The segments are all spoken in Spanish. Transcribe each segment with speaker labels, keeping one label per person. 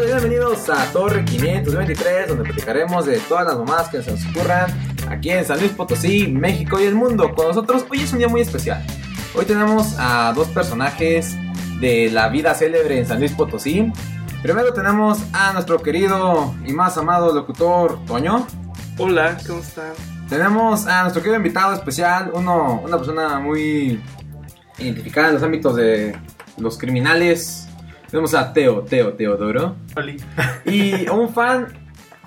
Speaker 1: bienvenidos a Torre 523, donde platicaremos de todas las mamadas que se nos ocurran aquí en San Luis Potosí, México y el mundo. Con nosotros hoy es un día muy especial. Hoy tenemos a dos personajes de la vida célebre en San Luis Potosí. Primero tenemos a nuestro querido y más amado locutor Toño.
Speaker 2: Hola, ¿cómo están?
Speaker 1: Tenemos a nuestro querido invitado especial, uno, una persona muy identificada en los ámbitos de los criminales. Tenemos a Teo, Teo, Teodoro.
Speaker 2: Oli.
Speaker 1: Y un fan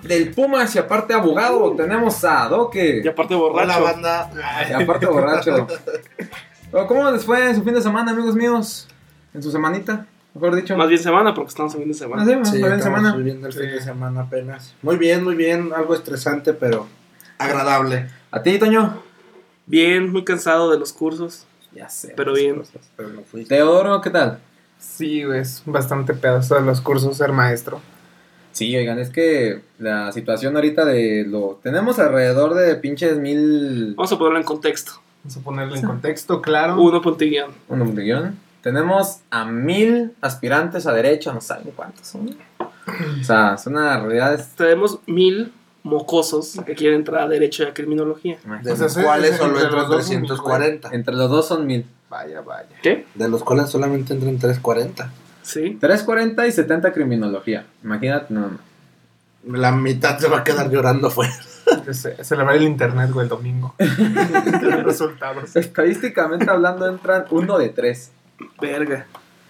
Speaker 1: del Pumas y aparte abogado,
Speaker 2: Uh.
Speaker 1: tenemos a Doque.
Speaker 2: Y aparte borracho.
Speaker 3: Hola, banda.
Speaker 1: Y aparte borracho. Pero, ¿Cómo les fue en su fin de semana, amigos míos? En su semanita, mejor dicho.
Speaker 2: Más bien semana, porque estamos en fin de
Speaker 1: Ah,
Speaker 2: semana.
Speaker 1: sí, más
Speaker 3: Sí,
Speaker 1: bien
Speaker 3: estamos
Speaker 1: semana.
Speaker 3: viviendo el fin de
Speaker 2: Sí.
Speaker 3: semana apenas. Muy bien, muy bien. Algo estresante, pero agradable.
Speaker 1: ¿A ti, Toño?
Speaker 2: Bien, muy cansado de los cursos,
Speaker 1: Ya sé.
Speaker 2: pero bien.
Speaker 3: Pero no fui.
Speaker 1: Teodoro, ¿qué tal?
Speaker 4: Sí, güey, es bastante pedazo de los cursos ser maestro.
Speaker 1: Sí, oigan, es que la situación ahorita de lo... Tenemos alrededor de pinches mil...
Speaker 2: Vamos a ponerlo en contexto.
Speaker 4: Vamos a ponerlo en contexto, claro.
Speaker 2: Uno punto y guión.
Speaker 1: Un número de guión. Tenemos a mil aspirantes a derecho, no saben cuántos son. O sea, es una realidad... es-
Speaker 2: Tenemos mil mocosos que quieren entrar a Derecho y a Criminología.
Speaker 3: De
Speaker 4: O sea,
Speaker 3: los
Speaker 4: sí,
Speaker 3: cuales
Speaker 4: sí,
Speaker 3: solo
Speaker 4: entre
Speaker 3: entran
Speaker 4: los dos,
Speaker 3: 340.
Speaker 1: Entre los dos son mil.
Speaker 4: Vaya, vaya.
Speaker 2: ¿Qué?
Speaker 3: De los cuales solamente entran 340.
Speaker 2: Sí.
Speaker 1: 340 y 70 criminología. Imagínate, no, no.
Speaker 3: La mitad se va a quedar llorando fuera.
Speaker 4: Se, celebrar el internet, güey, el domingo. Los resultados.
Speaker 1: Estadísticamente hablando, entran uno de tres.
Speaker 2: Verga.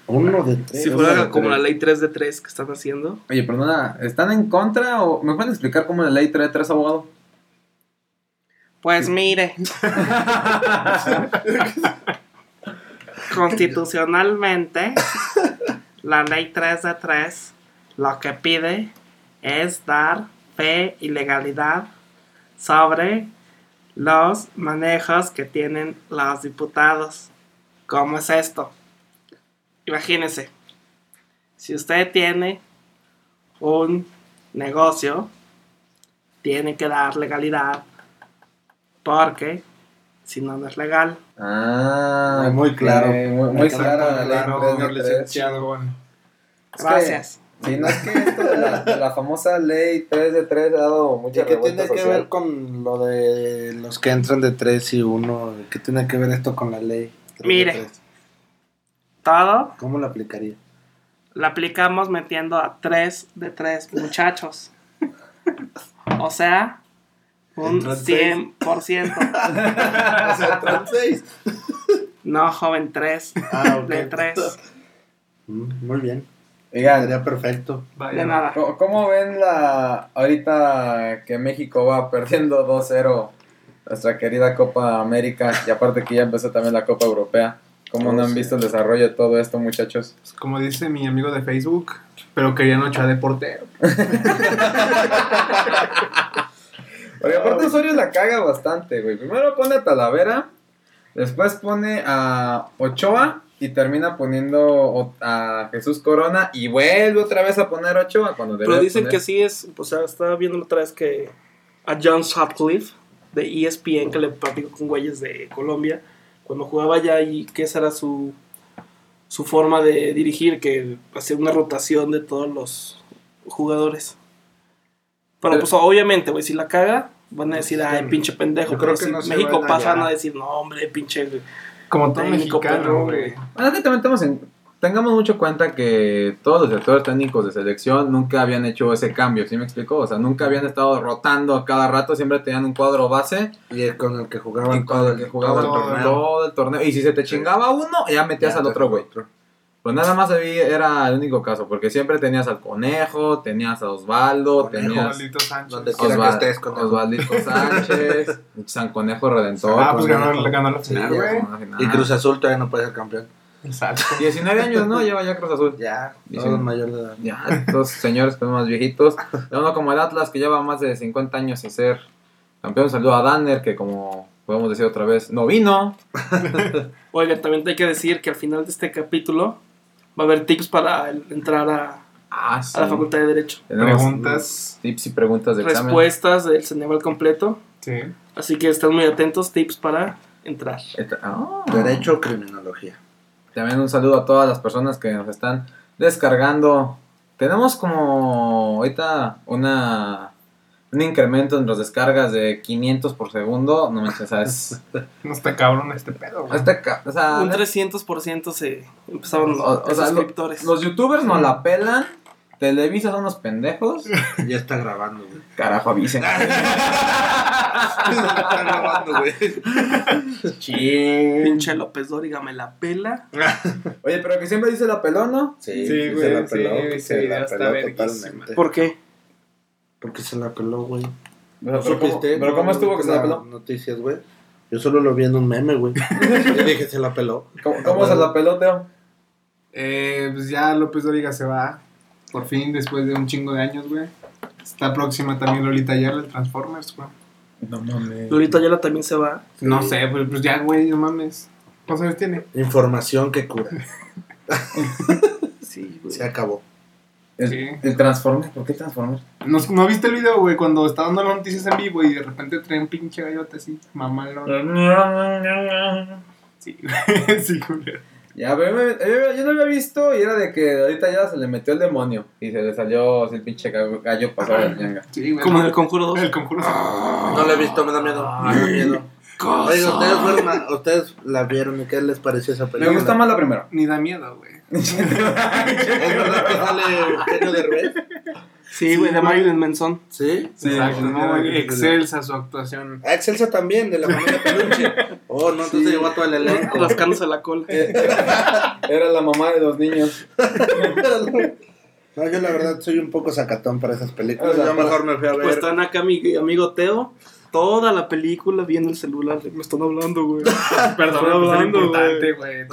Speaker 3: Uno de tres.
Speaker 2: Si
Speaker 1: uno
Speaker 2: fuera
Speaker 1: de
Speaker 2: como
Speaker 1: tres.
Speaker 2: la ley 3 de 3 que están haciendo.
Speaker 1: Oye, perdona, ¿están en contra o me pueden explicar cómo la ley trae tres abogados?
Speaker 2: Pues mire, constitucionalmente, la ley 3 de 3 lo que pide es dar fe y legalidad sobre los manejos que tienen los diputados. ¿Cómo es esto? Imagínense, si usted tiene un negocio, tiene que dar legalidad porque si no, no es legal.
Speaker 1: Ah,
Speaker 3: Muy
Speaker 1: ok,
Speaker 3: claro.
Speaker 1: Muy, muy claro. la ley tres de tres. Es que-
Speaker 2: Gracias.
Speaker 1: Sí, no es que esto de la, de la famosa ley 3 de 3 ha dado
Speaker 3: ¿Y
Speaker 1: mucha
Speaker 3: qué
Speaker 1: revuelta
Speaker 3: tiene que
Speaker 1: social.
Speaker 3: ver con lo de los que entran de 3 y 1? ¿Qué tiene que ver esto con la ley? Tres de
Speaker 2: Mire.
Speaker 3: tres.
Speaker 2: Todo
Speaker 3: ¿Cómo lo aplicaría?
Speaker 2: lo aplicamos metiendo a tres de tres muchachos. O sea, un
Speaker 3: Entran seis.
Speaker 2: 100%.
Speaker 3: O sea, entran 6.
Speaker 2: No, joven, tres
Speaker 3: Ah, ok.
Speaker 2: de tres.
Speaker 3: Mm, Muy bien.
Speaker 1: Oigan,
Speaker 3: Sería perfecto.
Speaker 2: De nada.
Speaker 1: ¿cómo- ¿cómo ven la ahorita que México va perdiendo 2-0 nuestra querida Copa América y aparte que ya empezó también la Copa Europea? ¿Cómo
Speaker 3: Oh,
Speaker 1: no han
Speaker 3: sí.
Speaker 1: visto el desarrollo de todo esto, muchachos?
Speaker 4: Pues como dice mi amigo de Facebook, pero querían ocho de portero.
Speaker 1: Porque
Speaker 2: pues,
Speaker 1: aparte Osorio la caga bastante, güey. Primero pone a Talavera, después pone a Ochoa y termina poniendo o- a Jesús Corona y vuelve otra vez a poner a Ochoa cuando
Speaker 2: Pero
Speaker 1: debía
Speaker 2: dicen
Speaker 1: poner-
Speaker 2: que sí es, o sea, estaba viendo otra vez que a John Sutcliffe de E ESPN, que le practicó con güeyes de Colombia, cuando jugaba ya y que esa era su, su forma de dirigir, que hacía una rotación de todos los jugadores. Pero
Speaker 1: Pero-
Speaker 2: pues obviamente, güey, si la caga, van a decir, ay, pinche pendejo.
Speaker 4: yo
Speaker 2: Pero
Speaker 4: creo que
Speaker 2: si
Speaker 4: no se
Speaker 2: México
Speaker 4: van a
Speaker 2: pasan
Speaker 4: hallar.
Speaker 2: a decir, no, hombre, pinche...
Speaker 4: Como todo
Speaker 2: Técnico, perro,
Speaker 4: mexicano, güey.
Speaker 1: Bueno, es que también estamos en- tengamos mucho en cuenta que todos los directores técnicos de selección nunca habían hecho ese cambio, ¿sí me explico? O sea, nunca habían estado rotando a cada rato, siempre tenían un cuadro base
Speaker 3: Y el con el que jugaban
Speaker 1: y cuando el que jugaba el
Speaker 4: todo el
Speaker 1: torneo, todo el torneo. Y si se te chingaba uno, ya metías
Speaker 3: Ya
Speaker 1: al
Speaker 3: te-
Speaker 1: otro güey. Pues nada más había- era el único caso, porque siempre tenías al Conejo, tenías a Osvaldo,
Speaker 3: Conejo,
Speaker 1: tenías
Speaker 4: Maldito Sánchez. Ah,
Speaker 3: Donde-
Speaker 1: a
Speaker 3: Quiera que
Speaker 1: Osval-
Speaker 3: estés, Conejo.
Speaker 1: Osvaldito Sánchez, San Conejo Redentor.
Speaker 4: Ah, pues
Speaker 1: Conejo.
Speaker 4: ganó, ganó la
Speaker 3: Sí,
Speaker 4: final,
Speaker 3: ya,
Speaker 4: güey.
Speaker 3: Y Cruz Azul todavía no puede ser campeón.
Speaker 4: Exacto.
Speaker 1: 19 años, ¿no? Lleva ya Cruz Azul.
Speaker 3: Ya,
Speaker 1: Y sí.
Speaker 3: todo mayor de edad.
Speaker 1: Ya, estos señores que son más viejitos. Ya uno como el Atlas, que lleva más de 50 años sin ser campeón. Saludo a Danner, que como podemos decir otra vez, no vino.
Speaker 2: Oiga, también hay que decir que al final de este capítulo va a haber tips para el- entrar a,
Speaker 1: Ah, sí.
Speaker 2: a la Facultad de Derecho.
Speaker 1: Tenemos
Speaker 4: Preguntas.
Speaker 1: tips y preguntas de examen.
Speaker 2: respuestas del Ceneval completo.
Speaker 4: Sí.
Speaker 2: Así que estén muy atentos, tips para entrar.
Speaker 1: Esta- ah.
Speaker 3: Derecho o criminología.
Speaker 1: También un saludo a todas las personas que nos están descargando Tenemos como ahorita una, un incremento en las descargas de 500 por segundo. No manches, o sea, es-
Speaker 4: No está cabrón este pedo, güey.
Speaker 1: hasta ca- o sea,
Speaker 2: Un
Speaker 1: neta,
Speaker 2: 300% se empezaron
Speaker 1: Ah, O- o
Speaker 2: los
Speaker 1: sea, lo-
Speaker 2: suscriptores.
Speaker 1: los youtubers no la pelan. Televisa son unos pendejos.
Speaker 3: Ya está grabando, güey.
Speaker 1: Carajo, avisen.
Speaker 3: Ya está grabando, güey.
Speaker 1: Chin.
Speaker 2: Pinche López Dóriga me la pela.
Speaker 1: Oye, pero que siempre dice la pelón, ¿no?
Speaker 3: Sí,
Speaker 4: Sí,
Speaker 3: que
Speaker 4: güey,
Speaker 3: se la
Speaker 4: sí,
Speaker 3: peló,
Speaker 4: güey,
Speaker 3: que
Speaker 4: sí,
Speaker 3: se la
Speaker 4: ya está
Speaker 3: peló
Speaker 4: verguísima.
Speaker 3: totalmente.
Speaker 2: ¿Por qué?
Speaker 3: Porque se la peló, güey.
Speaker 1: Pero, ¿cómo, pero ¿cómo
Speaker 3: no
Speaker 1: estuvo que se la
Speaker 3: viste
Speaker 1: peló?
Speaker 3: Noticias, güey. Yo solo lo vi en un meme, güey. Y dije, se la peló.
Speaker 1: ¿Cómo, cómo se la peló, Teo?
Speaker 4: Eh, pues ya López Dóriga se va. Por fin, después de un chingo de años, güey. Está próxima también Lolita Ayala, el Transformers, güey.
Speaker 1: No mames.
Speaker 2: Lolita Ayala también se va.
Speaker 4: No sé, pues, pues ya, güey, no mames. ¿Cuántos años tiene?
Speaker 3: Información que cura.
Speaker 2: Sí,
Speaker 3: Se acabó.
Speaker 1: El,
Speaker 4: Sí.
Speaker 1: el Transformers, ¿por qué Transformers?
Speaker 4: ¿No, no viste el video, güey? Cuando está dando las noticias en vivo y de repente trae un pinche gallote así, mamalón. Sí, güey, sí, güey.
Speaker 1: Ya, pero yo, me- yo- yo no había visto y era de que ahorita ya se le metió el demonio y se le salió así el pinche gallo, gallo pasado de ñanga.
Speaker 4: Sí, güey.
Speaker 2: Como en el conjuro 2.
Speaker 4: El conjuro.
Speaker 3: No la he visto, me da miedo. Me da miedo. Oiga, ustedes, fueron a- ustedes la vieron y qué les pareció esa
Speaker 1: Me
Speaker 3: película.
Speaker 1: gusta más la primera.
Speaker 4: Ni da miedo, güey.
Speaker 3: ¿Es verdad que sale Eugenio Derbez?
Speaker 2: Sí, güey, de Marilyn Manson.
Speaker 3: Sí.
Speaker 1: Sí,
Speaker 4: Exacto,
Speaker 1: güey,
Speaker 4: ¿no?
Speaker 3: mira, güey.
Speaker 4: Excelsa su actuación.
Speaker 3: Ah, Excelsa también, de la familia Peluche. Oh, no, entonces llevó a todo el elenco.
Speaker 2: Rascándose la cola.
Speaker 1: Eh, Era la mamá de los niños.
Speaker 3: No, yo la verdad soy un poco sacatón para esas películas.
Speaker 1: O sea,
Speaker 3: yo mejor me fui a ver.
Speaker 2: Pues están acá mi amigo Teo. Toda la película viendo el celular. Me están hablando, güey.
Speaker 4: Perdón,
Speaker 2: Estoy
Speaker 4: pues, era
Speaker 2: hablando,
Speaker 4: importante, güey.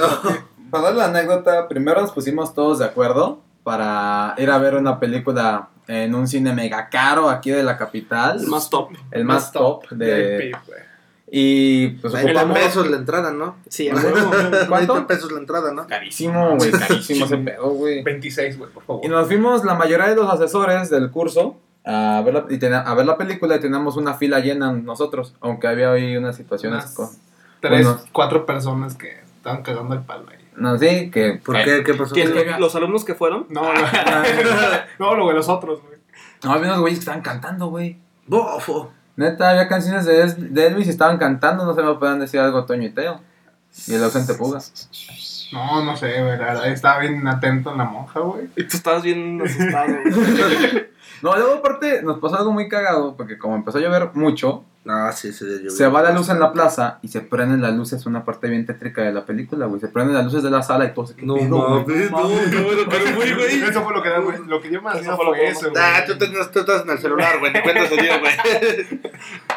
Speaker 1: Para dar la anécdota, primero nos pusimos todos de acuerdo para ir a ver una película en un cine mega caro aquí de la capital.
Speaker 2: El más top.
Speaker 1: el más top de...
Speaker 4: VIP, güey.
Speaker 1: Y pues
Speaker 3: Veinte
Speaker 1: ocupamos...
Speaker 3: pesos la entrada, ¿no?
Speaker 2: Sí, a huevo.
Speaker 1: ¿Cuánto?
Speaker 3: 20 Pues, pesos la entrada, ¿no?
Speaker 1: Carísimo, güey, carísimo ese pedo, güey.
Speaker 4: 26, güey, por favor.
Speaker 1: Y nos fuimos la mayoría de los asesores del curso a ver la, y tena- a ver la película y teníamos una fila llena nosotros, aunque había ahí unas situaciones
Speaker 4: Unas
Speaker 1: con...
Speaker 4: Tres,
Speaker 1: unos-
Speaker 4: cuatro personas que estaban cagando el palo ahí.
Speaker 1: No, sí, que...
Speaker 3: ¿Por qué? ¿Qué pasó?
Speaker 2: ¿Quién?
Speaker 1: Es que había-
Speaker 2: los alumnos que fueron.
Speaker 4: No, güey. no, güey, los otros, güey.
Speaker 1: No, había unos güeyes que estaban cantando, güey.
Speaker 3: Bofo.
Speaker 1: Neta, había canciones de, Es- de Elvis y estaban cantando, no se me pueden decir algo Toño y Teo. Y el ausente Puga.
Speaker 4: No, no sé, güey. la verdad, Estaba bien atento en la monja, güey.
Speaker 2: Y tú estabas bien asustado, güey.
Speaker 1: No, luego aparte nos pasó algo muy cagado, porque como empezó a llover mucho,
Speaker 3: No, Ah, sí, sí, yo vi.
Speaker 1: se va la luz en la plaza y se prenden las luces, una parte bien tétrica de la película, güey. Se prenden las luces de la sala y todo se
Speaker 3: No, mames, no, no, bueno, pero muy, güey.
Speaker 4: Eso fue lo que, da, güey, lo que yo más
Speaker 2: Eso
Speaker 4: no
Speaker 2: fue lo
Speaker 4: fue
Speaker 2: que
Speaker 4: eso, güey.
Speaker 3: Ah, tú, te- tú estás en el celular, güey. Te cuentas el día, güey.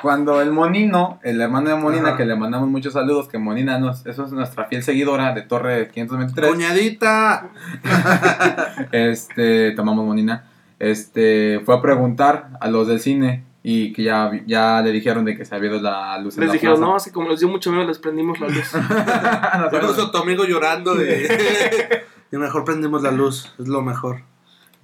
Speaker 1: Cuando el Monino, el hermano de Monina,
Speaker 4: Ajá.
Speaker 1: que le mandamos muchos saludos, que Monina, nos- eso es nuestra fiel seguidora de Torre 523.
Speaker 3: Coñadita.
Speaker 1: este, tomamos Monina, este, fue a preguntar a los del cine y que ya, ya le dijeron de que se había ido la luz en
Speaker 2: Les
Speaker 1: la
Speaker 2: dijeron, no,
Speaker 1: plaza. Ah,
Speaker 2: así como les dio mucho miedo, les prendimos la luz.
Speaker 1: No,
Speaker 3: Por
Speaker 1: pero-
Speaker 3: eso tu amigo llorando. De... y mejor prendimos la luz. Es lo mejor.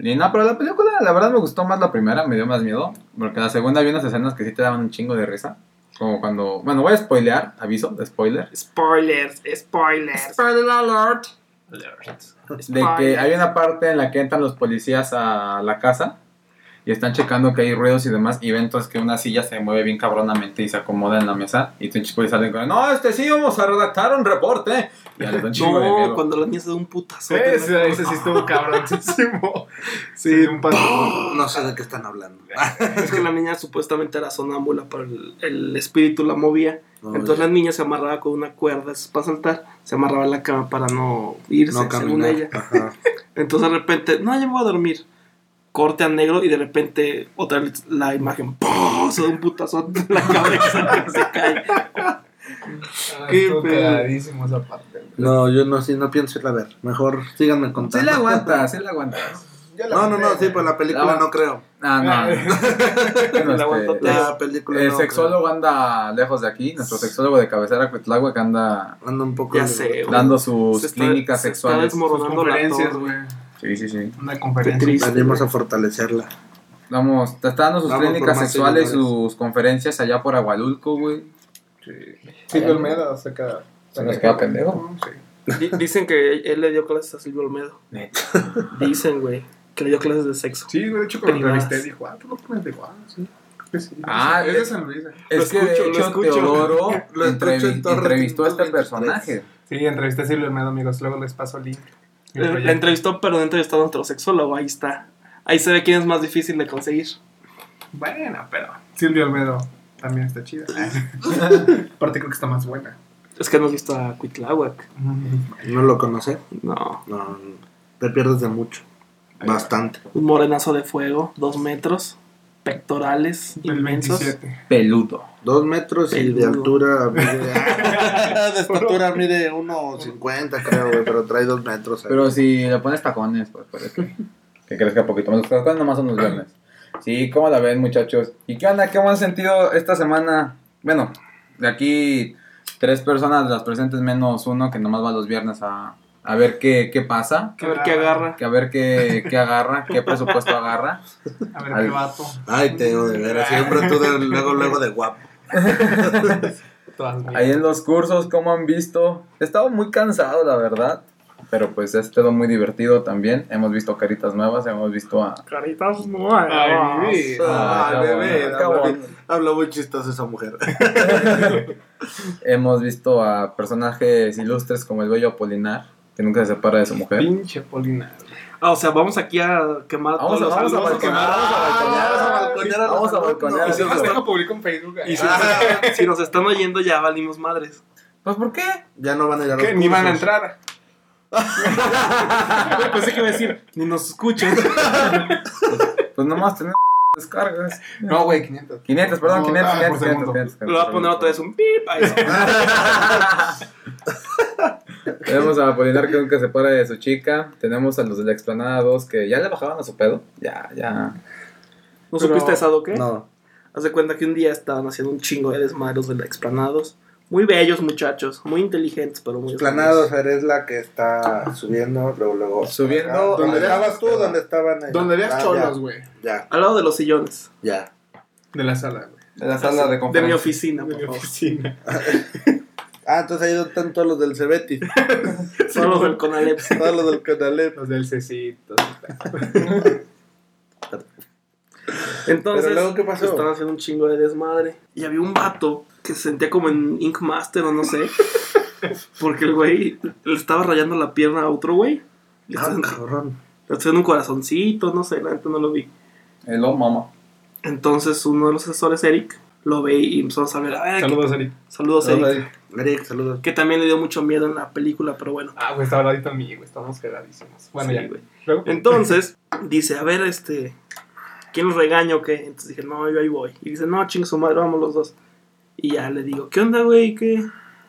Speaker 1: Y no, pero la película, la verdad me gustó más la primera, me dio más miedo, porque la segunda había unas escenas que sí te daban un chingo de risa, como cuando, bueno, voy a spoilear, aviso, spoiler.
Speaker 2: Spoilers, spoilers.
Speaker 1: Spoiler alert. De que
Speaker 2: Spoiler.
Speaker 1: hay una parte en la que entran los policías a la casa y están checando que hay ruidos y demás y ven entonces que una silla se mueve bien cabronamente y se acomoda en la mesa y pinches policías salen con no, este sí vamos a redactar un reporte. Y ya les da un chingo de
Speaker 2: No,
Speaker 1: miedo.
Speaker 2: cuando la niña se da un putazo.
Speaker 4: Ese, ese sí estuvo cabroncísimo. Sí, un paso.
Speaker 3: No sé de qué están hablando.
Speaker 2: Es que la niña supuestamente era sonámbula, pero el, el espíritu la movía.
Speaker 3: Oh,
Speaker 2: Entonces la niña se amarraba con una cuerda eso es para saltar, se amarraba en la cama para no irse,
Speaker 3: no
Speaker 2: según
Speaker 3: caminar.
Speaker 2: ella.
Speaker 3: Ajá.
Speaker 2: Entonces de repente, no, ya me voy a dormir. Corte a negro y de repente otra vez la imagen, ¡pum! se da un putazo en la cabeza, se cae.
Speaker 4: Ah,
Speaker 2: Qué
Speaker 4: estuvo
Speaker 2: pedo.
Speaker 4: cagadísimo esa parte. güey.
Speaker 3: No, yo no, sí, no pienso irla a ver. Mejor síganme
Speaker 1: Sí
Speaker 3: contando.
Speaker 1: la aguanta, sí la aguanta.
Speaker 4: Yo la
Speaker 3: No, no,
Speaker 4: mandé,
Speaker 3: no, sí,
Speaker 4: güey.
Speaker 3: pues la película
Speaker 1: La-
Speaker 3: no creo.
Speaker 1: Ah, no. Bueno,
Speaker 4: La aguantó
Speaker 1: este,
Speaker 3: La película
Speaker 1: el
Speaker 3: no
Speaker 1: sexólogo anda lejos de aquí, nuestro sexólogo de cabecera Cuitlagua que anda
Speaker 3: creo. Anda un poco.
Speaker 2: Ya sé, güey.
Speaker 1: dando sus
Speaker 2: Se está-
Speaker 1: clínicas
Speaker 2: se está
Speaker 1: sexuales.
Speaker 2: desmo-
Speaker 4: Sus
Speaker 2: Rodando la
Speaker 4: conferencias,
Speaker 2: torre.
Speaker 1: Sí,
Speaker 4: güey.
Speaker 1: sí, sí.
Speaker 4: Una
Speaker 2: Qué
Speaker 4: conferencia.
Speaker 2: triste.
Speaker 3: Venimos a fortalecerla.
Speaker 1: Vamos, te está dando sus
Speaker 3: Vamos por
Speaker 1: clínicas
Speaker 3: más
Speaker 1: sexuales,
Speaker 3: seguidores.
Speaker 1: sus conferencias allá por Agualulco, güey.
Speaker 4: Silvio Olmeda, o sea, cada.
Speaker 1: Se nos queda pendejo.
Speaker 4: Sí.
Speaker 2: Di- Dicen que él le dio clases a Silvio Olmedo.
Speaker 1: Neta.
Speaker 2: Dicen, güey. que le dio clases de sexo.
Speaker 4: Sí, güey, de hecho, cuando
Speaker 2: Privadas.
Speaker 4: entrevisté, dijo, ah, tú no comes de Guadalajara, sí. Creo que sí.
Speaker 1: Ah,
Speaker 4: es de
Speaker 1: eh.
Speaker 4: San Luis. eh.
Speaker 1: Es que
Speaker 2: escucho,
Speaker 1: de
Speaker 2: lo
Speaker 1: hecho
Speaker 2: escucho.
Speaker 1: Teodoro
Speaker 3: Lo escucho
Speaker 1: entrevi-
Speaker 3: en Torre
Speaker 1: entrevistó a este
Speaker 3: 523.
Speaker 1: personaje.
Speaker 4: Sí, entrevisté a Silvio Medo, amigos. Luego les paso el link.
Speaker 2: Eh, La entrevistó, pero no entrevistó a un heterosexólogo, ahí está. Ahí se ve quién es más difícil de conseguir.
Speaker 4: Bueno, pero Silvio Almedo también está chida. Aparte creo que está más buena.
Speaker 2: Es que no has visto a Cuitláhuac.
Speaker 3: ¿No lo conoces?
Speaker 2: No.
Speaker 3: No, te pierdes de mucho. Bastante.
Speaker 2: Un morenazo de fuego, dos metros, pectorales
Speaker 4: El
Speaker 2: inmensos.
Speaker 4: 27.
Speaker 1: Peludo.
Speaker 3: Dos metros y de
Speaker 2: Peludo.
Speaker 3: altura mide- de estatura mide 1.50 creo, güey, pero trae dos metros. eh. ahí.
Speaker 1: Pero si le pones tacones, pues puede que, que crezca poquito más. Los tacones nomás son los viernes. Sí, ¿cómo la ven, muchachos? ¿Y qué onda? ¿Qué hemos sentido esta semana? Bueno, de aquí tres personas las presentes menos uno que nomás va los viernes a, a ver qué, qué pasa.
Speaker 2: A ver qué agarra.
Speaker 1: Que a ver qué, qué agarra, qué presupuesto agarra.
Speaker 4: A ver
Speaker 1: Al-
Speaker 4: qué vato.
Speaker 3: Ay, Teo, de veras, siempre tú de- luego, luego de guapo.
Speaker 4: Todas
Speaker 1: Ahí en los cursos, ¿cómo han visto? He estado muy cansado, la verdad. Pero pues ha estado muy divertido también. Hemos visto caritas nuevas, hemos visto a...
Speaker 2: Caritas nuevas.
Speaker 4: Ay, mi vida.
Speaker 1: Ah,
Speaker 3: Ay,
Speaker 1: qué
Speaker 3: bebé,
Speaker 1: bueno, qué
Speaker 3: habla-
Speaker 1: bueno.
Speaker 3: Habla muy chistoso esa mujer.
Speaker 1: Hemos visto a personajes ilustres como el bello Apolinar, que nunca se separa de su mujer.
Speaker 4: Pinche Polina.
Speaker 2: Ah, o sea, vamos aquí a quemar
Speaker 1: Vamos a-
Speaker 2: todos
Speaker 1: vamos a
Speaker 2: los alumnos.
Speaker 1: quemar.
Speaker 3: Ah, a los
Speaker 1: Vamos a
Speaker 3: alumnos.
Speaker 1: balconear a
Speaker 4: Y
Speaker 1: los
Speaker 4: si
Speaker 1: alumnos.
Speaker 4: más tengo público en Facebook.
Speaker 2: Y
Speaker 4: eh.
Speaker 2: si, si nos están oyendo, ya valimos madres.
Speaker 1: Pues ¿por qué?
Speaker 3: Ya no van a llegar
Speaker 4: Que
Speaker 3: los
Speaker 4: ni van a
Speaker 3: cursos.
Speaker 4: entrar.
Speaker 2: Pensé que iba a decir, ni nos escuchen.
Speaker 1: Pues nomás tenemos descargas.
Speaker 4: No, güey, 500.
Speaker 1: 500, perdón,
Speaker 4: No,
Speaker 1: 500,
Speaker 4: ah,
Speaker 1: 500,
Speaker 4: por
Speaker 1: 500,
Speaker 4: segundo.
Speaker 1: 500,
Speaker 2: Le voy a poner otra vez un pip. ahí está.
Speaker 1: Tenemos a Apolinar que nunca se separa de su chica. Tenemos a los de la explanada 2 que ya le bajaban a su pedo. Ya, ya.
Speaker 2: ¿No
Speaker 4: Pero-
Speaker 2: supiste esa o qué?
Speaker 3: No.
Speaker 2: Haz de cuenta que un día estaban haciendo un chingo de desmadros de la explanados. Muy bellos muchachos, muy inteligentes, pero muy
Speaker 3: Planados eres la que está subiendo, luego,
Speaker 1: Ah,
Speaker 3: luego.
Speaker 1: Subiendo.
Speaker 3: Acá. ¿Dónde
Speaker 4: Donde
Speaker 3: estabas
Speaker 4: veas-
Speaker 3: tú? ¿Dónde estaban ellos?
Speaker 4: Donde
Speaker 3: Ah,
Speaker 4: veas
Speaker 3: ya,
Speaker 4: cholos, güey.
Speaker 3: Ya,
Speaker 2: Al lado de los sillones.
Speaker 3: ya.
Speaker 4: De la sala, güey.
Speaker 1: De la sala de
Speaker 2: De mi
Speaker 1: conferencia.
Speaker 2: oficina,
Speaker 4: De
Speaker 2: por
Speaker 4: mi
Speaker 2: favor.
Speaker 4: oficina.
Speaker 3: Ah, entonces ahí están todos los del Cebetis,
Speaker 2: Son los del Conalep.
Speaker 3: todos los del Canalep.
Speaker 4: Los del Cecito.
Speaker 2: Entonces,
Speaker 3: Pero luego, ¿qué pasó?
Speaker 2: estaban haciendo un chingo de desmadre. Y había un vato que se sentía como en Ink Master o no sé. Porque el güey le estaba rayando la pierna a otro güey. Le estaba
Speaker 3: Ah,
Speaker 2: haciendo-
Speaker 3: cabrón.
Speaker 2: le estaba haciendo un corazoncito, no sé, la neta no lo vi.
Speaker 1: El oh, mamá.
Speaker 2: Entonces uno de los asesores, Eric, lo ve y empezamos a ver. "Ay, que-
Speaker 4: Saludos, Ari.
Speaker 2: Saludos, Eric.
Speaker 3: Eric, saludos.
Speaker 2: Que también le dio mucho miedo en la película, pero bueno.
Speaker 4: Ah, güey, estaba al ladito a mí, güey. Estábamos quedadísimos. Bueno,
Speaker 2: sí,
Speaker 4: ya.
Speaker 2: güey.
Speaker 4: Luego,
Speaker 2: Entonces, dice, a ver, este, ¿quién los regaña o qué? Entonces dije, no, yo ahí voy. Y dice, no, chingue su madre, vamos los dos. Y ya le digo, ¿qué onda, güey? ¿Qué,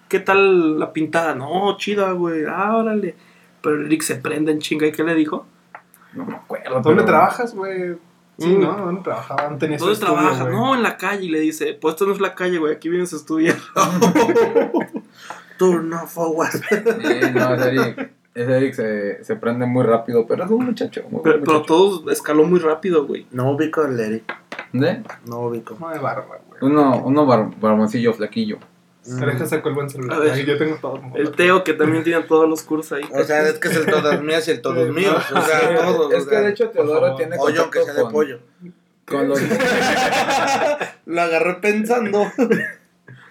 Speaker 2: ¿Qué tal la pintada? No, chida, güey, ah, órale. Pero Eric se prende en chinga, ¿y qué le dijo?
Speaker 1: No me acuerdo.
Speaker 4: ¿dónde
Speaker 1: pero-
Speaker 4: trabajas, güey? Sí,
Speaker 2: Mm.
Speaker 4: ¿no? ¿Dónde trabajaba? No tenías
Speaker 2: ¿Dónde
Speaker 4: estudio,
Speaker 2: trabaja?
Speaker 4: güey.
Speaker 2: No, en la calle. Y le dice, pues esto no es la calle, güey, aquí vienes a estudiar.
Speaker 3: Turno forward.
Speaker 1: Sí, no, es Eric. Es Eric, se, se prende muy rápido, pero es un muchacho. Muy
Speaker 2: Pero,
Speaker 1: buen
Speaker 2: pero
Speaker 1: muchacho.
Speaker 2: todo escaló muy rápido, güey.
Speaker 3: No ubico al Eric.
Speaker 1: ¿De?
Speaker 3: No ubico.
Speaker 4: No de barba, güey.
Speaker 1: Uno, uno bar- barboncillo, flaquillo.
Speaker 4: Pero este sacó el buen
Speaker 2: A
Speaker 4: celular.
Speaker 2: ver.
Speaker 4: Ahí yo tengo todo. como-
Speaker 2: El Teo, que también tiene todos los cursos ahí.
Speaker 3: O sea, es que es el todos mías y el todos míos. O sea, Eh, todos.
Speaker 1: Eh, es que de hecho Teodoro
Speaker 4: favor.
Speaker 1: tiene
Speaker 3: Pollo aunque
Speaker 1: contacto
Speaker 3: sea de
Speaker 1: con,
Speaker 3: pollo.
Speaker 1: con los...
Speaker 3: Lo agarré pensando.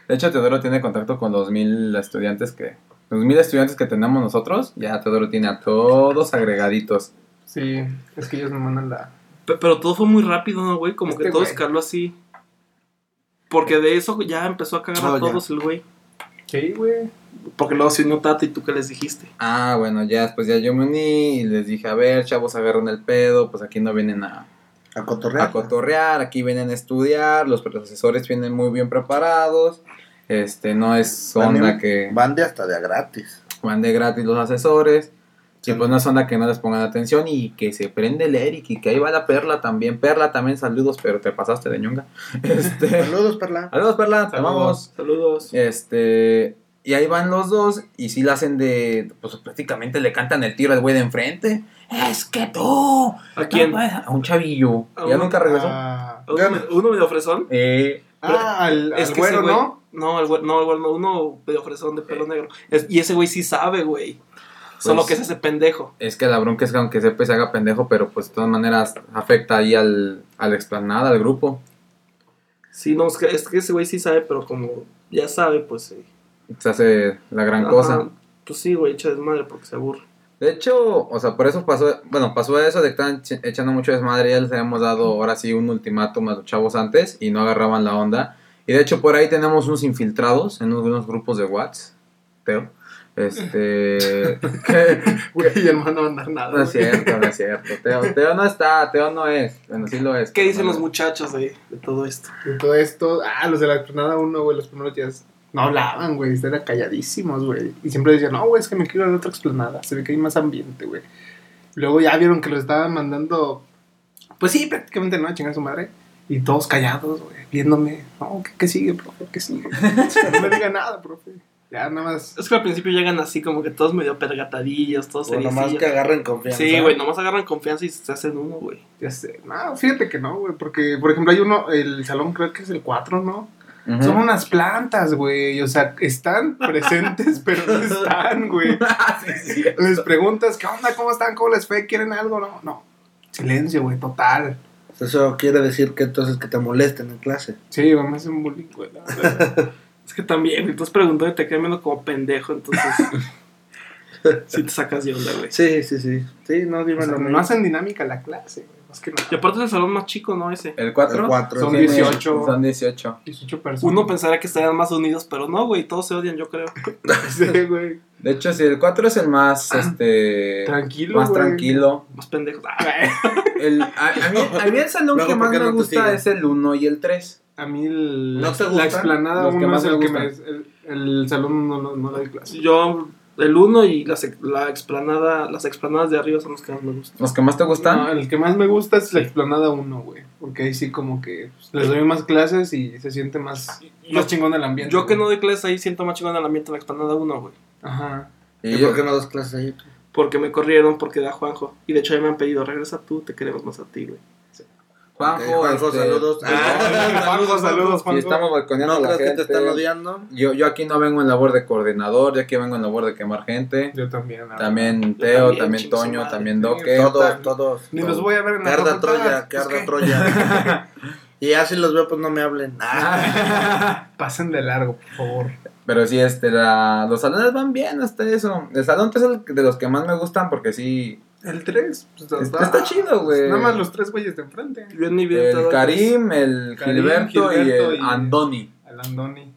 Speaker 1: De hecho, Teodoro tiene contacto con los mil estudiantes que... Los mil estudiantes que tenemos nosotros, ya Teodoro tiene a todos agregaditos.
Speaker 4: Sí, es que ellos me mandan la.
Speaker 2: Pe- Pero todo fue muy rápido, ¿no, güey? Como
Speaker 4: Este
Speaker 2: que todo
Speaker 4: güey.
Speaker 2: escaló así. Porque de eso ya empezó a cagar
Speaker 3: Oh,
Speaker 2: a
Speaker 3: ya.
Speaker 2: todos el güey.
Speaker 4: Sí, güey.
Speaker 2: Porque luego se unió Tata y tú qué les dijiste.
Speaker 1: Ah, bueno, ya después ya yo me uní y les dije, a ver, chavos, agarran el pedo, pues aquí no vienen a,
Speaker 3: A cotorrear.
Speaker 1: a cotorrear, aquí vienen a estudiar, los profesores vienen muy bien preparados, este, no es
Speaker 3: Van de-
Speaker 1: onda que
Speaker 3: Van de hasta de a gratis.
Speaker 1: van de gratis los asesores, y pues no es onda que no les pongan atención y que se prende el Eric y que ahí va la Perla también, Perla también, saludos, pero te pasaste de ñonga, este,
Speaker 3: Saludos, Perla.
Speaker 1: saludos Perla, te
Speaker 4: Saludos.
Speaker 1: amamos.
Speaker 2: Saludos.
Speaker 1: Este. Y ahí van los dos. Y si la hacen de. Pues prácticamente le cantan el tiro al güey de enfrente. Es que tú.
Speaker 2: ¿A quién?
Speaker 1: no puedes- A un chavillo.
Speaker 2: A
Speaker 1: ya
Speaker 2: un-
Speaker 1: nunca regresó.
Speaker 4: Ah,
Speaker 2: ¿A ¿Uno, uno medio fresón?
Speaker 1: Eh,
Speaker 4: ah, al, al
Speaker 2: Es que
Speaker 4: güero,
Speaker 2: ese güey-
Speaker 4: ¿no?
Speaker 2: No, el güey, no, el güey no, uno medio fresón de pelo negro. Es- y ese güey sí sabe, güey.
Speaker 4: Pues
Speaker 2: Solo que es ese pendejo.
Speaker 1: Es que la bronca es que aunque sepa y se haga pendejo, pero pues de todas maneras afecta ahí al, al explanada, al grupo.
Speaker 2: Sí, no, es que, es que ese güey sí sabe, pero como ya sabe, pues sí.
Speaker 1: Se hace la gran
Speaker 2: Ajá.
Speaker 1: cosa.
Speaker 2: Pues sí, güey, echa desmadre porque se aburre.
Speaker 1: De hecho, o sea, por eso pasó, bueno, pasó eso de que estaban ch- echando mucho desmadre, ya les habíamos dado ahora sí un ultimátum a los chavos antes y no agarraban la onda. Y de hecho por ahí tenemos unos infiltrados en unos grupos de Whats, Teo. Este... que-
Speaker 4: Güey, el man no va a andar nada.
Speaker 1: no es
Speaker 4: güey.
Speaker 1: cierto, no es cierto. Teo, Teo no está, Teo no es. Bueno, sí lo es.
Speaker 2: ¿Qué dicen los
Speaker 1: muchachos?
Speaker 2: muchachos de, de todo esto?
Speaker 4: Y todo esto, ah, los de la jornada 1, güey, los primeros días no hablaban, güey, eran calladísimos, güey. Y siempre decían, no, güey, es que me quiero ir a la otra explanada, se ve que hay más ambiente, güey. Luego ya vieron que los estaban mandando, pues sí, prácticamente no, a chingar a su madre. Y todos callados, güey, viéndome, no, ¿qué, qué sigue, profe? ¿Qué sigue? no me diga nada, profe. Ya nada más.
Speaker 2: Es que al principio llegan así como que todos medio pergatadillos, todos
Speaker 3: O nomás
Speaker 2: seriecillos.
Speaker 3: que agarren confianza.
Speaker 2: Sí, güey, nomás agarran confianza y se hacen uno, güey.
Speaker 4: Ya sé. No, fíjate que no, güey. Porque, por ejemplo, hay uno, el salón creo que es el 4, ¿no? Son unas plantas, güey. O sea, están presentes, pero no están, güey. Les preguntas, ¿qué onda? ¿Cómo están? ¿Cómo les fue? ¿Quieren algo? No, no. Silencio, güey, total.
Speaker 3: Eso quiere decir que entonces que te molesten en clase.
Speaker 4: Sí, vamos a hacer un bullying, güey. la verdad.
Speaker 2: Es que también, güey, tú estás preguntando y te quedas viendo como pendejo, entonces. sí te sacas de onda, güey.
Speaker 3: Sí, sí, sí. Sí, no,
Speaker 4: O
Speaker 3: dime
Speaker 4: sea,
Speaker 3: lo
Speaker 4: no
Speaker 3: mismo.
Speaker 4: hacen dinámica la clase, güey. Más que
Speaker 2: Y
Speaker 4: nada.
Speaker 2: aparte es el salón más chico, ¿no? Ese.
Speaker 1: El 4.
Speaker 3: El cuatro,
Speaker 4: Son
Speaker 3: sí,
Speaker 4: 18.
Speaker 1: Son 18.
Speaker 4: 18 personas.
Speaker 2: Uno pensaría que estarían más unidos, pero no, güey, todos se odian, yo creo.
Speaker 4: Sí, güey.
Speaker 1: De hecho, si el 4 es el más, este...
Speaker 4: Tranquilo,
Speaker 1: Más
Speaker 4: güey.
Speaker 1: tranquilo.
Speaker 2: Más pendejos. Ah, güey.
Speaker 1: El, a, a mí, a mí el salón
Speaker 3: Luego,
Speaker 1: que
Speaker 3: ¿por
Speaker 1: más
Speaker 3: qué
Speaker 1: me
Speaker 3: no te
Speaker 1: gusta
Speaker 3: sigo?
Speaker 1: es el 1 y el 3.
Speaker 4: A mí el,
Speaker 3: ¿No te
Speaker 4: la
Speaker 3: gustan?
Speaker 4: explanada
Speaker 1: Los que
Speaker 4: uno
Speaker 1: más
Speaker 4: es el
Speaker 1: me
Speaker 4: que me... El, el salón no, no, no doy clase.
Speaker 2: Yo, el uno y la, sec- la explanada, las explanadas de arriba son los que más me gustan.
Speaker 1: ¿Los que más te gustan?
Speaker 4: No, el que más me gusta es la explanada 1, güey. Porque ahí sí como que pues, les doy más clases y se siente más, más chingón el ambiente.
Speaker 2: Yo que no
Speaker 4: güey.
Speaker 2: doy clases ahí siento más chingón el ambiente en la explanada 1, güey.
Speaker 4: Ajá.
Speaker 1: Y
Speaker 3: ¿Y
Speaker 1: yo-
Speaker 3: por qué no das clases ahí?
Speaker 2: Porque me corrieron porque da Juanjo. Y de hecho ya me han pedido, regresa tú, te queremos más a ti, güey.
Speaker 1: Juanjo,
Speaker 3: Ok, Juanjo,
Speaker 1: este,
Speaker 3: Eh, saludos.
Speaker 1: pues,
Speaker 3: Ah,
Speaker 4: Juanjo, saludos,
Speaker 1: Si
Speaker 4: Juanjo.
Speaker 1: estamos balconeando
Speaker 3: No
Speaker 1: a la
Speaker 3: creas que
Speaker 1: gente.
Speaker 3: te están odiando.
Speaker 1: yo, yo aquí no vengo en labor de coordinador, yo aquí vengo en labor de quemar gente.
Speaker 4: Yo también. la
Speaker 1: También
Speaker 2: Yo
Speaker 1: Teo,
Speaker 2: también,
Speaker 1: Ah, también
Speaker 2: chingue su
Speaker 1: Toño,
Speaker 2: madre.
Speaker 1: también
Speaker 4: Sí,
Speaker 1: Doque.
Speaker 4: todo.
Speaker 3: Todos,
Speaker 4: tal?
Speaker 3: todos.
Speaker 4: verdad. Ni
Speaker 3: todos.
Speaker 4: los voy a ver en
Speaker 3: Que
Speaker 4: la
Speaker 3: arda
Speaker 4: facultad,
Speaker 3: Troya, que
Speaker 4: pues,
Speaker 3: arda
Speaker 4: ¿qué?
Speaker 3: Troya. Y ya si los veo, pues no me hablen. Ah,
Speaker 4: Pasen de largo, por favor.
Speaker 1: Pero sí, este, la- los salones van bien hasta eso. El salón tres es el de los que más me gustan porque sí.
Speaker 4: El 3.
Speaker 1: Está, está chido, güey.
Speaker 4: Nada más los tres güeyes de enfrente.
Speaker 2: Yo en mi vida he
Speaker 1: El
Speaker 2: dado clases.
Speaker 1: Karim, el
Speaker 4: Karim,
Speaker 1: Gilberto,
Speaker 4: Gilberto
Speaker 1: y el
Speaker 4: y-
Speaker 1: Andoni.
Speaker 4: Al Andoni.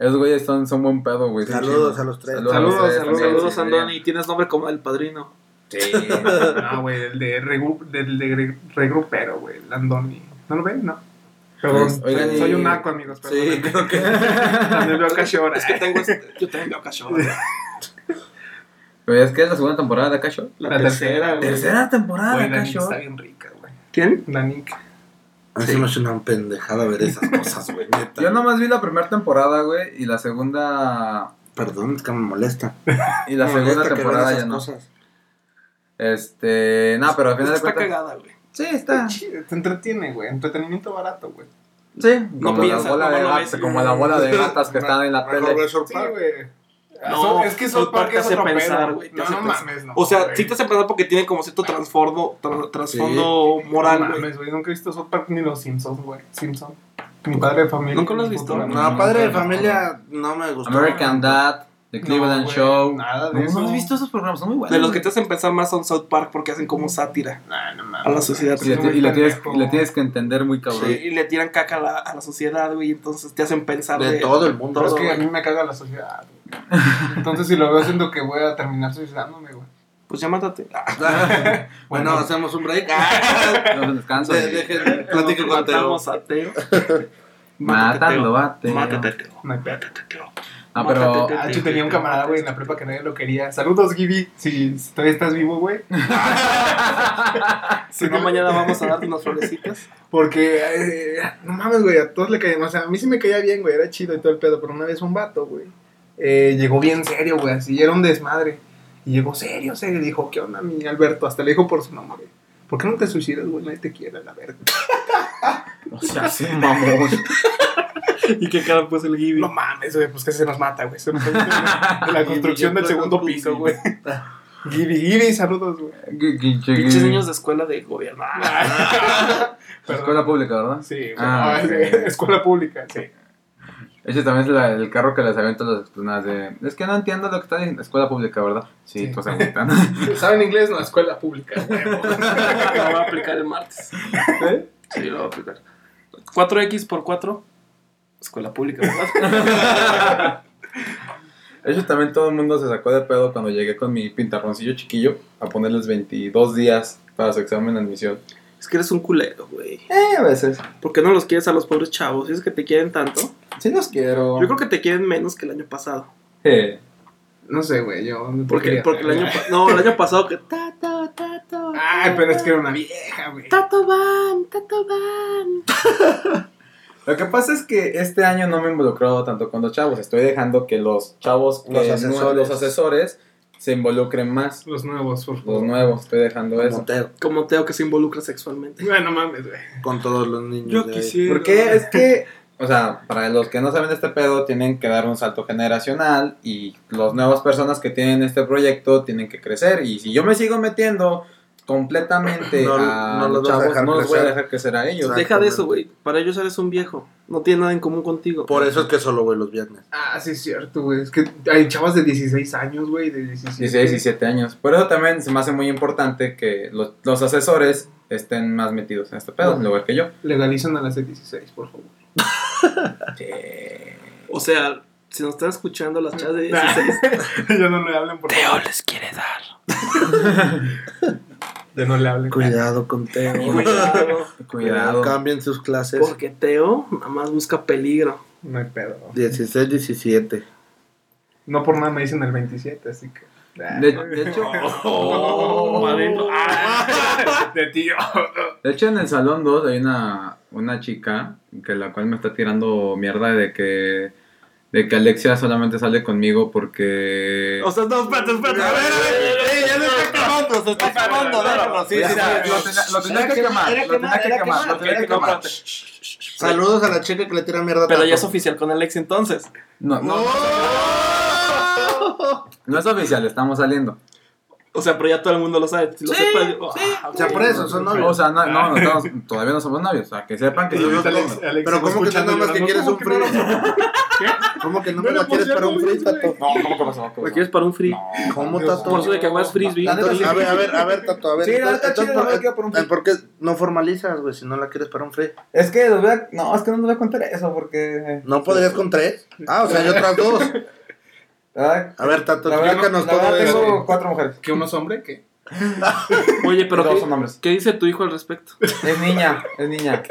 Speaker 1: Esos güeyes son, son buen pedo, güey. son
Speaker 3: Saludos
Speaker 1: chidos.
Speaker 3: a los tres.
Speaker 1: a los
Speaker 4: Saludos,
Speaker 1: tres también,
Speaker 2: Saludos,
Speaker 1: sí,
Speaker 2: Andoni. Tienes nombre como el padrino.
Speaker 1: Sí.
Speaker 4: No, güey, el de, regru- del de re- regrupero, güey. El Andoni. ¿No lo ven? No. Perdón.
Speaker 1: Oigan, y-
Speaker 4: soy un naco, amigos.
Speaker 3: sí,
Speaker 4: perdónenme.
Speaker 3: creo que.
Speaker 4: También veo casi ahora.
Speaker 2: Es que tengo este- Yo también veo cachorro. güey.
Speaker 1: Pero es que es la segunda temporada de Acá Show.
Speaker 4: La, tercera, güey.
Speaker 1: Tercera temporada
Speaker 4: Güey,
Speaker 1: de
Speaker 4: la
Speaker 1: Acá
Speaker 4: Nick
Speaker 1: Show.
Speaker 4: está bien rica, güey.
Speaker 2: ¿Quién?
Speaker 4: La Nick.
Speaker 3: A mí se me hace una pendejada ver esas cosas, güey. neta.
Speaker 1: Yo nomás vi la primera temporada, güey, y la segunda.
Speaker 3: Perdón, es que me molesta.
Speaker 1: Y la segunda
Speaker 3: Me molesta que vean
Speaker 1: temporada
Speaker 3: esas
Speaker 1: ya no.
Speaker 3: cosas.
Speaker 1: Este. No, pero al final de
Speaker 2: Está
Speaker 1: cuentas.
Speaker 2: cagada, güey.
Speaker 1: Sí,
Speaker 4: Está
Speaker 1: está.
Speaker 4: chido, Ah, te entretiene, güey. Entretenimiento barato, güey.
Speaker 1: Sí,
Speaker 2: No
Speaker 1: como,
Speaker 2: piensas,
Speaker 1: la bola
Speaker 2: no
Speaker 1: de
Speaker 2: lo
Speaker 1: gatas-
Speaker 2: ves.
Speaker 1: como la bola de gatas que
Speaker 3: Me-
Speaker 1: están en la
Speaker 3: mejor
Speaker 1: tele.
Speaker 3: ve South
Speaker 4: Sí,
Speaker 3: Park.
Speaker 4: güey.
Speaker 2: No,
Speaker 4: Ah, Son- es que South
Speaker 2: South Park
Speaker 4: Park es
Speaker 2: te hace
Speaker 4: otro
Speaker 2: pensar,
Speaker 4: pensar,
Speaker 2: güey,
Speaker 4: güey.
Speaker 2: te
Speaker 4: No,
Speaker 2: hace
Speaker 4: no
Speaker 2: pensar.
Speaker 4: mames, no.
Speaker 2: O sea,
Speaker 4: güey.
Speaker 2: sí te hace pensar porque tiene como cierto trasfondo, tra- trasfondo
Speaker 4: No
Speaker 2: moral, güey.
Speaker 4: mames, güey. Nunca he visto South Park ni los Simpsons, güey. Simpson. Mi padre de familia.
Speaker 2: ¿Nunca lo has
Speaker 4: mi
Speaker 2: visto?
Speaker 4: futuro
Speaker 3: No,
Speaker 4: amigo.
Speaker 3: padre de familia no me gustó.
Speaker 1: American Dad, The
Speaker 4: No,
Speaker 1: Cleveland
Speaker 4: güey,
Speaker 1: Show.
Speaker 4: nada de
Speaker 1: no,
Speaker 4: eso.
Speaker 1: has visto esos programas, son muy buenos.
Speaker 2: De los que te hacen pensar más son South Park porque hacen como sátira
Speaker 4: Nah, no mames.
Speaker 2: a la sociedad.
Speaker 1: Y le,
Speaker 4: Es muy
Speaker 1: y le tienes,
Speaker 4: pendejo.
Speaker 1: y le tienes que entender muy cabrón.
Speaker 2: Sí, y le tiran caca a la, a la sociedad, güey. Entonces te hacen pensar de,
Speaker 3: De todo el mundo.
Speaker 4: Pero es
Speaker 2: todo,
Speaker 4: que a
Speaker 2: güey.
Speaker 4: mí me caga la sociedad, güey. Entonces, si lo veo, siento que voy a terminar suicidándome, güey.
Speaker 2: Pues ya mátate. Ah,
Speaker 3: bueno, hacemos un break. Ah,
Speaker 1: Entonces descansa.
Speaker 3: de- Dejen, platiquen
Speaker 2: nos
Speaker 3: con Teo.
Speaker 2: matamos a Teo.
Speaker 1: Mátalo, bate.
Speaker 2: Mátate, Teo.
Speaker 4: No hay pedo.
Speaker 2: Mátate, Teo.
Speaker 1: Ah, pero.
Speaker 2: Mátate,
Speaker 4: Ah, yo tenía un camarada, güey, en la prepa que nadie lo quería. Saludos, Gibby. Si todavía estás vivo, güey.
Speaker 2: Si no, mañana vamos a darte unas florecitas.
Speaker 4: Porque, eh, no mames, güey, a todos le caían. O sea, a mí sí me caía bien, güey, era chido y todo el pedo. Pero una vez un vato, güey, eh, llegó bien serio, güey, así, era un desmadre. Y llegó serio, serio, y dijo, ¿qué onda, mi Alberto? Hasta le dijo por su nombre. ¿Por qué no te suicidas, güey? Nadie te quiere, la verga.
Speaker 1: O sea, sí, mamón.
Speaker 2: ¿Y qué cara puso el Gibi?
Speaker 4: No mames, güey, pues que se nos mata, güey. Se nos de la construcción del segundo piso, güey. Gibi, gibi, saludos, güey.
Speaker 2: Pinches niños de escuela de gobierno. Ah,
Speaker 1: Escuela pública, ¿verdad?
Speaker 4: Sí, güey.
Speaker 1: Ah,
Speaker 4: Ah,
Speaker 1: ok.
Speaker 4: sí, escuela pública, sí.
Speaker 1: Ese también es la- el carro que les avientan las explanadas de... Es que no entiendo lo que está diciendo. Escuela pública, ¿verdad? Sí,
Speaker 4: Sí.
Speaker 1: pues aguantan.
Speaker 4: ¿Saben inglés? No, escuela pública, huevo.
Speaker 2: Lo voy a aplicar el martes.
Speaker 1: ¿Eh?
Speaker 2: Sí, lo voy a aplicar. 4X por 4. Escuela pública, ¿verdad?
Speaker 1: Eso también todo el mundo se sacó de pedo cuando llegué con mi pintarroncillo chiquillo a ponerles 22 días para su examen de admisión.
Speaker 2: Es que eres un culero, güey.
Speaker 1: Eh, a veces.
Speaker 2: ¿Por qué no los quieres a los pobres chavos? Si es que te quieren tanto.
Speaker 1: Sí los quiero.
Speaker 2: Yo creo que te quieren menos que el año pasado.
Speaker 1: Eh,
Speaker 4: No sé, güey, yo. no
Speaker 2: Porque,
Speaker 4: quería-
Speaker 2: porque el año pa- No, el año pasado que. Tato, tato.
Speaker 4: Ay, pero es que era una vieja, güey.
Speaker 2: Tato van, tato van.
Speaker 1: Lo que pasa es que este año no me he involucrado tanto con los chavos. Estoy dejando que los chavos, que
Speaker 3: Los
Speaker 1: no-
Speaker 3: asesores.
Speaker 1: los asesores se involucren más.
Speaker 4: Los nuevos, por favor.
Speaker 1: Los nuevos, estoy dejando eso.
Speaker 3: Montero,
Speaker 2: Como Teo que se involucra sexualmente.
Speaker 4: Güey, no mames, güey.
Speaker 3: con todos los niños. de ahí.
Speaker 1: Porque es que, o sea, para los que no saben de este pedo, tienen que dar un salto generacional y las nuevas personas que tienen este proyecto tienen que crecer. Y si yo me sigo metiendo completamente
Speaker 3: No-
Speaker 1: a
Speaker 3: no
Speaker 1: los
Speaker 3: los vas a
Speaker 1: chavos,
Speaker 3: dejar
Speaker 1: no los voy a
Speaker 3: crecer.
Speaker 1: dejar crecer a ellos.
Speaker 3: Exacto.
Speaker 2: Deja de eso, güey. Para ellos eres un viejo. No tiene nada en común contigo.
Speaker 3: Por eso es que solo voy los viernes.
Speaker 4: Ah, sí, es cierto, güey. Es que hay chavas de 16 años, güey, de 17.
Speaker 1: 16, 17 años. Por eso también se me hace muy importante que los, los asesores estén más metidos en este pedo, en lugar que yo.
Speaker 4: Legalizan a las de 16, por favor.
Speaker 2: O sea, si nos están escuchando las chavas de 16.
Speaker 4: ya no le hablen, por favor.
Speaker 2: les quiere dar.
Speaker 4: Ya no le hablen.
Speaker 3: Cuidado con Teo.
Speaker 2: Oh Cuidado.
Speaker 1: Cuidado.
Speaker 3: Cambien sus clases.
Speaker 2: Porque Teo nada más busca peligro.
Speaker 4: No hay pedo.
Speaker 3: 16, 17.
Speaker 4: No por nada me dicen el 27, así que.
Speaker 1: De, de hecho,
Speaker 2: Oh, adentro. Ah.
Speaker 4: de tío.
Speaker 1: de hecho, en el salón 2 hay una, una chica que la cual me está tirando mierda de que, de que Alexia solamente sale conmigo porque...
Speaker 2: O sea, no, espérate, espérate. A ver, a ver.
Speaker 3: ¡Ey, ya se está acabando! ¡Se está acabando! déjalo, sí, sí,
Speaker 1: Mira,
Speaker 3: sí.
Speaker 1: lo tenía- lo tenía
Speaker 3: Era
Speaker 1: Pues, que quemar,
Speaker 3: era
Speaker 1: lo tenía que
Speaker 3: era
Speaker 1: quemar, lo tenía
Speaker 3: era
Speaker 1: que quemar.
Speaker 3: Shh, shh, shh. Saludos a la chica que le tira mierda a
Speaker 2: Pero ya es
Speaker 3: Tato.
Speaker 2: oficial con Alex entonces.
Speaker 1: No, no, no es oficial, estamos saliendo.
Speaker 2: O sea, pero ya todo el mundo lo sabe. Si lo
Speaker 3: Sí,
Speaker 2: sepa, yo-
Speaker 3: sí.
Speaker 2: Ah,
Speaker 3: O sea, por eso son
Speaker 1: O
Speaker 3: novios.
Speaker 1: sea, no, no, no estamos- todavía no somos novios, o sea, que sepan que
Speaker 3: Sí,
Speaker 1: estamos
Speaker 3: yo-
Speaker 1: saliendo.
Speaker 3: Pero ¿cómo que tú nada más que quieres un free? ¿Cómo que no me
Speaker 4: Bueno,
Speaker 3: la quieres
Speaker 4: pues ya
Speaker 3: para un
Speaker 4: no
Speaker 3: free,
Speaker 4: vi,
Speaker 3: Tato?
Speaker 1: No, ¿cómo que pasó?
Speaker 2: ¿Lo quieres para un free?
Speaker 3: ¿Cómo,
Speaker 4: Dios.
Speaker 3: Tato?
Speaker 2: Por eso de que hagas frisbee.
Speaker 3: La neta, a ver, a ver, a ver, Tato, a ver.
Speaker 1: Sí, la neta,
Speaker 3: Entonces,
Speaker 1: chile, no
Speaker 3: ¿por-
Speaker 1: me queda por un free.
Speaker 3: ¿Por qué no formalizas, güey, si no la quieres para un free?
Speaker 1: Es que los voy a- No, es que no les voy a contar eso porque...
Speaker 3: ¿No podrías con tres? Ah, o sea, hay otras dos.
Speaker 1: Ay,
Speaker 3: A ver, Tato,
Speaker 1: la verdad,
Speaker 3: explícanos
Speaker 1: la verdad
Speaker 3: todo eso.
Speaker 1: tengo cuatro mujeres.
Speaker 4: ¿Que uno es hombre? ¿Qué?
Speaker 2: Oye, pero
Speaker 1: Todos
Speaker 2: ¿qué,
Speaker 1: son hombres.
Speaker 2: qué dice tu hijo al respecto?
Speaker 1: Es niña, es niña.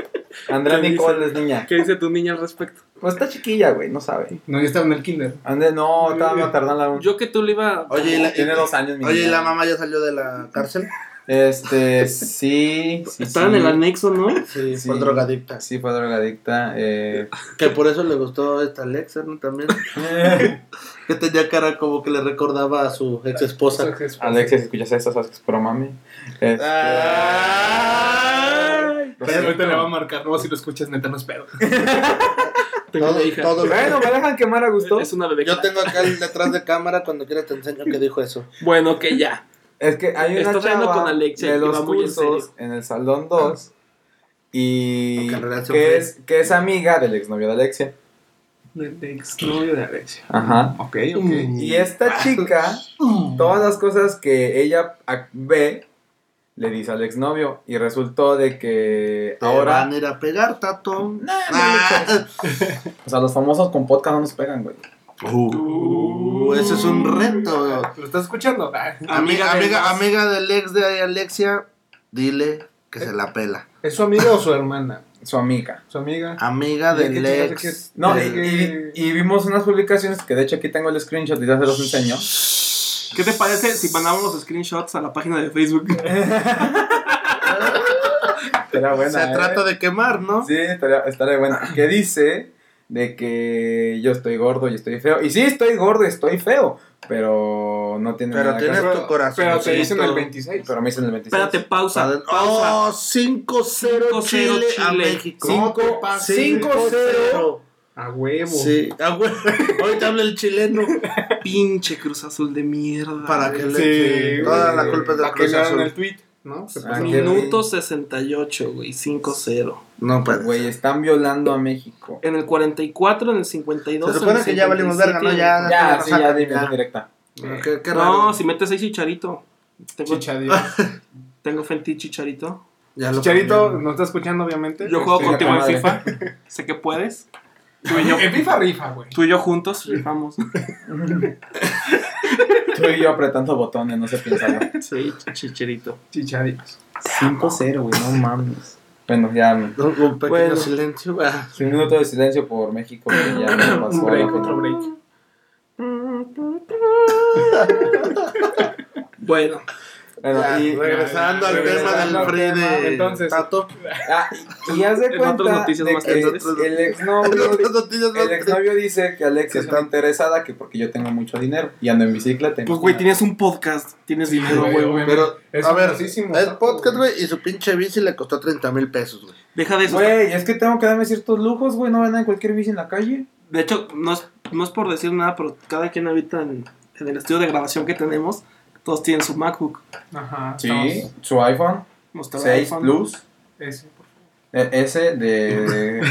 Speaker 1: Andrea
Speaker 2: ¿Qué dice?
Speaker 1: Nicole es niña.
Speaker 2: ¿Qué dice tu niña al respecto?
Speaker 1: Pues está chiquilla, güey, no sabe.
Speaker 4: No, yo estaba en el kinder.
Speaker 1: André, no, estaba más tardando aún.
Speaker 2: Yo que tú le iba...
Speaker 3: Oye, y la,
Speaker 1: Tiene dos años, mi
Speaker 3: oye, ¿y
Speaker 1: niña.
Speaker 3: la mamá ya salió de la cárcel?
Speaker 1: Este, sí. sí
Speaker 2: Estaba en
Speaker 1: sí.
Speaker 2: el anexo, ¿no?
Speaker 3: Sí,
Speaker 1: Sí.
Speaker 3: fue drogadicta.
Speaker 1: Sí, fue drogadicta. Eh.
Speaker 3: Que por eso le gustó esta Alexa, ¿no? También. Que tenía cara como que le recordaba a su ex esposa.
Speaker 1: Alexia, si escuchas eso, sabes que es pro mami. Este,
Speaker 3: Ah,
Speaker 2: Ah,
Speaker 1: lo
Speaker 4: Pero ahorita le va a
Speaker 1: siento.
Speaker 4: marcar. No, si lo escuchas, neta, no es pedo.
Speaker 2: Tengo una hija.
Speaker 3: todo.
Speaker 1: Bueno, me dejan quemar a gusto.
Speaker 2: Es una bebé.
Speaker 3: Yo tengo acá el detrás de cámara, cuando quieras te enseño que dijo eso.
Speaker 2: Bueno, que ya.
Speaker 1: Es que hay una
Speaker 2: Estás hablando
Speaker 1: chava
Speaker 2: con Alexia
Speaker 1: de
Speaker 2: y
Speaker 1: los
Speaker 2: va muy en
Speaker 1: cursos en, el salón 2 y
Speaker 3: Aunque en realidad son
Speaker 1: que
Speaker 3: tres.
Speaker 1: es, que es amiga del exnovio de Alexia.
Speaker 4: Del exnovio de Alexia.
Speaker 1: Ajá.
Speaker 4: Ok,
Speaker 3: ok.
Speaker 1: Y esta chica, todas las cosas que ella ac- ve, le dice al exnovio. Y resultó de que
Speaker 3: Ahora
Speaker 1: ahora...
Speaker 3: van a ir a pegar, Tato.
Speaker 1: Ah. O sea, los famosos con podcast no nos pegan, güey.
Speaker 3: Uh, ese es un reto.
Speaker 4: ¿Lo estás escuchando? Ah,
Speaker 2: Amiga
Speaker 3: Amiga,
Speaker 2: del
Speaker 3: amiga,
Speaker 2: ex.
Speaker 3: amiga del ex de Alexia, dile que se la pela.
Speaker 4: ¿Es su amiga o su hermana?
Speaker 1: Su amiga.
Speaker 4: Su
Speaker 3: Ah,
Speaker 4: amiga.
Speaker 3: Amiga
Speaker 4: ¿De
Speaker 3: del
Speaker 4: qué chingados
Speaker 3: ex.
Speaker 4: es que-
Speaker 1: No, y,
Speaker 4: Es
Speaker 1: y-
Speaker 4: que-
Speaker 1: y vimos unas publicaciones que de hecho aquí tengo el screenshot y ya se los enseño.
Speaker 2: ¿Qué te parece si mandamos los screenshots a la página de Facebook?
Speaker 1: Era buena,
Speaker 3: se
Speaker 1: ¿eh?
Speaker 3: trata de quemar, ¿no?
Speaker 1: Sí, estaría, estaría buena. Que dice de que yo estoy gordo y estoy feo. Y sí, estoy gordo y estoy feo. Pero no tiene
Speaker 3: Pero
Speaker 1: nada
Speaker 3: tienes
Speaker 1: que ver.
Speaker 3: tu corazón.
Speaker 4: Pero te dicen el
Speaker 3: Tato.
Speaker 4: 26.
Speaker 1: Pero me dicen el 26.
Speaker 2: Espérate, pausa, pausa.
Speaker 3: Oh,
Speaker 2: 5-0
Speaker 3: 5-0 Chile, a
Speaker 2: Chile.
Speaker 3: México.
Speaker 1: Cinco-
Speaker 3: No te pases.
Speaker 1: 5-0
Speaker 4: A huevo.
Speaker 3: Sí, ah, güey. Ahorita habla el chileno.
Speaker 2: Pinche Cruz Azul de mierda.
Speaker 3: Para
Speaker 2: güey.
Speaker 3: que le.
Speaker 4: Sí,
Speaker 3: toda la
Speaker 4: güey.
Speaker 3: culpa es del
Speaker 4: Para que
Speaker 3: Cruz
Speaker 4: le hagan
Speaker 3: Azul.
Speaker 4: el tweet, ¿no? Se
Speaker 1: Ah,
Speaker 4: pasan-
Speaker 3: qué
Speaker 2: Minuto 68, güey. 5-0.
Speaker 3: No, pues.
Speaker 1: Güey, están violando a México.
Speaker 2: En el 44, en el 52.
Speaker 3: Se supone
Speaker 2: en el
Speaker 3: que ya valimos
Speaker 2: 57,
Speaker 3: verga, ¿no? Ya.
Speaker 1: Ya, sí, ya de
Speaker 3: Ya.
Speaker 1: inversión directa.
Speaker 3: Qué, qué raro.
Speaker 2: No, si metes ahí Chicharito. Tengo,
Speaker 4: Chichadillo.
Speaker 2: tengo fe en ti, Chicharito.
Speaker 3: Ya lo
Speaker 4: Chicharito
Speaker 3: cambiaron.
Speaker 4: nos está escuchando, obviamente.
Speaker 2: Yo juego
Speaker 4: Este,
Speaker 2: contigo en
Speaker 1: madre.
Speaker 2: FIFA. sé que puedes. Tú y yo,
Speaker 4: En FIFA rifa, güey.
Speaker 2: tú y yo juntos rifamos.
Speaker 1: Tú y yo apretando botones, no sé piénsalo.
Speaker 2: Sí, Chicharito.
Speaker 4: Chichadillos.
Speaker 1: 5-0, güey, no mames. Bueno, ya.
Speaker 3: Un, un pequeño
Speaker 2: Bueno.
Speaker 3: silencio. ah.
Speaker 1: Un minuto de silencio por México que ya no
Speaker 4: Un
Speaker 1: pasó. a la
Speaker 4: break,
Speaker 1: final.
Speaker 4: otro break.
Speaker 2: Bueno,
Speaker 1: Bueno,
Speaker 3: Ya,
Speaker 1: y,
Speaker 3: regresando al
Speaker 4: regresando
Speaker 3: tema
Speaker 4: al
Speaker 3: del Free
Speaker 4: tema,
Speaker 3: de
Speaker 4: entonces.
Speaker 3: Tato.
Speaker 1: ah, y haz de
Speaker 2: En
Speaker 1: cuenta
Speaker 2: otras noticias
Speaker 1: de
Speaker 2: más
Speaker 1: que
Speaker 3: tristes.
Speaker 1: el exnovio
Speaker 3: Las noticias no
Speaker 1: El exnovio dice que Alexia
Speaker 3: Sí,
Speaker 1: está
Speaker 3: sí.
Speaker 1: interesada que porque yo tengo mucho dinero y ando en bicicleta.
Speaker 2: pues güey, tienes un podcast, tienes dinero,
Speaker 4: güey,
Speaker 2: güey.
Speaker 4: güey.
Speaker 3: Pero,
Speaker 4: Es
Speaker 3: a ver,
Speaker 4: famosísimo,
Speaker 3: el
Speaker 4: Tato,
Speaker 3: podcast,
Speaker 4: güey.
Speaker 3: güey, y su pinche bici le costó 30 mil pesos, güey.
Speaker 2: Deja de eso.
Speaker 1: Güey, es que tengo que darme ciertos lujos, güey, no van a cualquier bici en la calle.
Speaker 2: De hecho, no es, no es por decir nada, pero cada quien habita en, en el estudio de grabación que tenemos. Todos tienen su MacBook.
Speaker 4: Ajá.
Speaker 1: Sí,
Speaker 4: estamos-
Speaker 1: su iPhone
Speaker 2: nuestro
Speaker 1: 6
Speaker 2: iPhone.
Speaker 1: Plus,
Speaker 4: Eso.
Speaker 1: eh, ese de,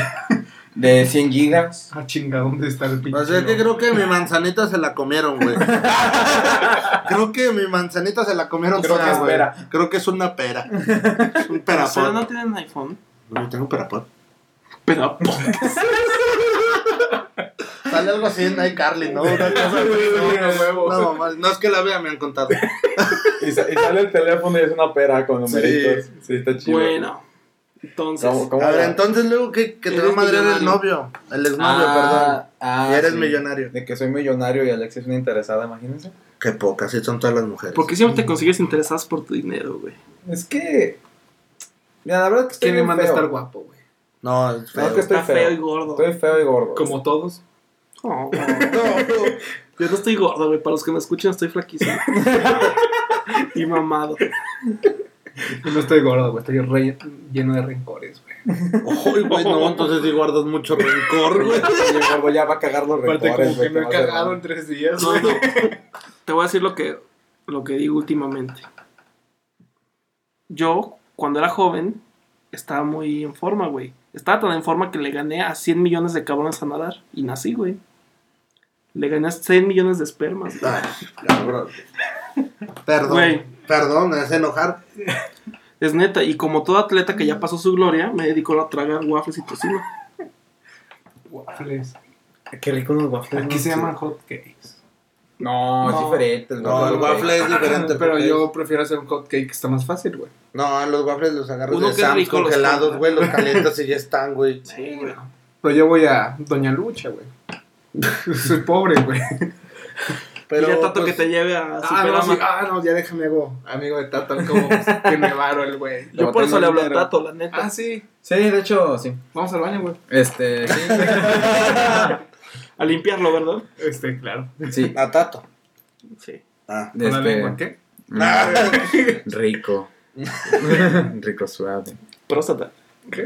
Speaker 1: de 100 gigas.
Speaker 4: Ah, chinga, ¿dónde está el pinche?
Speaker 3: O sea que
Speaker 4: logo?
Speaker 3: creo que mi manzanita se la comieron, güey. creo que mi manzanita se la comieron.
Speaker 1: Creo
Speaker 3: toda,
Speaker 1: que es
Speaker 3: güey.
Speaker 1: pera.
Speaker 3: Creo que es una pera. Es un
Speaker 2: Pero ustedes no
Speaker 3: perapón.
Speaker 2: tienen iPhone.
Speaker 3: No, tengo perapón.
Speaker 2: Pero
Speaker 3: Sale algo así en iCarly, ¿no? Una cosa así,
Speaker 4: No,
Speaker 3: no,
Speaker 4: huevo.
Speaker 3: no, mamá, no es que la vea, me han contado.
Speaker 1: Y, sa- y sale el teléfono y es una pera con numeritos. Sí, está chido.
Speaker 2: bueno. Entonces,
Speaker 1: ¿Cómo, cómo
Speaker 3: A ver,
Speaker 1: la-
Speaker 3: entonces luego que, que te va a
Speaker 2: Eres
Speaker 3: madrear el
Speaker 2: millonario.
Speaker 3: novio. El exnovio,
Speaker 1: Ah, ah,
Speaker 3: perdón. y eres
Speaker 1: sí.
Speaker 3: millonario.
Speaker 1: De que soy millonario y Alexia es una interesada, imagínense.
Speaker 3: Qué pocas, sí son todas las mujeres.
Speaker 2: ¿por qué siempre te consigues interesadas por tu dinero, güey?
Speaker 1: Es que. Mira, la verdad es que estoy
Speaker 4: ¿Quién le
Speaker 1: bien
Speaker 4: manda a
Speaker 1: feo.
Speaker 4: estar guapo, güey?
Speaker 3: No, es
Speaker 1: No,
Speaker 3: feo.
Speaker 1: que estoy
Speaker 2: Está feo y
Speaker 1: feo.
Speaker 2: gordo.
Speaker 1: Estoy feo y gordo.
Speaker 4: Como todos.
Speaker 2: Oh, no. Yo no estoy gordo, güey. Para los que me escuchan, estoy flaquísimo. y mamado.
Speaker 4: Yo no estoy gordo, güey. Estoy re- lleno de rencores, güey.
Speaker 3: Uy, güey, no, entonces sí guardas mucho rencor, güey.
Speaker 1: Y el gordo ya va a cagar los
Speaker 4: Aparte,
Speaker 1: rencores,
Speaker 4: como que
Speaker 1: güey,
Speaker 4: me he
Speaker 1: va a hacer
Speaker 4: cagado en
Speaker 1: mal.
Speaker 4: tres días,
Speaker 2: No,
Speaker 4: güey.
Speaker 2: no. Te voy a decir lo que, lo que digo últimamente. Yo, cuando era joven, estaba muy en forma, güey. Estaba tan en forma que le gané a 100 millones de cabrones a nadar. Y nací, güey. Le gané a 100 millones de espermas. güey.
Speaker 3: Ay, cabrón. Perdón.
Speaker 2: Güey.
Speaker 3: Perdón, me hace enojar.
Speaker 2: Es neta. Y como todo atleta que ya pasó su gloria, me dedicó a tragar waffles y tocino.
Speaker 4: Waffles.
Speaker 1: Qué rico los waffles.
Speaker 4: Aquí se llaman hot cakes.
Speaker 1: No, es
Speaker 2: No.
Speaker 1: diferente.
Speaker 3: No, el waffle es diferente.
Speaker 4: Pero
Speaker 3: porque-
Speaker 4: yo prefiero hacer un hot cake que está más fácil, güey.
Speaker 3: No, los waffles los agarras
Speaker 2: Uno
Speaker 3: de
Speaker 2: que es
Speaker 3: Sam's
Speaker 2: rico los
Speaker 3: congelados,
Speaker 2: compra.
Speaker 3: güey. Los calientas y ya están, güey.
Speaker 2: Sí, güey.
Speaker 4: Pero yo voy a Doña Lucha, güey. Soy pobre, güey.
Speaker 3: Pero.
Speaker 2: y ya tanto
Speaker 3: pues,
Speaker 2: que te lleve a
Speaker 4: Ah, no,
Speaker 2: Superama.
Speaker 4: sí, ah, no, ya déjame amigo, amigo de Tato, como que me varo el güey.
Speaker 2: Yo por eso le hablo a Tato, la neta.
Speaker 4: Ah, sí,
Speaker 1: Sí, de hecho, sí.
Speaker 4: vamos al baño, güey.
Speaker 1: Este, sí.
Speaker 2: A limpiarlo, ¿verdad?
Speaker 4: Este, claro.
Speaker 1: sí.
Speaker 3: A Tato.
Speaker 2: Sí.
Speaker 3: Ah.
Speaker 4: ¿Con la lengua
Speaker 1: Este,
Speaker 4: qué?
Speaker 1: rico. rico suave.
Speaker 2: Próstata.
Speaker 4: ¿Qué?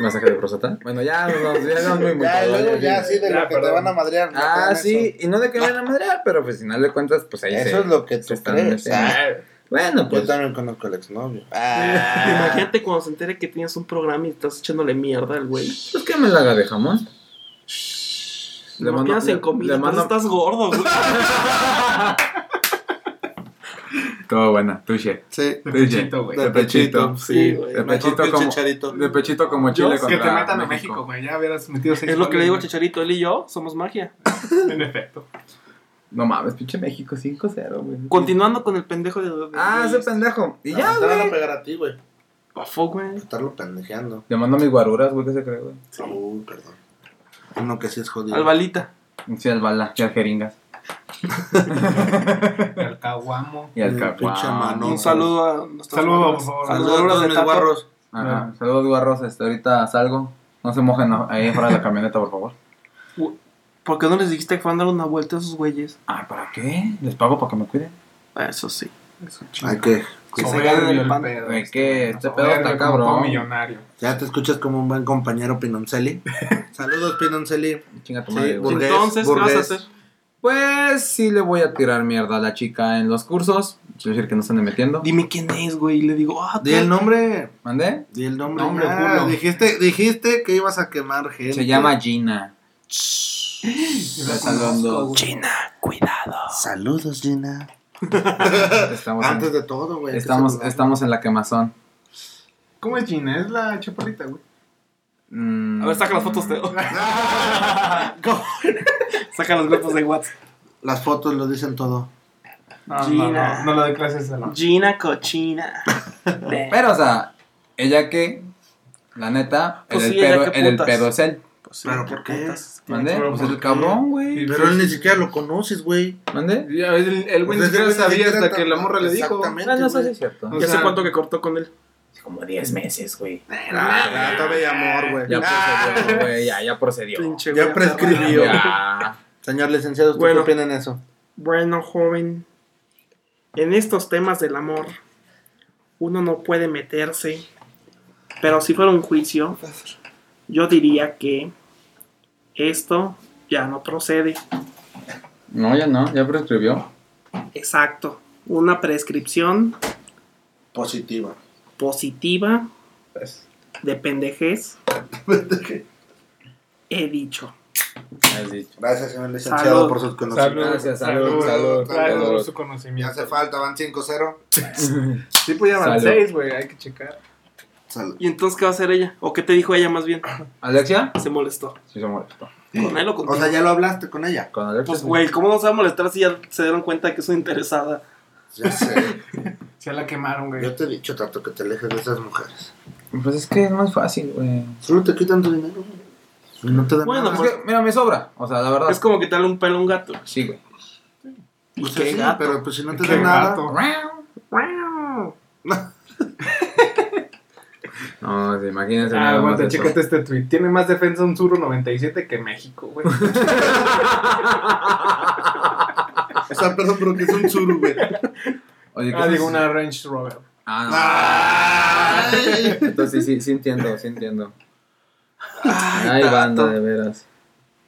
Speaker 1: Masaje de próstata. Bueno, ya nos vamos, ya nos muy muy
Speaker 3: Ya, y
Speaker 1: tarde,
Speaker 3: luego
Speaker 1: ya,
Speaker 3: ya, sí, de
Speaker 4: Ya,
Speaker 3: lo que te
Speaker 4: perdón.
Speaker 3: van a madrear. no te
Speaker 1: Ah,
Speaker 3: dan
Speaker 1: sí, y no de que me van a madrear, pero pues al final de cuentas, pues ahí
Speaker 3: Eso, Eso
Speaker 1: se-
Speaker 3: es lo que
Speaker 1: se
Speaker 3: tú
Speaker 1: están
Speaker 3: crees.
Speaker 1: metiendo.
Speaker 3: Ah,
Speaker 1: Bueno,
Speaker 3: yo
Speaker 1: pues.
Speaker 3: también conozco al exnovio. Ah.
Speaker 2: Imagínate cuando se entere que tienes un programa y estás echándole mierda al güey.
Speaker 1: Pues que me la haga de jamón. Le
Speaker 2: Le
Speaker 1: mando-
Speaker 2: mandas
Speaker 1: le-
Speaker 2: en comida,
Speaker 1: le mando-
Speaker 2: entonces estás gordo, güey.
Speaker 1: Todo buena, tuche.
Speaker 3: Ah. Sí.
Speaker 4: De
Speaker 1: Oye,
Speaker 4: pechito, güey.
Speaker 1: de pechito.
Speaker 2: Sí, güey.
Speaker 1: De
Speaker 2: Mejor
Speaker 1: pechito
Speaker 3: que el
Speaker 1: como-
Speaker 3: chicharito.
Speaker 1: de pechito como
Speaker 4: Yo,
Speaker 1: chile
Speaker 4: que
Speaker 1: contra
Speaker 4: te metan a México, güey. Ya hubieras metido seis
Speaker 2: Es lo que le digo a
Speaker 4: goles,
Speaker 2: Chicharito, él y yo somos magia.
Speaker 4: güey. En efecto.
Speaker 1: No mames, pinche México 5-0, güey.
Speaker 2: Continuando con el pendejo de. de-
Speaker 1: Ah, ese
Speaker 2: de-
Speaker 1: pendejo. Y
Speaker 3: No,
Speaker 1: ya,
Speaker 3: te van a
Speaker 1: güey.
Speaker 3: pegar a ti, güey.
Speaker 2: Bafo, güey.
Speaker 3: Estarlo pendejeando.
Speaker 1: Le mando mis guaruras, güey, que se cree, güey.
Speaker 3: Uy, perdón. Uno que sí es jodido.
Speaker 2: Albalita.
Speaker 1: Sí, al bala, y al jeringas.
Speaker 4: El caguamo.
Speaker 1: Y al
Speaker 3: Mm,
Speaker 1: capo.
Speaker 3: pinche mano.
Speaker 2: Un saludo a nuestros
Speaker 4: Saludo,
Speaker 2: guarros.
Speaker 4: por favor.
Speaker 3: Saludos a
Speaker 2: Saludos
Speaker 3: todos
Speaker 2: de
Speaker 3: mis
Speaker 2: Tato.
Speaker 3: guarros.
Speaker 1: Ajá. Saludos, guarros. Este, ahorita salgo. No se mojen a- ahí afuera de la camioneta, por favor.
Speaker 2: ¿Por qué no les dijiste que fueran a dar una vuelta a esos güeyes?
Speaker 1: Ah, ¿para qué? Les pago para que me cuiden.
Speaker 2: Eso sí.
Speaker 4: Eso
Speaker 3: Hay que.
Speaker 1: Que se
Speaker 4: Soberbio
Speaker 1: ganen el
Speaker 4: el
Speaker 1: pan.
Speaker 4: pedo,
Speaker 1: De que este pedo
Speaker 4: Soberbio
Speaker 1: está
Speaker 4: como todo
Speaker 1: cabrón.
Speaker 4: millonario.
Speaker 3: Ya te escuchas como un buen compañero Pinoncelli. Saludos, Pinoncelli.
Speaker 1: Chinga tu
Speaker 3: Sí,
Speaker 1: madre, güey.
Speaker 3: Burgués,
Speaker 2: Entonces, ¿qué
Speaker 3: burgués.
Speaker 2: vas a hacer?
Speaker 1: Pues sí le voy a tirar mierda a la chica en los cursos. Quiero decir que no se ande metiendo.
Speaker 2: Dime quién es, güey. Y le digo, ah,
Speaker 3: Di el nombre.
Speaker 1: ¿Mandé?
Speaker 3: Di el nombre.
Speaker 4: Nombre,
Speaker 3: Ah,
Speaker 4: culo.
Speaker 3: dijiste, dijiste que ibas a quemar gente.
Speaker 1: Se llama Gina.
Speaker 4: Yo la
Speaker 1: Está hablando-
Speaker 4: conozco, güey.
Speaker 2: cuidado.
Speaker 3: Saludos, Gina.
Speaker 1: Estamos,
Speaker 3: Antes
Speaker 1: en,
Speaker 3: de todo, güey. hay que
Speaker 1: estamos,
Speaker 3: saludar.
Speaker 1: estamos en la quemazón.
Speaker 4: ¿Cómo es Gina? Es la chaparrita, güey.
Speaker 1: Mm.
Speaker 2: A ver, saca las fotos, Teo.
Speaker 3: ¿Cómo?
Speaker 2: Saca las fotos de WhatsApp.
Speaker 3: Las fotos lo dicen todo.
Speaker 4: No, no,
Speaker 2: Gina.
Speaker 4: No, no, la de clases de salón.
Speaker 2: Gina Cochina.
Speaker 1: Pero, o sea, ella que, la neta,
Speaker 2: Pues
Speaker 1: el,
Speaker 2: sí,
Speaker 1: del
Speaker 2: ella
Speaker 1: pedo,
Speaker 2: qué
Speaker 1: el del
Speaker 2: putas.
Speaker 1: pedo es él.
Speaker 3: ¿Pero por qué?
Speaker 1: ¿Mandé?
Speaker 4: Pero
Speaker 1: Pues
Speaker 4: ¿por
Speaker 1: el
Speaker 4: qué?
Speaker 1: cabrón, güey.
Speaker 4: Sí,
Speaker 3: Pero él ni siquiera lo conoces, güey.
Speaker 1: ¿Mandé?
Speaker 4: Ya, el, el güey ni
Speaker 3: Pues ese
Speaker 4: siquiera
Speaker 3: güey ni
Speaker 4: sabía
Speaker 3: siquiera
Speaker 4: hasta que la
Speaker 3: tampoco-
Speaker 4: morra le dijo.
Speaker 3: Exactamente.
Speaker 1: Ah, No, no, eso sí
Speaker 3: güey.
Speaker 1: es cierto.
Speaker 4: O
Speaker 2: Ya sé
Speaker 4: sea-
Speaker 2: cuánto que cortó con él.
Speaker 1: Como 10 meses, güey.
Speaker 3: Ah, ah, todavía amor, güey.
Speaker 1: Ya
Speaker 3: Ah,
Speaker 1: procedió, güey. Ya, ya procedió.
Speaker 2: Pinche
Speaker 3: Ya
Speaker 2: güey,
Speaker 3: prescribió.
Speaker 1: Ya.
Speaker 3: Señor licenciado, ¿usted
Speaker 2: Bueno.
Speaker 3: qué opina en eso?
Speaker 2: Bueno, joven, en estos temas del amor, uno no puede meterse, pero si fuera un juicio, yo diría que esto ya no procede.
Speaker 1: No, ya no, ya prescribió.
Speaker 2: Exacto, una prescripción
Speaker 3: Positiva.
Speaker 2: positiva de pendejez. He dicho.
Speaker 1: Has dicho.
Speaker 3: Gracias, señor licenciado,
Speaker 2: Salud.
Speaker 3: por sus conocimientos.
Speaker 1: Gracias, salud, salud,
Speaker 4: Gracias
Speaker 1: salud.
Speaker 4: por su
Speaker 3: Me
Speaker 4: conocimiento.
Speaker 3: hace falta, van 5-0.
Speaker 4: Sí, pues ya van
Speaker 1: Salud.
Speaker 4: seis, güey, hay que checar.
Speaker 3: Salud.
Speaker 2: ¿Y entonces qué va a hacer ella? ¿O qué te dijo ella más bien?
Speaker 1: ¿Alexia?
Speaker 2: Se molestó.
Speaker 1: Sí, se molestó.
Speaker 2: ¿Con él o con
Speaker 3: O sea, ya lo hablaste con ella.
Speaker 1: Con Alexia.
Speaker 2: Pues,
Speaker 1: sí.
Speaker 2: güey, ¿cómo no se va a molestar si ya se dieron cuenta de que es una interesada?
Speaker 3: Ya sé.
Speaker 4: Se la quemaron, güey.
Speaker 3: Yo te he dicho, Tato, que te alejes de esas mujeres.
Speaker 1: Pues es que es más fácil, güey.
Speaker 3: Solo te quitan tu dinero, güey. Y no te dan
Speaker 2: Bueno, pues,
Speaker 3: nada.
Speaker 1: Es que, mira, me sobra. O sea, la verdad.
Speaker 2: Es como quitarle un pelo a un gato.
Speaker 1: Sí, güey.
Speaker 2: ¿Y
Speaker 3: Pues
Speaker 2: qué
Speaker 3: sí,
Speaker 2: gato?
Speaker 3: Pero pues si no te
Speaker 4: Qué
Speaker 3: dan nada.
Speaker 4: gato.
Speaker 1: No, sí, imagínense.
Speaker 4: Ah,
Speaker 1: nada más
Speaker 4: aguanta,
Speaker 1: eso.
Speaker 4: chécate este tweet. Tiene más defensa un Zuru 97 que México, güey.
Speaker 3: O sea, perdón, pero que es un suru, güey.
Speaker 1: Oye, ¿qué
Speaker 4: Ah,
Speaker 1: es eso?
Speaker 4: digo, una Range Rover.
Speaker 1: Ah, no.
Speaker 3: Ay.
Speaker 1: Entonces sí, sí, sí entiendo, sí entiendo.
Speaker 3: Ay,
Speaker 1: Ay,
Speaker 3: Tato.
Speaker 1: banda, de veras.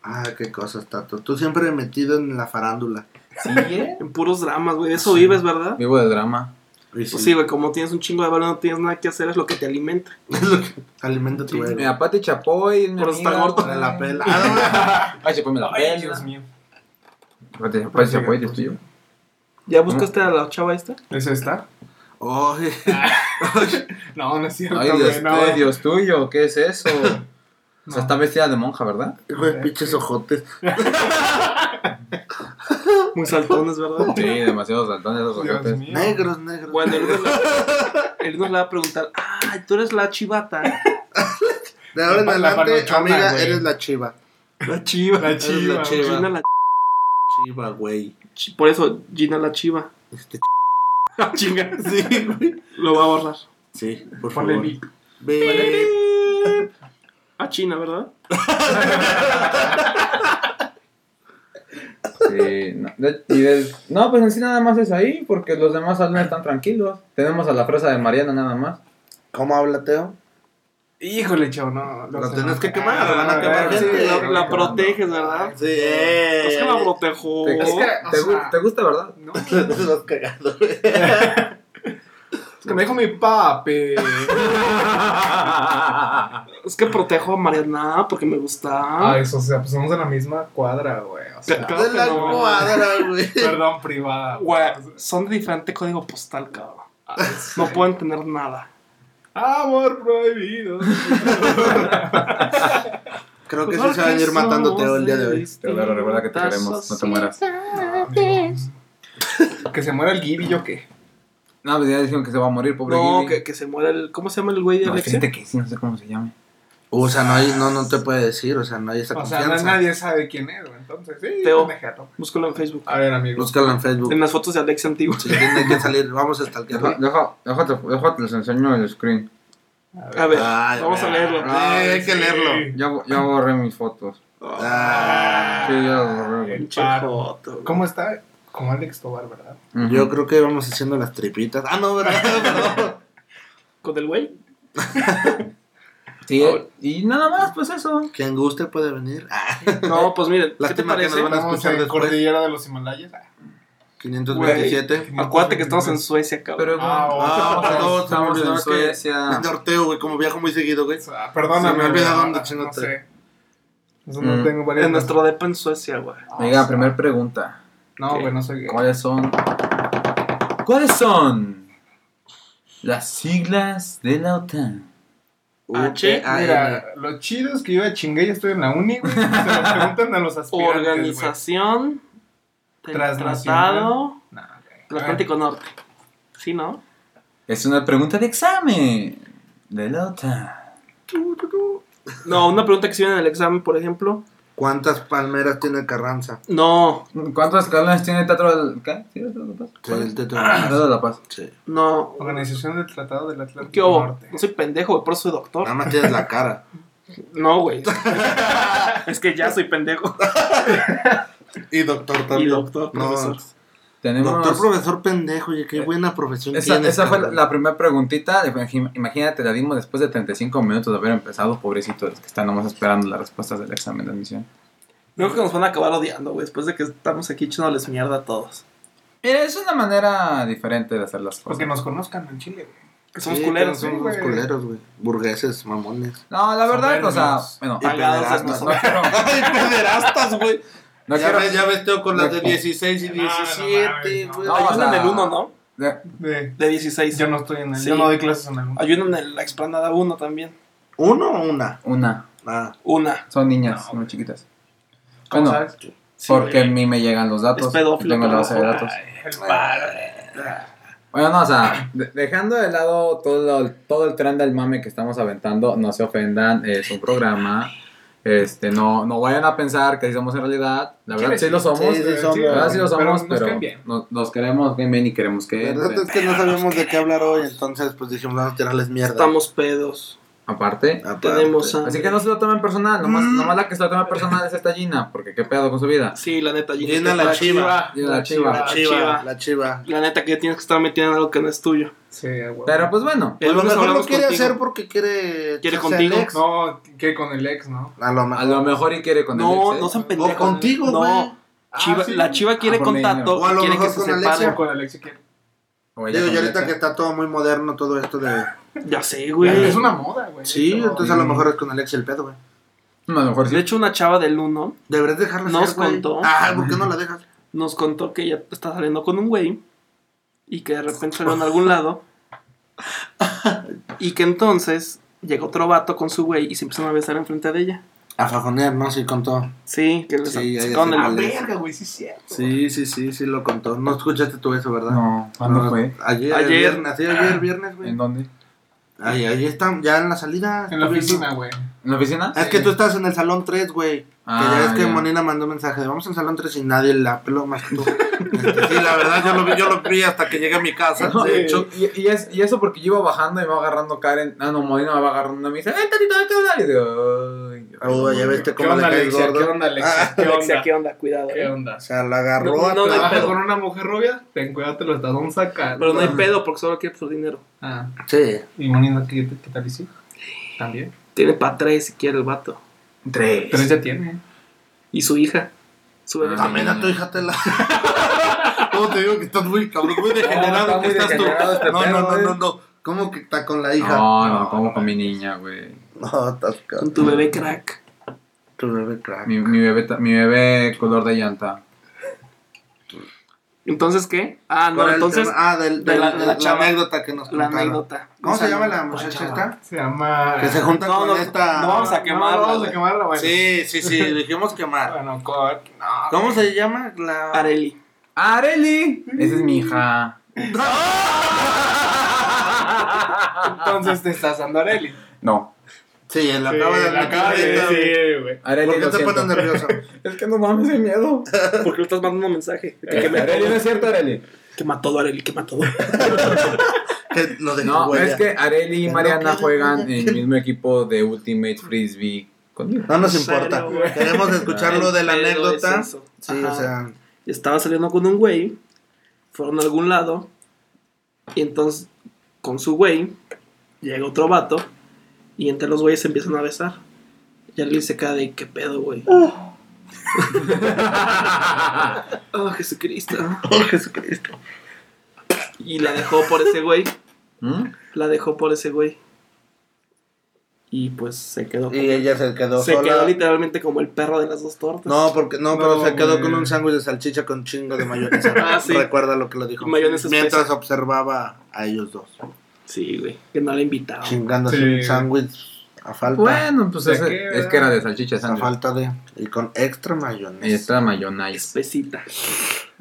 Speaker 3: Ah, qué cosas, Tato. Tú siempre metido en la farándula.
Speaker 1: Sí, ¿eh?
Speaker 2: En puros dramas, güey. Eso vives, ¿verdad?
Speaker 1: Vivo de drama.
Speaker 3: Y
Speaker 2: Pues sí, güey. Como tienes un chingo de valor, no tienes nada que hacer, es lo que te alimenta.
Speaker 3: Es lo que alimenta tu
Speaker 1: Mi
Speaker 3: ego.
Speaker 1: papá te chapoy, es mi
Speaker 2: Por estar
Speaker 1: amiga,
Speaker 2: pues, gordo.
Speaker 1: güey.
Speaker 3: Para la pela. Ah,
Speaker 1: Ay, chapoy me la
Speaker 4: Ay,
Speaker 1: pela.
Speaker 4: Dios mío.
Speaker 1: Pati chapoy, chapoy, es tuyo.
Speaker 2: ¿Ya buscaste a la chava esta?
Speaker 4: ¿Es esta?
Speaker 3: no. Oye.
Speaker 4: No, no es cierto,
Speaker 1: Ay,
Speaker 4: güey.
Speaker 1: Dios,
Speaker 4: No,
Speaker 1: ay, Dios tuyo, ¿qué es eso? O sea,
Speaker 4: No.
Speaker 1: está vestida de monja, ¿verdad?
Speaker 3: Hijo de pinches ojotes.
Speaker 2: Muy saltones, ¿verdad?
Speaker 1: Sí, demasiados saltones esos
Speaker 4: Dios
Speaker 1: ojetes.
Speaker 4: mío.
Speaker 3: Negros, negros.
Speaker 2: Bueno, él nos, la- él nos la va a preguntar, ay, tú eres la chivata.
Speaker 3: De ahora en
Speaker 4: La
Speaker 3: adelante,
Speaker 4: panochona,
Speaker 3: amiga,
Speaker 4: güey.
Speaker 3: eres la chiva.
Speaker 2: La chiva.
Speaker 4: La
Speaker 3: Eres
Speaker 4: chiva.
Speaker 3: la chiva.
Speaker 2: Gina la
Speaker 3: Chiva, güey.
Speaker 2: chi- Por eso, Gina la chiva.
Speaker 3: Este
Speaker 2: Chinga.
Speaker 3: Sí, güey.
Speaker 2: Lo va a borrar.
Speaker 3: Sí, por
Speaker 4: Ponle
Speaker 3: favor.
Speaker 4: beep.
Speaker 3: Ve.
Speaker 2: A China, ¿verdad?
Speaker 1: Sí, no, de- y del- no, pues en sí nada más es ahí, porque los demás salen están tranquilos. Tenemos a la fresa de Mariana nada más.
Speaker 3: ¿Cómo habla, Teo?
Speaker 4: Híjole, chavo, no.
Speaker 3: Lo tenés que
Speaker 4: Ah,
Speaker 3: quemar, lo van a quemar
Speaker 4: sí,
Speaker 3: gente.
Speaker 4: lo-
Speaker 2: La, la
Speaker 4: lo-
Speaker 2: proteges, ¿verdad?
Speaker 3: Sí.
Speaker 2: Es que la protejo.
Speaker 1: Te, es que
Speaker 4: o
Speaker 1: te gu-
Speaker 4: sea-
Speaker 1: te gusta, ¿verdad?
Speaker 4: No,
Speaker 3: Estás cagado, güey.
Speaker 4: es que me dijo mi papi.
Speaker 2: Es que protejo a Mariana porque me gusta.
Speaker 4: Ah, eso, o sea, pues somos de la misma cuadra, güey. O sea,
Speaker 2: Claro
Speaker 3: De
Speaker 2: que
Speaker 3: la
Speaker 2: no.
Speaker 3: cuadra, güey.
Speaker 4: perdón, privada.
Speaker 2: Güey, son de diferente código postal, cabrón.
Speaker 3: Ah,
Speaker 2: No pueden tener nada.
Speaker 4: Amor prohibido.
Speaker 3: Creo
Speaker 2: Pues
Speaker 3: que sí se va a ir matando Teo el día de hoy.
Speaker 1: Pero claro, recuerda que te queremos, no te mueras.
Speaker 4: que se muera el Gibi, ¿yo qué?
Speaker 1: No, pues ya dijeron que se va a morir, pobre
Speaker 2: No,
Speaker 1: Gilly.
Speaker 2: que, que se muera el. ¿Cómo se llama el güey de
Speaker 1: No,
Speaker 2: Alexia?
Speaker 1: fíjate que sí, no sé cómo se llama.
Speaker 3: O sea, no, hay, no, no te puede decir, o sea, no hay esa
Speaker 4: O sea,
Speaker 3: confianza.
Speaker 4: na- nadie sabe quién es, güey. Entonces, sí,
Speaker 2: Teo.
Speaker 4: déjalo.
Speaker 2: Búscalo en Facebook.
Speaker 4: A ver, amigos.
Speaker 3: Búscala en Facebook.
Speaker 2: En las fotos de Alexia antigua.
Speaker 3: Si tiene que salir, vamos a stalkearlo.
Speaker 1: Deja, deja, déjate, déjate, les enseño el screen.
Speaker 2: A ver,
Speaker 3: Ay,
Speaker 2: vamos a
Speaker 3: ay,
Speaker 2: leerlo.
Speaker 3: ay, Ah, hay que
Speaker 4: Sí.
Speaker 3: leerlo.
Speaker 1: Ya, bo- ya borré mis fotos.
Speaker 2: Ah,
Speaker 3: Ah,
Speaker 1: Sí, ya borré. güey.
Speaker 2: pinche
Speaker 4: Paro.
Speaker 2: joto, güey.
Speaker 4: ¿Cómo está? Como Alex Tobar, ¿verdad?
Speaker 3: Yo creo que vamos haciendo las tripitas. Ah, no, ¿verdad? Perdón.
Speaker 2: ¿Con el güey?
Speaker 1: Sí, eh, y nada más, pues eso.
Speaker 3: Quien guste puede venir. Ah,
Speaker 2: No, pues miren, ¿qué te
Speaker 3: Lástima que
Speaker 2: parece?
Speaker 3: nos van a
Speaker 4: Vamos
Speaker 3: escuchar
Speaker 4: en
Speaker 3: después.
Speaker 4: Cordillera de los Himalayas. Ah,
Speaker 3: 527.
Speaker 2: Acuérdate que estamos en Suecia, cabrón.
Speaker 1: Pero
Speaker 4: Ah,
Speaker 1: ah,
Speaker 3: ah,
Speaker 1: estamos-
Speaker 3: perdón,
Speaker 1: estamos
Speaker 3: se me
Speaker 1: en
Speaker 3: olvidó que-
Speaker 1: Suecia.
Speaker 3: Es norteo, güey, como viajo muy seguido, güey.
Speaker 4: ah, Perdóname.
Speaker 3: Se me olvida
Speaker 4: güey,
Speaker 3: dónde
Speaker 4: ah,
Speaker 3: chingote.
Speaker 4: No sé. Eso no
Speaker 1: Mm.
Speaker 4: tengo varias.
Speaker 2: En nuestro depa en Suecia, güey.
Speaker 4: Ah,
Speaker 1: Venga,
Speaker 4: sí.
Speaker 1: primera pregunta.
Speaker 4: No, güey, no soy gay.
Speaker 1: ¿Cuáles son? ¿Cuáles son las siglas de la OTAN?
Speaker 2: H,
Speaker 3: UTAN.
Speaker 4: Mira, lo chido es que yo ya chingué, ya estoy en la uni, güey. Se lo preguntan a los aspirantes,
Speaker 2: Organización del
Speaker 4: Transnacional. Ah.
Speaker 2: Tratado
Speaker 4: güey. Nah, güey.
Speaker 2: del Atlántico Norte. ¿Sí, no?
Speaker 1: Es una pregunta de examen de la OTAN.
Speaker 2: No, una pregunta que se viene en el examen, por ejemplo.
Speaker 3: ¿Cuántas palmeras tiene Carranza?
Speaker 2: No,
Speaker 1: ¿Cuántos escalones tiene el Teatro del ¿qué? ¿Sí, Teatro de la Paz? Ah,
Speaker 3: Sí, el teto-
Speaker 1: Teatro de la Paz.
Speaker 3: Sí.
Speaker 2: no.
Speaker 4: Organización del Tratado del Atlántico
Speaker 2: ¿Qué hubo?
Speaker 4: Norte.
Speaker 2: No soy pendejo, güey, por eso soy doctor.
Speaker 3: Nada más tienes la cara.
Speaker 2: No, güey. es que ya soy pendejo.
Speaker 3: Y doctor también.
Speaker 2: Y doctor,
Speaker 3: No,
Speaker 2: profesor.
Speaker 1: Tenemos...
Speaker 3: Doctor, profesor pendejo, oye, qué buena profesión
Speaker 1: Esa,
Speaker 3: tienes.
Speaker 1: esa fue la,
Speaker 3: cabrón.
Speaker 1: la primera preguntita. Imagi- Imagínate, la dimos después de 35 minutos de haber empezado. Pobrecitos los que están nomás esperando las respuestas del examen de admisión.
Speaker 2: Creo que nos van a acabar odiando, güey, después de que estamos aquí echándoles mierda a todos.
Speaker 1: Mira, es una manera diferente de hacer las cosas.
Speaker 4: Porque nos conozcan en Chile, güey.
Speaker 2: Que somos
Speaker 3: Sí,
Speaker 2: culeros.
Speaker 3: Somos
Speaker 4: sí, güey.
Speaker 3: culeros, güey. Burgueses, mamones.
Speaker 1: No, la verdad, o sea,
Speaker 4: Soberbios.
Speaker 1: bueno,
Speaker 3: Y
Speaker 2: Pagados
Speaker 3: pederastas.
Speaker 2: a nosotros.
Speaker 1: no quiero.
Speaker 3: ¡Ay, pederastas, güey!
Speaker 1: No
Speaker 3: ya,
Speaker 1: quiero.
Speaker 3: ves, ya ves, Teo, con las de
Speaker 1: No.
Speaker 3: 16 y
Speaker 4: No, no mames,
Speaker 3: 17,
Speaker 4: no.
Speaker 3: güey.
Speaker 2: No,
Speaker 1: o
Speaker 2: ayunan
Speaker 1: sea-
Speaker 2: el 1, ¿no?
Speaker 1: de-
Speaker 4: De-
Speaker 2: De 16.
Speaker 4: Yo no estoy en el.
Speaker 2: Sí.
Speaker 4: Yo no doy clases en el.
Speaker 2: Ayunan en la explanada 1 también.
Speaker 3: ¿Uno o una?
Speaker 1: Una,
Speaker 3: Ah,
Speaker 2: Una.
Speaker 1: son niñas,
Speaker 4: No,
Speaker 1: muy chiquitas.
Speaker 4: ¿Cómo
Speaker 1: Bueno,
Speaker 4: sabes?
Speaker 2: Sí,
Speaker 1: porque a
Speaker 2: güey.
Speaker 1: mí me llegan los datos.
Speaker 2: Es pedófilo,
Speaker 1: tengo la base de
Speaker 2: pero-
Speaker 1: datos.
Speaker 4: Ay, el padre.
Speaker 1: Bueno, no, o sea, de- dejando de lado todo el, todo el tren del mame que estamos aventando, no se ofendan, es un programa. Este, no, no vayan a pensar que sí somos en realidad. La verdad, sí lo somos.
Speaker 3: Sí,
Speaker 1: La
Speaker 3: sí, somos.
Speaker 1: verdad, sí lo somos,
Speaker 4: nos
Speaker 1: pero
Speaker 4: caen bien.
Speaker 1: nos, nos queremos bien, bien y queremos que.
Speaker 3: la verdad es que no sabíamos de qué hablar hoy, entonces pues dijimos, vamos a tirarles mierda.
Speaker 2: Estamos pedos.
Speaker 1: Aparte.
Speaker 3: Aparte.
Speaker 2: Tenemos a-
Speaker 1: Así que no se lo tomen personal, nomás,
Speaker 3: Mm.
Speaker 1: nomás la que se lo toma personal es esta Gina, porque qué pedo con su vida.
Speaker 2: Sí, la neta. Gina,
Speaker 3: Llena
Speaker 2: que-
Speaker 3: la chiva.
Speaker 1: Llena la chiva.
Speaker 3: La chiva, la chiva.
Speaker 2: La neta que tienes que estar metiendo en algo que no es tuyo.
Speaker 4: Sí, a huevo.
Speaker 1: Pero pues bueno,
Speaker 2: El
Speaker 3: a lo
Speaker 2: lunes
Speaker 3: mejor lo
Speaker 2: hablamos
Speaker 3: quiere
Speaker 2: contigo.
Speaker 3: hacer porque quiere...
Speaker 2: ¿Quiere
Speaker 3: echarse
Speaker 2: contigo?
Speaker 3: al ex.
Speaker 4: No, que con el ex, ¿no?
Speaker 3: A lo
Speaker 1: a
Speaker 3: mejor.
Speaker 1: lo mejor y quiere con
Speaker 2: No,
Speaker 1: el ex, ¿eh?
Speaker 2: no sean
Speaker 3: O
Speaker 2: pendejos.
Speaker 3: contigo, güey.
Speaker 2: No. Chiva-
Speaker 4: Ah, sí.
Speaker 2: La chiva quiere
Speaker 1: Ah, por mí,
Speaker 2: contacto
Speaker 3: no. O a
Speaker 2: y
Speaker 3: lo
Speaker 2: quiere que
Speaker 3: mejor
Speaker 2: se
Speaker 3: con Alexia.
Speaker 4: O
Speaker 2: separen.
Speaker 4: con el ex si quiere.
Speaker 1: O ella
Speaker 3: Digo,
Speaker 1: con
Speaker 3: y
Speaker 1: el
Speaker 3: ahorita
Speaker 1: ex,
Speaker 3: que
Speaker 1: ¿eh?
Speaker 3: está todo muy moderno todo esto de...
Speaker 2: Ya sé, güey.
Speaker 4: Es una moda, güey.
Speaker 3: Sí,
Speaker 4: Como-
Speaker 3: entonces a lo mejor es con Alex el pedo, güey.
Speaker 1: No, A lo mejor
Speaker 2: De
Speaker 1: sí.
Speaker 2: hecho, una chava del 1
Speaker 3: Deberías dejarla
Speaker 2: Nos
Speaker 3: ser, güey.
Speaker 2: contó.
Speaker 3: Ah, ¿por qué no la dejas?
Speaker 2: nos contó que ella está saliendo con un güey y que de repente salió en algún lado y que entonces llega otro vato con su güey y se empiezan a besar enfrente de ella.
Speaker 3: A fajonear, ¿no? Sí contó.
Speaker 2: Sí, que les
Speaker 3: Sí, ya, ya
Speaker 2: sacaron
Speaker 3: sé
Speaker 2: el-
Speaker 4: Ah,
Speaker 3: cuál es.
Speaker 4: verga, güey, sí es cierto.
Speaker 3: Sí, sí, sí, sí lo contó. No escuchaste tú eso, ¿verdad?
Speaker 1: No, ¿cuándo
Speaker 3: No,
Speaker 1: fue?
Speaker 3: Ayer,
Speaker 2: Ayer.
Speaker 3: ayer. Viernes, sí, ayer, viernes, güey.
Speaker 1: ¿En dónde?
Speaker 3: Ahí, ahí están, ya en la salida.
Speaker 4: En la oficina, güey.
Speaker 1: ¿En la oficina?
Speaker 3: Ah, Es que tú estás en el salón 3, güey. que ya
Speaker 1: Ah,
Speaker 3: ves que
Speaker 1: ya.
Speaker 3: Monina mandó un mensaje de vamos al salón 3 y nadie la peló más que tú. Este, sí, la verdad, yo lo, vi, yo lo vi hasta que llegué a mi casa.
Speaker 1: No, eh.
Speaker 3: de hecho,
Speaker 1: y, y- y es- y eso porque yo iba bajando y me va agarrando Karen. Ah, no, Molina me va agarrando a mí y dice, ¡eh, Tatito, vete a hablar! Y digo, ¡ay! Dios
Speaker 3: Oh, ya
Speaker 1: mío".
Speaker 3: viste
Speaker 4: ¿Qué
Speaker 3: cómo le
Speaker 4: onda,
Speaker 3: caes
Speaker 4: Alexia? ¿Qué
Speaker 3: gordo. Ah,
Speaker 4: onda, Alexia? ¿Qué
Speaker 2: Alexia,
Speaker 4: onda?
Speaker 2: ¿qué onda? Cuidado.
Speaker 4: ¿Qué
Speaker 2: eh.
Speaker 4: onda?
Speaker 3: O sea, la agarró.
Speaker 2: No, no,
Speaker 3: a
Speaker 2: no,
Speaker 3: tra-
Speaker 4: ¿Trabajas
Speaker 2: pero-
Speaker 4: con una mujer rubia? Ten cuidado, te lo están sacando.
Speaker 2: Pero no hay pedo porque solo quiere su dinero.
Speaker 4: Ah,
Speaker 3: Sí.
Speaker 4: y Monina, ¿qué, qué tal y sí? También.
Speaker 2: Tiene para tres si quiere el vato.
Speaker 1: Tres.
Speaker 4: Pero ella tiene.
Speaker 2: Y su hija. Su bebé.
Speaker 1: Ah,
Speaker 3: También a tu hija te la. ¿Cómo te digo que estás muy cabrón, muy
Speaker 1: está
Speaker 3: degenerado
Speaker 1: muy
Speaker 3: que estás
Speaker 1: degenerado
Speaker 3: tú?
Speaker 1: este
Speaker 3: no,
Speaker 1: perro,
Speaker 3: no, no,
Speaker 1: güey.
Speaker 3: no, no. ¿Cómo que está con la hija?
Speaker 1: No, no, como con mi niña, güey.
Speaker 3: No, estás cabrón.
Speaker 2: Con tu bebé crack.
Speaker 3: Tu bebé crack.
Speaker 1: Mi, mi bebé, ta- mi bebé color de llanta.
Speaker 2: Entonces, ¿qué? Ah,
Speaker 3: ¿Cuál
Speaker 2: no,
Speaker 3: era el
Speaker 2: entonces
Speaker 3: tema? ah, del,
Speaker 2: de
Speaker 3: del-
Speaker 2: la-
Speaker 3: la,
Speaker 2: de la chava.
Speaker 3: anécdota que nos
Speaker 2: la
Speaker 3: contaron.
Speaker 2: anécdota.
Speaker 3: ¿Cómo
Speaker 2: O
Speaker 3: se
Speaker 2: sea,
Speaker 3: llama la muchacha esta? Ah,
Speaker 4: Se llama.
Speaker 3: Que se junta
Speaker 2: No,
Speaker 3: con
Speaker 2: no,
Speaker 3: esta.
Speaker 2: no vamos a
Speaker 4: No,
Speaker 2: quemarla,
Speaker 4: no, vamos
Speaker 2: güey.
Speaker 4: a quemarla, bueno.
Speaker 3: Sí, sí, sí, dijimos quemar.
Speaker 4: Bueno, cor- no.
Speaker 3: ¿Cómo se llama? La.
Speaker 2: Areli.
Speaker 1: ¡Areli! Esa es mi hija.
Speaker 4: Entonces te estás dando a Areli.
Speaker 1: No.
Speaker 3: Sí, la
Speaker 4: Sí,
Speaker 3: acaba de
Speaker 4: la acaba de
Speaker 3: ahorita, güey.
Speaker 4: decir, güey.
Speaker 1: Areli,
Speaker 3: ¿Por qué
Speaker 1: lo
Speaker 3: te pones
Speaker 1: siento.
Speaker 3: nervioso?
Speaker 1: Es que no mames de miedo.
Speaker 2: Porque le estás mandando un mensaje. De que, me,
Speaker 1: Areli, no es cierto, Areli.
Speaker 2: que mató a Areli, que mató.
Speaker 3: Que lo dejó
Speaker 1: No,
Speaker 3: huella.
Speaker 1: es que Areli y
Speaker 3: Que no
Speaker 1: Mariana
Speaker 3: quede
Speaker 1: juegan
Speaker 3: huella.
Speaker 1: en el mismo equipo de Ultimate Frisbee conmigo.
Speaker 3: No nos
Speaker 2: ¿En serio,
Speaker 3: importa.
Speaker 2: güey?
Speaker 3: Queremos escuchar lo de la
Speaker 2: El pedo es
Speaker 3: anécdota.
Speaker 2: eso.
Speaker 3: Sí,
Speaker 2: Ajá.
Speaker 3: o sea.
Speaker 2: estaba saliendo con un güey, fueron a algún lado, y entonces con su güey llega otro vato, y entre los güeyes se empiezan a besar. Y alguien se queda de, ¿qué pedo, güey?
Speaker 3: Ah.
Speaker 2: Oh, Jesucristo.
Speaker 3: Oh, Jesucristo.
Speaker 2: Y la dejó por ese güey,
Speaker 1: ¿Mm?
Speaker 2: la dejó por ese güey. Y pues se quedó.
Speaker 3: Y ella se Eh, quedó
Speaker 2: se
Speaker 3: sola.
Speaker 2: quedó literalmente como el perro de las dos tortas.
Speaker 3: No, porque no, pero
Speaker 4: No,
Speaker 3: se quedó
Speaker 4: güey.
Speaker 3: con un sándwich de salchicha con chingo de mayonesa.
Speaker 2: Ah, sí.
Speaker 3: Recuerda lo que lo dijo.
Speaker 2: Y mayonesa
Speaker 3: Mientras
Speaker 2: espesa.
Speaker 3: observaba a ellos dos,
Speaker 2: Sí, güey. Que no la invitaba.
Speaker 3: chingándose
Speaker 4: Sí.
Speaker 3: un sándwich a falta,
Speaker 1: Bueno, pues
Speaker 4: ¿De
Speaker 1: es,
Speaker 4: qué,
Speaker 1: es que era de salchicha
Speaker 3: a
Speaker 1: sándwich.
Speaker 3: falta de y con extra mayonesa.
Speaker 1: Extra mayonnaise.
Speaker 2: Espesita.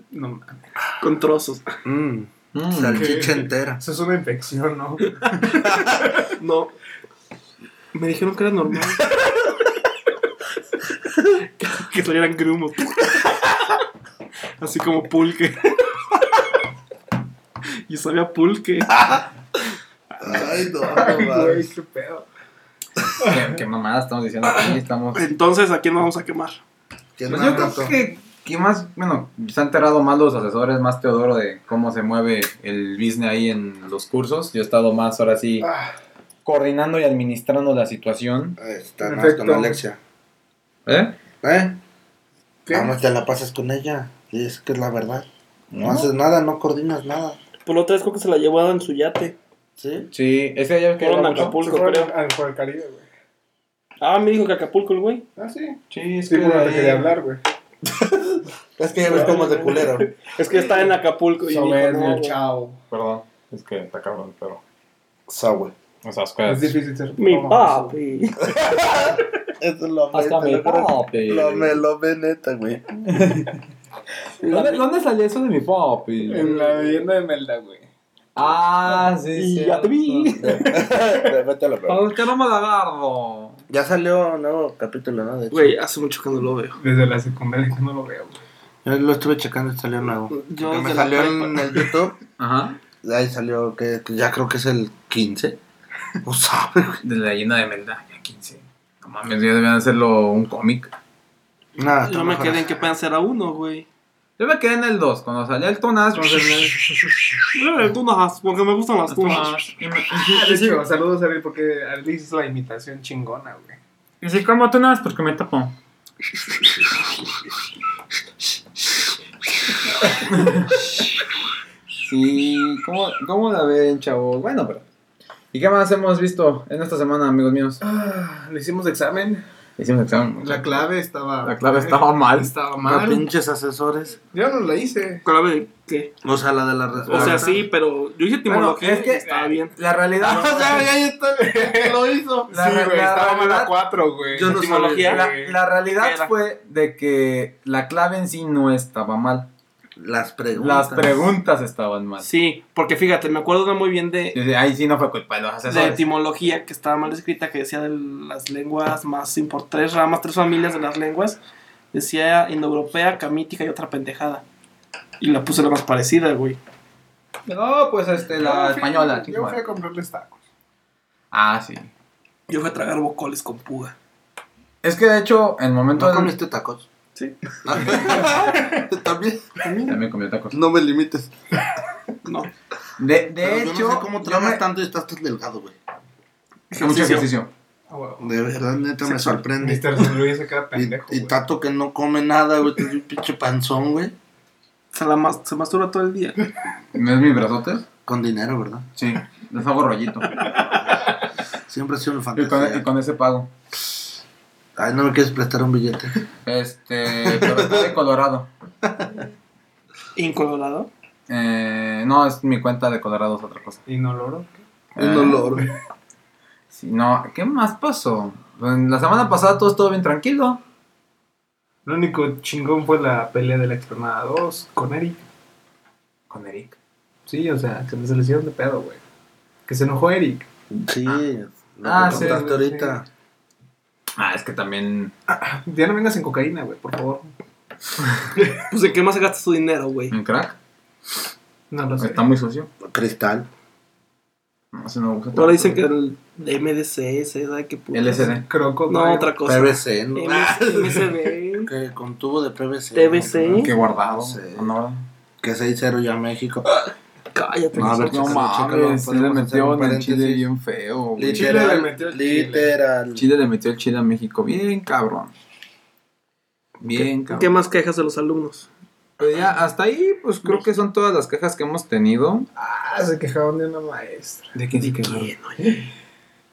Speaker 4: No mames.
Speaker 2: Con trozos.
Speaker 3: Mm,
Speaker 1: Mm.
Speaker 3: salchicha
Speaker 4: ¿Qué?
Speaker 3: entera.
Speaker 4: Eso es una infección, ¿no?
Speaker 2: No. Me dijeron que era normal. que, que salieran grumos. Así como pulque. y sabía a pulque.
Speaker 3: Ay, no,
Speaker 4: Ay,
Speaker 3: no,
Speaker 4: güey,
Speaker 3: mames.
Speaker 4: qué pedo.
Speaker 1: ¿Qué, qué mamada estamos diciendo aquí, estamos...
Speaker 2: Entonces, ¿a quién vamos a quemar?
Speaker 3: Qué
Speaker 1: Pues yo
Speaker 3: nato.
Speaker 1: creo que, que más, bueno, se han enterado más los asesores, más Teodoro de cómo se mueve el business ahí en los cursos. Yo he estado más ahora sí
Speaker 4: Ah,
Speaker 1: coordinando y administrando la situación.
Speaker 3: Ahí Está más
Speaker 4: Perfecto.
Speaker 3: con Alexia.
Speaker 1: ¿Eh?
Speaker 3: ¿Eh?
Speaker 4: ¿qué?
Speaker 3: Vamos, te la pasas con ella. Y es que es la verdad. No,
Speaker 1: ¿No?
Speaker 3: haces nada, no coordinas nada.
Speaker 2: Por otra vez creo que se la llevaba en su yate.
Speaker 3: ¿Sí?
Speaker 1: Sí, ese ayer que
Speaker 2: Fueron
Speaker 1: hablamos,
Speaker 2: a
Speaker 1: ¿no?
Speaker 4: Se
Speaker 2: Acapulco,
Speaker 4: fueron
Speaker 2: creo.
Speaker 4: al Juan Caribe, güey.
Speaker 2: Ah, me dijo que Acapulco el güey.
Speaker 4: Ah, sí.
Speaker 1: Sí, es
Speaker 4: Sí,
Speaker 1: que
Speaker 4: bueno,
Speaker 1: ahí-
Speaker 4: te quería hablar, güey.
Speaker 3: Es que ya ves cómo es de culero.
Speaker 2: Es que está en Acapulco y dijo,
Speaker 1: Pues,
Speaker 2: no,
Speaker 4: Soberbio,
Speaker 2: güey.
Speaker 4: chao.
Speaker 1: Perdón, es que está cabrón, pero...
Speaker 3: Sabe.
Speaker 1: O sea, es
Speaker 4: Es
Speaker 1: que...
Speaker 4: difícil ser
Speaker 2: Mi
Speaker 4: famoso.
Speaker 2: papi.
Speaker 3: Eso lo amé,
Speaker 1: Hasta
Speaker 3: te
Speaker 1: mi
Speaker 3: lo juro.
Speaker 1: papi.
Speaker 3: Lo amé, lo amé, neta, güey.
Speaker 1: ¿Dónde, dónde salió eso de mi papi?
Speaker 4: En la vivienda de Melda, güey.
Speaker 1: Ah, sí,
Speaker 2: Y
Speaker 1: sí.
Speaker 2: ya te vi.
Speaker 3: Vete a la verga.
Speaker 1: ¿Por qué no me la agarro?
Speaker 3: Ya salió un nuevo capítulo, ¿no? De hecho.
Speaker 2: Güey, hace mucho que no lo veo.
Speaker 4: Desde la secundaria que no lo veo, güey.
Speaker 3: Yo lo estuve checando y salió nuevo.
Speaker 2: Yo
Speaker 3: Que me
Speaker 2: desde la
Speaker 3: salió
Speaker 2: prepa.
Speaker 3: en el YouTube.
Speaker 1: Ajá.
Speaker 3: de Ahí salió, que que ya creo que es el 15. No Pues, sabe, güey.
Speaker 1: De la llena de Melda, ya 15. No mames, ya debían hacerlo un cómic.
Speaker 3: Nada, está
Speaker 2: Yo me
Speaker 3: mejor
Speaker 2: quedé en
Speaker 3: así.
Speaker 2: que pueden ser a uno, güey.
Speaker 1: Yo me quedé en el 2, cuando salía el Tonás.
Speaker 2: Eh, Tunas, porque me gustan las tunas.
Speaker 4: Ah, De hecho, saludos a él porque él hizo la imitación chingona, güey.
Speaker 1: Y si como Tonás, porque me tapó. Sí, ¿cómo, ¿cómo la ven, chavos? Bueno, pero. ¿Y qué más hemos visto en esta semana, amigos míos?
Speaker 4: Ah, le hicimos examen.
Speaker 1: Hicimos examen.
Speaker 4: La clave estaba.
Speaker 1: La clave estaba mal.
Speaker 4: Estaba
Speaker 3: Los
Speaker 4: mal.
Speaker 3: pinches asesores.
Speaker 4: Yo no la hice.
Speaker 2: Clave, ¿qué?
Speaker 3: O sea, la de la res-
Speaker 2: O sea,
Speaker 3: la-
Speaker 2: sí, pero yo dije etimología
Speaker 1: es que-
Speaker 2: estaba bien.
Speaker 1: La realidad.
Speaker 4: O sea, ya
Speaker 3: ¿Qué lo hizo?
Speaker 1: La
Speaker 4: sí, güey,
Speaker 1: realidad-
Speaker 4: estaba mal a cuatro, güey.
Speaker 3: Yo no
Speaker 2: Etimología,
Speaker 4: sabía,
Speaker 1: La,
Speaker 4: güey.
Speaker 1: la realidad
Speaker 2: Era.
Speaker 1: fue de que la clave en sí no estaba mal.
Speaker 3: Las preguntas.
Speaker 1: Las preguntas estaban mal.
Speaker 2: Sí, porque fíjate, me acuerdo muy bien de,
Speaker 1: Desde Ahí sí no fue culpa de los
Speaker 2: de
Speaker 1: asesores.
Speaker 2: etimología que estaba mal escrita, que decía de las lenguas más importantes, tres ramas, tres familias de las lenguas. Decía indoeuropea, camítica y otra pendejada. Y la puse la más parecida, güey.
Speaker 1: No, pues este, la
Speaker 4: Yo fui-
Speaker 1: española. chico,
Speaker 4: Yo fui
Speaker 1: madre.
Speaker 4: a comprarles tacos.
Speaker 1: Ah, sí.
Speaker 2: Yo fui a tragar bocoles con puga.
Speaker 1: Es que de hecho, en el momento.
Speaker 3: ¿No
Speaker 1: del-
Speaker 3: comiste tacos?
Speaker 2: Sí.
Speaker 3: También.
Speaker 1: También comió tacos.
Speaker 3: No me limites.
Speaker 2: No.
Speaker 1: De, de
Speaker 3: Pero yo no
Speaker 1: hecho,
Speaker 3: sé cómo
Speaker 1: yo
Speaker 3: tragas
Speaker 1: me-
Speaker 3: tanto y estás tan delgado, güey.
Speaker 1: mucho ejercicio.
Speaker 4: Ah, güey.
Speaker 3: De verdad, neta, me sorprende.
Speaker 4: Mr. San Luis se queda
Speaker 3: Y,
Speaker 4: pendejo.
Speaker 3: y
Speaker 4: güey.
Speaker 3: Tato que no come nada, güey, es un pinche panzón, güey.
Speaker 2: Se, la mas- se masturba todo el día.
Speaker 1: ¿No es mis brazotes?
Speaker 3: Con dinero, ¿verdad?
Speaker 1: Sí. Les hago rollito.
Speaker 3: Siempre ha sido mi
Speaker 1: y, con,
Speaker 3: fantasía.
Speaker 1: y con ese pago.
Speaker 3: Ay, no me quieres prestar un billete.
Speaker 1: Este. Pero está de Colorado.
Speaker 2: ¿En Colorado?
Speaker 1: Eh, no, es mi cuenta de Colorado, es otra cosa.
Speaker 4: Inoloro.
Speaker 3: Un
Speaker 1: Eh,
Speaker 3: olor, güey.
Speaker 1: Sí, no, ¿qué más pasó? En La semana pasada todo estuvo bien tranquilo.
Speaker 4: Lo único chingón fue la pelea de la extremada 2 con Eric.
Speaker 1: Con Eric.
Speaker 4: Sí, o sea, que se le hicieron de pedo, güey. Que se enojó Eric.
Speaker 3: Sí. Lo
Speaker 1: Ah,
Speaker 3: que
Speaker 1: sí,
Speaker 3: contaste
Speaker 4: güey,
Speaker 3: ahorita.
Speaker 1: Ah, es que también.
Speaker 4: Ya no vengas en cocaína, güey, por favor.
Speaker 2: Pues en qué más se gasta su dinero, güey.
Speaker 1: ¿En crack?
Speaker 4: No lo sé.
Speaker 1: Está muy sucio.
Speaker 3: Cristal.
Speaker 1: No, eso no me gusta.
Speaker 2: Ahora dicen que el MDC, ese, ay, qué putas.
Speaker 1: LSD.
Speaker 4: Croco.
Speaker 2: No, otra cosa.
Speaker 3: PVC, ¿no?
Speaker 2: MSD. güey.
Speaker 3: Que con tubo de PVC.
Speaker 2: TVC.
Speaker 3: ¿no?
Speaker 1: Que guardado. Ah,
Speaker 3: Sí.
Speaker 1: No,
Speaker 3: Que 6-0 ya México.
Speaker 4: Ah,
Speaker 2: Cállate.
Speaker 3: No, a ver,
Speaker 1: no
Speaker 3: chécalo,
Speaker 1: mames, sí
Speaker 3: chécalo,
Speaker 1: le
Speaker 3: podemos hacer un
Speaker 1: metió en el
Speaker 3: paréntesis.
Speaker 1: Chile bien feo, güey.
Speaker 3: Literal.
Speaker 4: le metió el Chile.
Speaker 3: literal.
Speaker 1: Chile le metió el Chile a México, bien cabrón. Bien cabrón.
Speaker 2: ¿Qué más quejas de los alumnos?
Speaker 1: Pues ya, hasta ahí, pues creo que son todas las quejas que hemos tenido.
Speaker 4: Ah, se quejaron de una maestra.
Speaker 1: ¿De quién se
Speaker 2: ¿Quién, oye?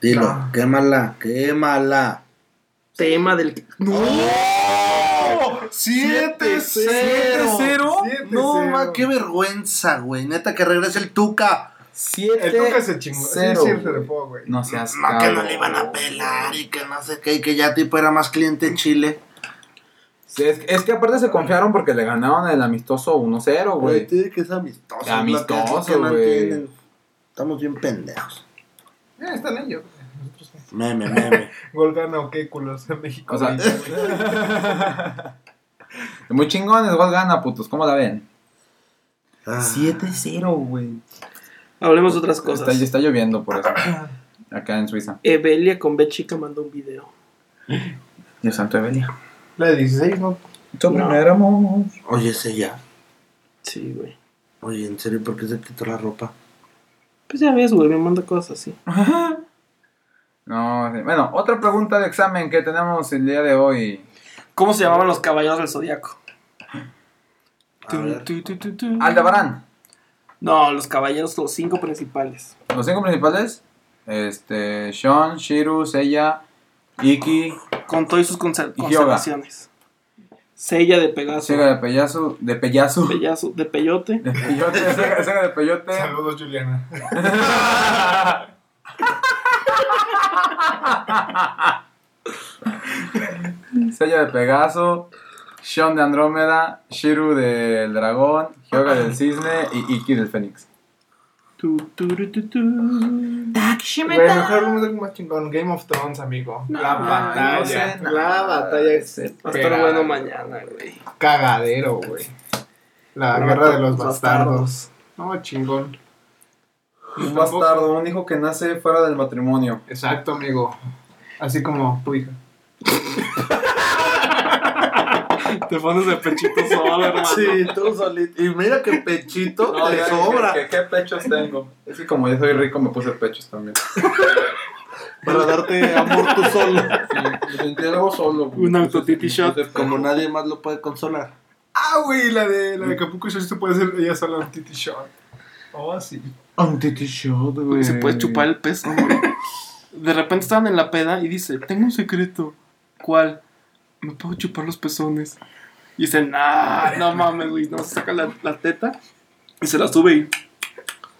Speaker 3: Dilo,
Speaker 4: No.
Speaker 3: quémala, quémala.
Speaker 2: Tema del. ¡No!
Speaker 3: ¡Siete, cero!
Speaker 4: ¡Oh! Siete,
Speaker 3: No,
Speaker 4: cero.
Speaker 3: ma, qué vergüenza, güey. Neta que regrese el Tuca.
Speaker 1: Siete.
Speaker 4: El Tuca se chingó.
Speaker 1: cero,
Speaker 4: sí, sí, se
Speaker 1: güey.
Speaker 4: repó, güey.
Speaker 1: No seas
Speaker 3: Ma, que no
Speaker 1: cabrón.
Speaker 3: le iban a pelar y que no sé qué. Y que ya tipo era más cliente en Chile.
Speaker 1: Sí, es, es que aparte se confiaron porque le ganaron el amistoso 1-0, güey.
Speaker 3: tiene que es amistoso.
Speaker 1: Amistoso,
Speaker 3: lo que- que no
Speaker 1: güey.
Speaker 3: entienden. Estamos bien pendejos.
Speaker 4: Eh, están ellos. Nosotros no.
Speaker 3: Meme, meme.
Speaker 4: Gol gana o qué culos en México.
Speaker 1: O sea,
Speaker 4: güey.
Speaker 1: muy chingones, gol gana, putos. ¿Cómo la ven?
Speaker 3: Ah.
Speaker 1: 7-0, güey.
Speaker 2: Hablemos de otras cosas.
Speaker 1: Está, está lloviendo por eso. Acá en Suiza.
Speaker 2: Evelia con B chica mandó un video.
Speaker 1: Dios santo, Evelia.
Speaker 4: la de 16, ¿no?
Speaker 1: Tu
Speaker 2: No.
Speaker 1: primer amor.
Speaker 3: Ah, Oye, es ella.
Speaker 2: Sí, güey.
Speaker 3: Oye, ¿en serio por qué se quitó la ropa?
Speaker 2: Pues ya ves, güey, me manda cosas así.
Speaker 1: No, sí. bueno, otra pregunta de examen que tenemos el día de hoy.
Speaker 2: ¿Cómo se llamaban los caballeros del zodiaco?
Speaker 3: A ver.
Speaker 1: Aldebarán,
Speaker 2: No, los caballeros, los cinco principales.
Speaker 1: los cinco principales. Este, Sean, Shiru, Seiya, Iki,
Speaker 2: Con todas sus conser-
Speaker 1: Y Yoga.
Speaker 2: conservaciones. Sella de Pegaso.
Speaker 1: Sega de Peyasu, de Peyasu,
Speaker 2: Pellazo, de Peyote.
Speaker 1: de Peyote, Sega, Sega de Peyote.
Speaker 4: Saludos, Juliana.
Speaker 1: Seiya de Pegaso, Sean de Andrómeda, Shiru del Dragón, Hyoga del Cisne y Iki del Fénix.
Speaker 2: Tu, tu, ru, tu, tu. Ah,
Speaker 4: Güey, mejor hablemos de algo más chingón. Game of Thrones, amigo. la
Speaker 2: no
Speaker 4: batalla.
Speaker 1: Ah, sé nada.
Speaker 4: la batalla es
Speaker 2: Va a estar
Speaker 4: Pegado.
Speaker 2: bueno mañana, güey.
Speaker 4: cagadero, güey. La
Speaker 2: La
Speaker 4: guerra de los
Speaker 2: bastardos.
Speaker 4: bastardos. No, chingón.
Speaker 1: Un
Speaker 4: Tampoco-
Speaker 1: bastardo, un hijo que nace fuera del matrimonio.
Speaker 4: Exacto, amigo. Así como tu hija.
Speaker 2: Te pones de pechito solo, hermano.
Speaker 3: Sí, tú solito. Y mira que pechito
Speaker 1: No,
Speaker 3: te
Speaker 1: ya,
Speaker 3: sobra.
Speaker 1: ¿qué, qué, qué pechos tengo? Es que como yo soy rico, me puse pechos también.
Speaker 3: Para darte amor tú solo.
Speaker 1: Sí, me sentí algo solo. güey.
Speaker 2: Un autotiti
Speaker 1: Me puse
Speaker 2: shot.
Speaker 1: pecho.
Speaker 3: Como nadie más lo puede consolar.
Speaker 4: Ah, güey, la de, la de Acapulco Shores, tú puedes ser ella sola un titi shot. Oh, sí.
Speaker 1: Un titi shot, güey.
Speaker 2: Se puede chupar el pez, hombre. De repente estaban en la peda y dice, tengo un secreto. ¿Cuál? Me puedo chupar los pezones. Y dicen, nah, no mames, güey. No, saca la, la teta y se la sube y...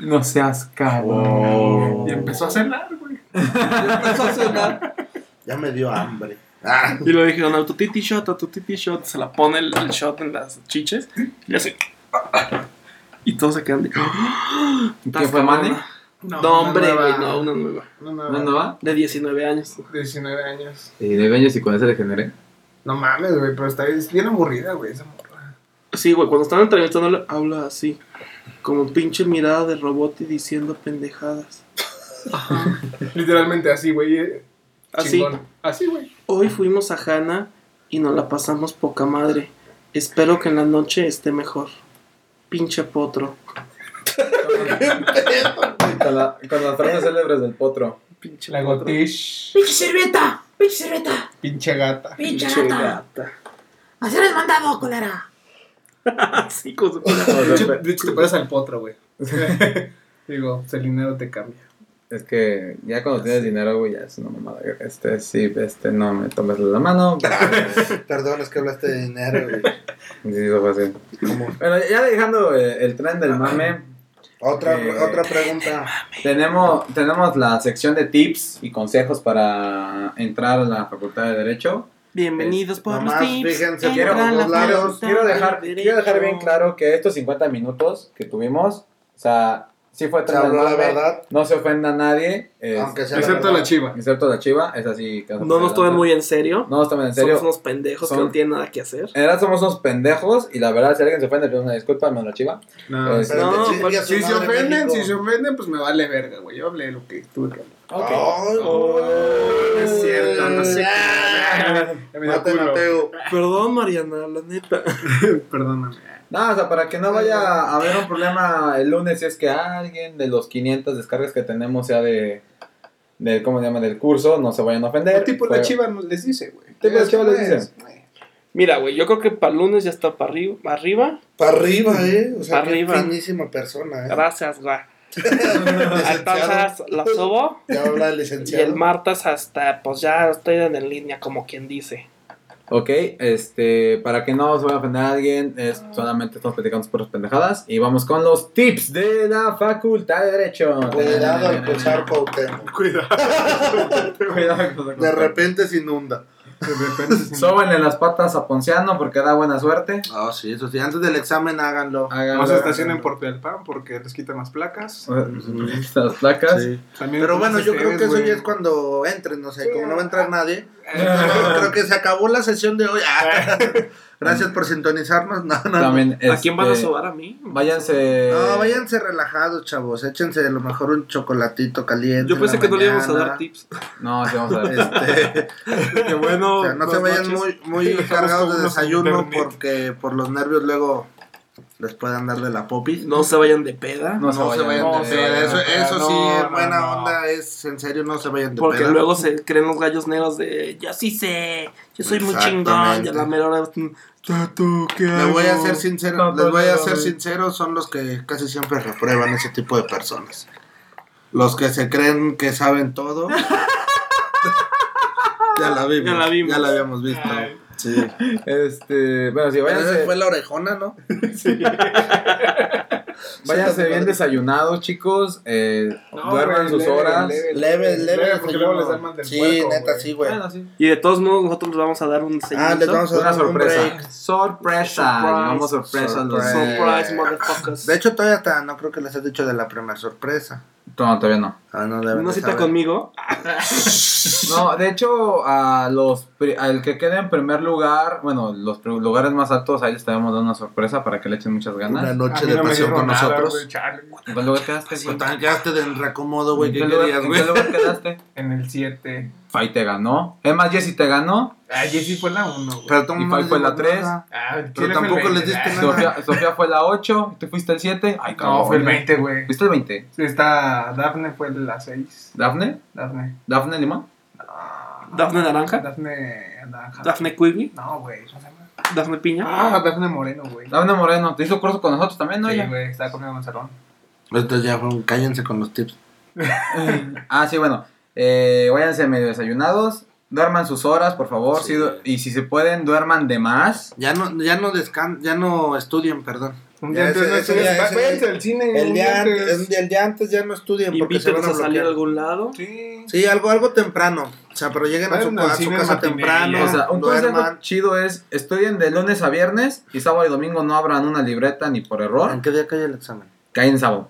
Speaker 1: No seas cabrón.
Speaker 3: Oh.
Speaker 4: Y empezó a cenar, güey.
Speaker 3: Empezó a cenar. Ya me dio hambre. Ah,
Speaker 2: Y le dijeron, autotiti shot, autotiti shot. Se la pone el, el shot en las chiches y le hace... Y todos se quedan de...
Speaker 1: ¿Qué fue, Mane?
Speaker 2: No,
Speaker 4: una
Speaker 2: hombre,
Speaker 4: nueva-
Speaker 2: güey, no, una nueva.
Speaker 4: No, no,
Speaker 1: ¿No va?
Speaker 2: De 19 años.
Speaker 4: 19 años.
Speaker 1: Y de años y con eso le generé.
Speaker 4: No mames, güey, pero está es bien aburrida, güey, esa morra.
Speaker 2: Sí, güey, cuando están entrevistándole habla así, como pinche mirada de robot y diciendo pendejadas.
Speaker 4: Literalmente así, güey. eh,
Speaker 2: Así,
Speaker 4: chingón. Así, güey.
Speaker 2: hoy fuimos a Hanna y nos la pasamos poca madre. Espero que en la noche esté mejor. Pinche potro.
Speaker 1: Con, la, con las frases célebres del potro.
Speaker 2: Pinche
Speaker 4: La
Speaker 2: potro.
Speaker 4: gotish.
Speaker 5: ¡Pinche servieta! ¡Pinche servieta!
Speaker 4: Pinche gata.
Speaker 5: ¡Pinche
Speaker 2: Pinche
Speaker 5: gata!
Speaker 2: gata.
Speaker 5: ¡Hacer el mandado, colera!
Speaker 2: Así con su-
Speaker 4: De hecho, de hecho, te pareces al potro, güey. Digo, Celinero te cambia.
Speaker 1: Es que ya cuando tienes dinero, güey, ya es una mamada. Este, sí, este, no me tomes la mano.
Speaker 3: Perdón, es que hablaste de dinero, güey.
Speaker 1: Sí, eso fue así. Bueno, ya dejando eh, el tren del mame,
Speaker 3: Otra,
Speaker 1: Eh.
Speaker 3: otra pregunta.
Speaker 1: tenemos, tenemos la sección de tips y consejos para entrar a la Facultad de Derecho.
Speaker 2: Bienvenidos por
Speaker 3: Nomás
Speaker 2: los tips.
Speaker 3: fíjense por
Speaker 2: Entra
Speaker 3: los
Speaker 2: a la
Speaker 3: dos lados.
Speaker 2: facultad
Speaker 1: Quiero dejar,
Speaker 2: de
Speaker 1: quiero dejar bien
Speaker 2: Derecho.
Speaker 1: claro que estos 50 minutos que tuvimos, o sea, sí fue
Speaker 3: Se
Speaker 1: tren del
Speaker 3: habló la
Speaker 1: mame,
Speaker 3: verdad.
Speaker 1: no se ofenda a nadie, Es-
Speaker 3: Aunque sea
Speaker 4: Excepto
Speaker 3: verdad.
Speaker 4: la chiva.
Speaker 1: Excepto la chiva, es así. que-
Speaker 2: No nos tomen muy en serio.
Speaker 1: No nos tomen en serio.
Speaker 2: Somos unos pendejos que
Speaker 1: Son-
Speaker 2: no tienen nada que hacer.
Speaker 1: En verdad somos unos pendejos y la verdad, si alguien se ofende, pedimos una disculpa, hermano la chiva.
Speaker 4: No.
Speaker 1: Pues,
Speaker 3: Pero
Speaker 2: No,
Speaker 3: te chingue a su
Speaker 4: Si se
Speaker 3: madre,
Speaker 4: ofenden,
Speaker 3: México.
Speaker 4: si se ofenden, pues me vale verga, güey. Yo hablé lo que tuve que hablar.
Speaker 1: Ok.
Speaker 3: Ay,
Speaker 4: No es cierto, no sé. Ya me dio
Speaker 3: Mate,
Speaker 4: culo.
Speaker 3: Mateo.
Speaker 2: Perdón, Mariana, la neta.
Speaker 4: Perdóname.
Speaker 1: No, o sea, para que no vaya a haber un problema el lunes si es que alguien de los 500 descargas que tenemos sea de... Del, ¿Cómo se llama? Del curso, no se vayan a ofender.
Speaker 4: El tipo de
Speaker 1: Pero-
Speaker 4: la chiva nos- les dice, güey.
Speaker 1: tipo de la chiva les dice.
Speaker 2: Mira, güey, yo creo que para lunes ya está para arriba. arriba.
Speaker 3: Para arriba, eh. O sea,
Speaker 2: Pa' arriba.
Speaker 3: qué finísima persona, eh.
Speaker 2: Gracias, güey.
Speaker 3: Licenciado.
Speaker 2: Entonces la subo
Speaker 3: Ya habla el
Speaker 2: y
Speaker 3: licenciado.
Speaker 2: el martes hasta, pues ya estoy en línea, como quien dice.
Speaker 1: Ok, este, para que no se vaya a ofender a alguien, es,
Speaker 4: Ah.
Speaker 1: solamente estamos platicando por las pendejadas. Y vamos con los tips de la Facultad de Derecho.
Speaker 3: Cuidado al cruzar Cuauhtémoc.
Speaker 4: Cuidado.
Speaker 1: Cuidado con-
Speaker 3: De repente se inunda.
Speaker 4: De repente. se-
Speaker 1: Sóbenle las patas a Ponciano porque da buena suerte.
Speaker 3: Ah, sí, eso sí. Antes del examen háganlo.
Speaker 1: Háganlo.
Speaker 4: No se estacionen por Tlalpan porque les quitan las placas.
Speaker 1: Las placas.
Speaker 3: Sí.
Speaker 4: También
Speaker 3: Pero bueno, yo
Speaker 4: ustedes,
Speaker 3: creo que eso
Speaker 4: güey.
Speaker 3: ya es cuando entren, no sé, como no va a
Speaker 2: ah.
Speaker 3: entrar nadie. Yo creo que se acabó la sesión de hoy. Ah, Gracias por sintonizarnos. No, no, no.
Speaker 1: También,
Speaker 2: ¿A quién van a
Speaker 1: este,
Speaker 2: sobar a mí?
Speaker 1: Váyanse.
Speaker 3: No, váyanse relajados, chavos. Échense a lo mejor un chocolatito caliente.
Speaker 2: Yo pensé
Speaker 3: en la
Speaker 2: que no le íbamos a
Speaker 3: mañana.
Speaker 2: dar tips.
Speaker 1: No, sí, vamos a ver.
Speaker 3: Este,
Speaker 2: Qué bueno.
Speaker 3: o sea, no se
Speaker 2: buenas
Speaker 3: vayan
Speaker 2: noches.
Speaker 3: muy, muy
Speaker 4: Estamos con
Speaker 3: cargados de
Speaker 4: unos
Speaker 3: desayuno
Speaker 4: internet.
Speaker 3: porque por los nervios luego les puedan dar de la popis.
Speaker 2: No se vayan de peda.
Speaker 1: No se vayan
Speaker 3: de
Speaker 1: de
Speaker 3: peda.
Speaker 1: peda.
Speaker 3: Eso, eso
Speaker 4: No,
Speaker 3: sí,
Speaker 4: no,
Speaker 3: buena
Speaker 4: no.
Speaker 3: onda. Es en serio, no se vayan de
Speaker 2: Porque
Speaker 3: peda.
Speaker 2: luego se creen los gallos negros de yo sí sé, yo soy muy chingón,
Speaker 3: Exactamente.
Speaker 2: y a la mera hora mm, "Tato, ¿qué
Speaker 3: Les voy a
Speaker 2: hago?".
Speaker 3: ser
Speaker 1: No,
Speaker 3: sincero,
Speaker 1: no,
Speaker 3: les voy
Speaker 1: no,
Speaker 3: a
Speaker 1: no,
Speaker 3: ser
Speaker 1: no.
Speaker 3: sincero, son los que casi siempre reprueban ese tipo de personas. Los que se creen que saben todo. ya la vimos.
Speaker 2: Ya la vimos.
Speaker 3: ya la habíamos visto.
Speaker 4: Ay.
Speaker 3: Sí.
Speaker 1: Este, bueno, sí,
Speaker 3: Esa
Speaker 1: váyanse,
Speaker 3: fue la orejona, ¿no?
Speaker 1: váyanse bien desayunados, chicos. Eh, duerman
Speaker 4: güey,
Speaker 1: sus
Speaker 4: leve,
Speaker 1: horas.
Speaker 4: leve,
Speaker 3: Leve, leve.
Speaker 4: porque luego les dan
Speaker 3: desayuno.
Speaker 4: mal del
Speaker 3: Sí,
Speaker 4: puerco,
Speaker 3: neta,
Speaker 4: güey.
Speaker 3: sí, güey.
Speaker 1: Bueno, sí.
Speaker 2: Y de todos modos nosotros les vamos a dar un
Speaker 3: Ah, les
Speaker 2: desayunito.
Speaker 3: vamos a
Speaker 1: Una
Speaker 3: dar un
Speaker 1: sorpresa.
Speaker 3: break.
Speaker 1: Sorpresa.
Speaker 2: Surprise.
Speaker 1: Llevamos sorpresa a los.
Speaker 3: Surprise.
Speaker 2: Surprise, motherfuckers.
Speaker 3: De hecho, todavía está, no creo que les he dicho de la primera sorpresa.
Speaker 1: No, todavía no.
Speaker 3: Ah, no deben
Speaker 2: una
Speaker 3: de
Speaker 2: cita
Speaker 3: saber.
Speaker 2: conmigo.
Speaker 1: No, de hecho, a los pri- al que quede en primer lugar, bueno, los pri- lugares más altos, ahí les estaremos dando una sorpresa para que le echen muchas
Speaker 3: Una
Speaker 1: ganas.
Speaker 4: A
Speaker 3: noche
Speaker 4: mí
Speaker 3: de
Speaker 4: no me
Speaker 3: pasión
Speaker 4: dijo
Speaker 3: con
Speaker 4: nada,
Speaker 3: nosotros.
Speaker 4: güey, chale.
Speaker 1: ¿En qué lugar quedaste, güey?
Speaker 3: Pues, tan- quedaste de recomodo, güey.
Speaker 1: ¿En
Speaker 3: ¿Qué
Speaker 1: qué lugar-
Speaker 3: querías,
Speaker 1: en qué
Speaker 3: güey?
Speaker 1: lugar quedaste?
Speaker 4: En el 7.
Speaker 1: Fai te ganó. Es más, Jessy te ganó.
Speaker 4: Ah, Jessy fue la 1, güey.
Speaker 3: Pero tú
Speaker 1: Y
Speaker 3: no
Speaker 1: Fai
Speaker 3: les
Speaker 1: fue la
Speaker 3: dices
Speaker 1: tres.
Speaker 3: nada.
Speaker 4: Ah, ¿quién
Speaker 3: Pero
Speaker 4: es el
Speaker 3: tampoco les
Speaker 4: 20?
Speaker 3: diste
Speaker 4: Ah,
Speaker 3: nada.
Speaker 1: Sofía, Sofía fue la 8, tú fuiste el 7. Ay, cabrón.
Speaker 4: No, fue el 20, güey.
Speaker 1: ¿Fuiste el 20?
Speaker 4: Esta Dafne fue la 6.
Speaker 1: ¿Dafne?
Speaker 4: Dafne.
Speaker 1: ¿Dafne Limón?
Speaker 2: Dafne Naranja,
Speaker 4: Dafne eh, Naranja.
Speaker 2: Dafne Quigley,
Speaker 4: No, güey. ¿cómo se llama?
Speaker 2: Dafne Piña.
Speaker 4: Ah, Dafne Moreno, güey.
Speaker 1: Dafne Moreno, te hizo curso con nosotros también, ¿no?
Speaker 4: Sí,
Speaker 1: ella?
Speaker 4: güey, estaba conmigo en el salón.
Speaker 3: Entonces ya, fueron, cállense con los tips.
Speaker 1: ah, sí, bueno. Eh, váyanse medio desayunados. Duerman sus horas, por favor. sí,
Speaker 3: Sí.
Speaker 1: du- y si se pueden, duerman de más.
Speaker 3: Ya no, ya no descan, ya no estudien, perdón.
Speaker 4: Un
Speaker 3: Ya,
Speaker 4: día antes
Speaker 3: ese-
Speaker 4: no
Speaker 3: ese
Speaker 4: estudias.
Speaker 3: día-
Speaker 4: Va-
Speaker 3: ese
Speaker 4: Váyanse
Speaker 3: día-
Speaker 4: al cine.
Speaker 3: El
Speaker 4: un
Speaker 3: día, antes,
Speaker 4: antes.
Speaker 3: el día antes ya no estudien porque se van
Speaker 2: Invítenos
Speaker 3: a
Speaker 2: a salir a
Speaker 3: bloquear.
Speaker 2: algún lado.
Speaker 4: Sí.
Speaker 3: Sí, algo, algo temprano. O sea, pero lleguen a su,
Speaker 4: Vayan
Speaker 3: a
Speaker 4: al
Speaker 3: su
Speaker 4: cine
Speaker 3: casa
Speaker 4: matinee,
Speaker 3: temprano.
Speaker 4: ya.
Speaker 1: O sea, un consejo
Speaker 3: duerman.
Speaker 1: chido es estudien de lunes a viernes y sábado y domingo no abran una libreta ni por
Speaker 3: ¿En
Speaker 1: error.
Speaker 3: qué día cae el examen?
Speaker 1: Caen sábado.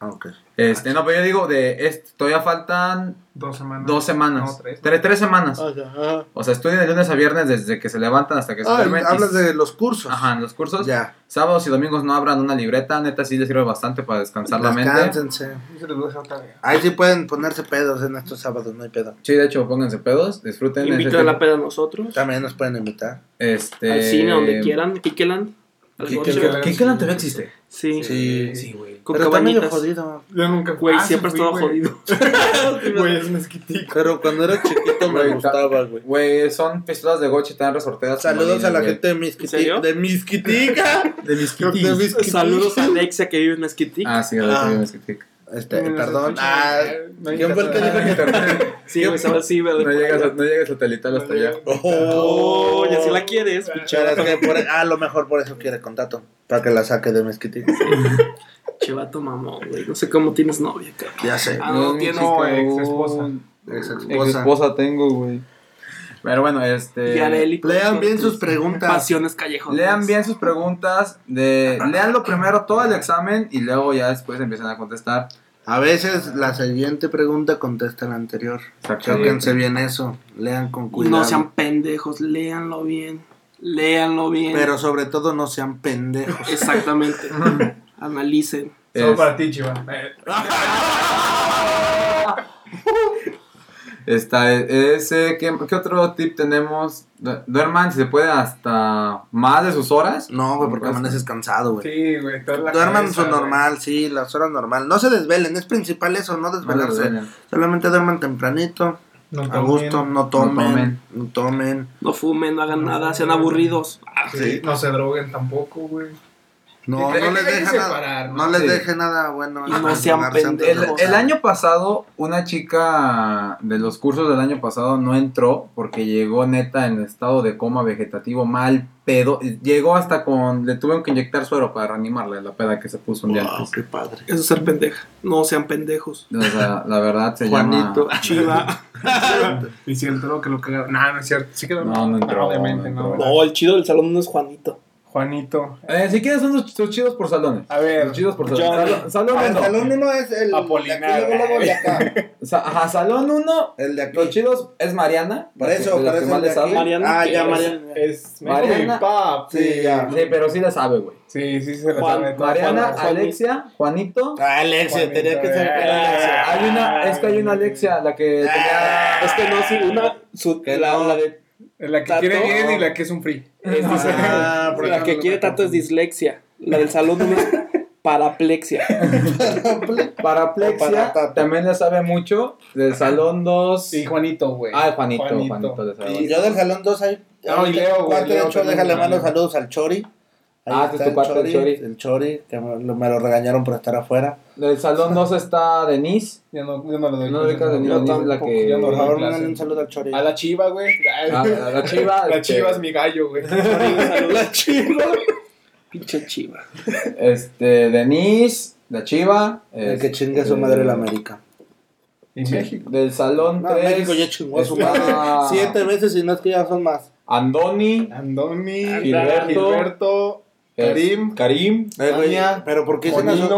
Speaker 3: Ah, Ah, ok.
Speaker 1: Este, no, pero yo digo, de este, todavía faltan
Speaker 4: Dos semanas.
Speaker 1: dos semanas.
Speaker 4: No, tres.
Speaker 1: tres, tres semanas.
Speaker 3: Ah. Ajá.
Speaker 1: O sea, estudien de lunes a viernes desde que se levantan hasta que se duermen. y-
Speaker 3: Ah, hablas de los cursos.
Speaker 1: Ajá, en los cursos.
Speaker 3: Ya.
Speaker 1: Sábados y domingos no abran una libreta, neta sí les sirve bastante para descansar la mente.
Speaker 3: Descánsense.
Speaker 4: Yo se los voy a dejar tarea.
Speaker 3: Ahí sí pueden ponerse pedos en estos sábados, no hay pedo.
Speaker 1: Sí, de hecho, pónganse pedos, disfruten.
Speaker 2: Inviten
Speaker 1: ese
Speaker 2: a la
Speaker 1: tiempo.
Speaker 2: peda a nosotros.
Speaker 3: También nos pueden invitar.
Speaker 1: Este...
Speaker 2: Al cine, donde quieran. Kikeland. al
Speaker 3: Kikeland.
Speaker 2: Gocho.
Speaker 1: ¿Qué qué todavía existe?
Speaker 2: Sí.
Speaker 3: Sí.
Speaker 1: güey.
Speaker 2: Con
Speaker 3: pero está medio
Speaker 2: cabañitas.
Speaker 3: jodido.
Speaker 4: Yo nunca
Speaker 2: Güey,
Speaker 4: Ah, sí
Speaker 2: siempre
Speaker 4: fui,
Speaker 2: estaba
Speaker 4: güey.
Speaker 2: jodido.
Speaker 4: Güey, es mezquitico.
Speaker 3: Pero cuando era chiquito me
Speaker 1: Güey,
Speaker 3: gustaba, güey.
Speaker 1: Güey, son pistolas de goche tan resorteadas.
Speaker 3: Saludos
Speaker 1: como
Speaker 3: a la
Speaker 1: niños,
Speaker 3: gente de
Speaker 2: ¿En serio?
Speaker 3: Misquitica. De Misquitica.
Speaker 1: güey. De
Speaker 3: De
Speaker 1: Misquitis.
Speaker 3: Misquitica.
Speaker 2: Saludos a Alexia que vive en Esquitic.
Speaker 1: Ah, sí, a la
Speaker 3: Ah.
Speaker 1: gente de Misquitic.
Speaker 3: Este,
Speaker 4: Ni nos
Speaker 3: perdón.
Speaker 4: escuchan,
Speaker 3: Ah,
Speaker 4: güey. No hay
Speaker 3: ¿Quién fue el que dijo
Speaker 4: internet.
Speaker 3: que
Speaker 2: sí, güey, sabe, sí,
Speaker 1: No
Speaker 2: ¿verdad?
Speaker 1: llega, no llega satelital hasta allá.
Speaker 2: Oh, ya si la quieres.
Speaker 3: Chara, es que por- ah, a lo mejor por eso quiere contacto. Para que la saque de Mezquitica.
Speaker 2: Chivato mamón, güey. No sé cómo tienes novia, cabrón.
Speaker 3: Ya sé.
Speaker 2: Ah, no,
Speaker 1: mi
Speaker 2: tiene-
Speaker 1: chica,
Speaker 4: ex esposa.
Speaker 1: güey.
Speaker 3: Ex
Speaker 1: Ex
Speaker 3: esposa.
Speaker 1: esposa tengo, güey. Pero bueno,
Speaker 2: Y
Speaker 1: este.
Speaker 2: Areli, pues,
Speaker 3: Lean bien sus
Speaker 2: tus
Speaker 3: preguntas.
Speaker 2: Pasiones callejonas.
Speaker 1: Lean bien sus preguntas. De, leanlo primero todo el examen y luego ya después empiezan a contestar.
Speaker 3: A veces la siguiente pregunta contesta la anterior. Chóquense bien eso. Lean con cuidado.
Speaker 2: No sean pendejos, léanlo bien. Léanlo bien.
Speaker 3: Pero sobre todo no sean pendejos.
Speaker 2: Exactamente. Analicen.
Speaker 1: Es-
Speaker 4: Solo para ti, Chiva. Eh,
Speaker 1: Está ese. ¿qué, qué otro tip tenemos? Du- Duerman, si se puede, hasta más de sus horas.
Speaker 3: No, güey, porque
Speaker 1: Pues-
Speaker 3: amaneces cansado, güey.
Speaker 4: Sí, güey. toda la
Speaker 3: Duerman
Speaker 4: cabeza,
Speaker 3: su
Speaker 4: güey.
Speaker 3: normal, sí, las horas normal. No se desvelen, es principal eso, no
Speaker 1: No las
Speaker 3: desvelarse.
Speaker 1: duelen.
Speaker 3: Solamente duerman tempranito,
Speaker 4: No
Speaker 3: a gusto, no
Speaker 1: No
Speaker 3: tomen,
Speaker 1: tomen.
Speaker 3: no tomen,
Speaker 2: No fumen, no hagan nada, sean aburridos.
Speaker 4: Ah, Sí, no se droguen tampoco, güey.
Speaker 3: no,
Speaker 4: Hay
Speaker 3: no
Speaker 4: que- hay
Speaker 3: les
Speaker 4: que
Speaker 3: deje nada,
Speaker 4: separar,
Speaker 3: no
Speaker 4: ¿no?
Speaker 3: les
Speaker 1: Sí.
Speaker 3: deje nada bueno.
Speaker 2: Y
Speaker 3: en
Speaker 2: no
Speaker 3: el
Speaker 2: sean
Speaker 3: lugar, sean
Speaker 2: pendejos.
Speaker 3: pendejos.
Speaker 1: El año pasado, una chica de los cursos del año pasado no entró porque llegó neta en estado de coma vegetativo mal pedo. Llegó hasta con. Le tuvieron que inyectar suero para reanimarla, la peda que se puso un día
Speaker 3: Wow,
Speaker 1: antes.
Speaker 3: qué padre.
Speaker 2: Eso es ser pendeja. No sean pendejos.
Speaker 1: O sea, la verdad se
Speaker 3: Juanito,
Speaker 2: Chiva.
Speaker 4: Y si el toro que lo cagaron. No, no es cierto. Sí quedó.
Speaker 1: No, no entró,
Speaker 4: Obviamente,
Speaker 1: no
Speaker 4: no.
Speaker 1: entró.
Speaker 2: No, el chido del salón no es Juanito.
Speaker 4: Juanito.
Speaker 1: llama. Eh, si quieres, son los, los chidos por salones.
Speaker 4: A ver.
Speaker 1: Los chidos por salones.
Speaker 2: Yo-
Speaker 1: Salón- Salón
Speaker 3: el
Speaker 1: 1.
Speaker 3: Ah, salón uno es el de
Speaker 4: Apolinar.
Speaker 3: aquí, luego, luego el de acá.
Speaker 1: Ajá, salón 1.
Speaker 3: El de aquí.
Speaker 1: Los chidos es Mariana.
Speaker 3: Por
Speaker 1: la que-
Speaker 3: eso,
Speaker 1: de la
Speaker 3: por
Speaker 1: que
Speaker 3: eso
Speaker 1: más
Speaker 3: el de
Speaker 1: le sabe.
Speaker 3: aquí.
Speaker 2: Mariana,
Speaker 3: Ah,
Speaker 2: ¿qué
Speaker 3: ya,
Speaker 2: es?
Speaker 3: Mariana.
Speaker 4: Es me dijo
Speaker 1: Mariana.
Speaker 4: mi papi.
Speaker 3: Sí, ya.
Speaker 1: Sí, pero sí la sabe, güey.
Speaker 4: Sí, sí se la
Speaker 2: Juan-
Speaker 4: sabe toda.
Speaker 1: Mariana,
Speaker 2: Juanito.
Speaker 1: Alexia, Juanito.
Speaker 3: Ah, Alexia,
Speaker 4: Juanito,
Speaker 3: tenía que ser
Speaker 4: eh.
Speaker 3: Alexia.
Speaker 1: Hay una, es que hay una Alexia, la que tenía.
Speaker 2: Es que no, sí, una. Su,
Speaker 3: Que
Speaker 2: la,
Speaker 3: no.
Speaker 2: la de-
Speaker 4: La que
Speaker 2: Tato.
Speaker 4: quiere bien y la que es un free.
Speaker 2: es dis-
Speaker 3: Ah, por
Speaker 2: la
Speaker 3: ejemplo,
Speaker 2: que quiere tanto es dislexia. La del salón uno es paraplexia.
Speaker 1: Paraplexia,
Speaker 3: Para Tato.
Speaker 1: también le sabe mucho. Del salón 2.
Speaker 4: Sí, Juanito, güey.
Speaker 1: Ah, Juanito, Juanito, le sabe.
Speaker 3: Y yo del salón 2 ahí.
Speaker 4: No, y Leo, güey,
Speaker 3: Cuate, de
Speaker 4: Leo
Speaker 3: hecho,
Speaker 4: también,
Speaker 3: déjale
Speaker 4: güey.
Speaker 3: mando saludos al Chori. Ahí
Speaker 1: Ah, que
Speaker 3: está
Speaker 1: es tu cuate, el Chori.
Speaker 3: El Chori, que me lo, me lo regañaron por estar afuera.
Speaker 1: Del salón 2 está Denise.
Speaker 4: Ya no, ya no lo doy.
Speaker 1: No lo ubicas de
Speaker 4: Yo
Speaker 1: Denise,
Speaker 4: tampoco,
Speaker 1: la que.
Speaker 4: yo no
Speaker 3: Por
Speaker 4: lo
Speaker 3: favor,
Speaker 4: doy clase.
Speaker 3: mándale un saludo al Chori.
Speaker 4: A la chiva, güey. Ay,
Speaker 1: A- a Ah, la chiva.
Speaker 4: La
Speaker 1: este,
Speaker 4: chiva es mi gallo, güey.
Speaker 2: La chiva. Pinche chiva.
Speaker 1: Este, Denise, la chiva.
Speaker 3: El que
Speaker 1: este,
Speaker 3: chingue a su madre la América.
Speaker 4: Y México.
Speaker 1: Del salón
Speaker 3: No,
Speaker 1: 3.
Speaker 3: México ya chingó a su
Speaker 1: está
Speaker 3: madre. Siete veces y no es que ya son más.
Speaker 1: Andoni.
Speaker 4: Andoni,
Speaker 1: Gilberto.
Speaker 4: Gilberto,
Speaker 1: es-
Speaker 4: Karim,
Speaker 1: Karim.
Speaker 3: Eh, güey,
Speaker 4: Tania,
Speaker 3: Pero ¿por qué son esos-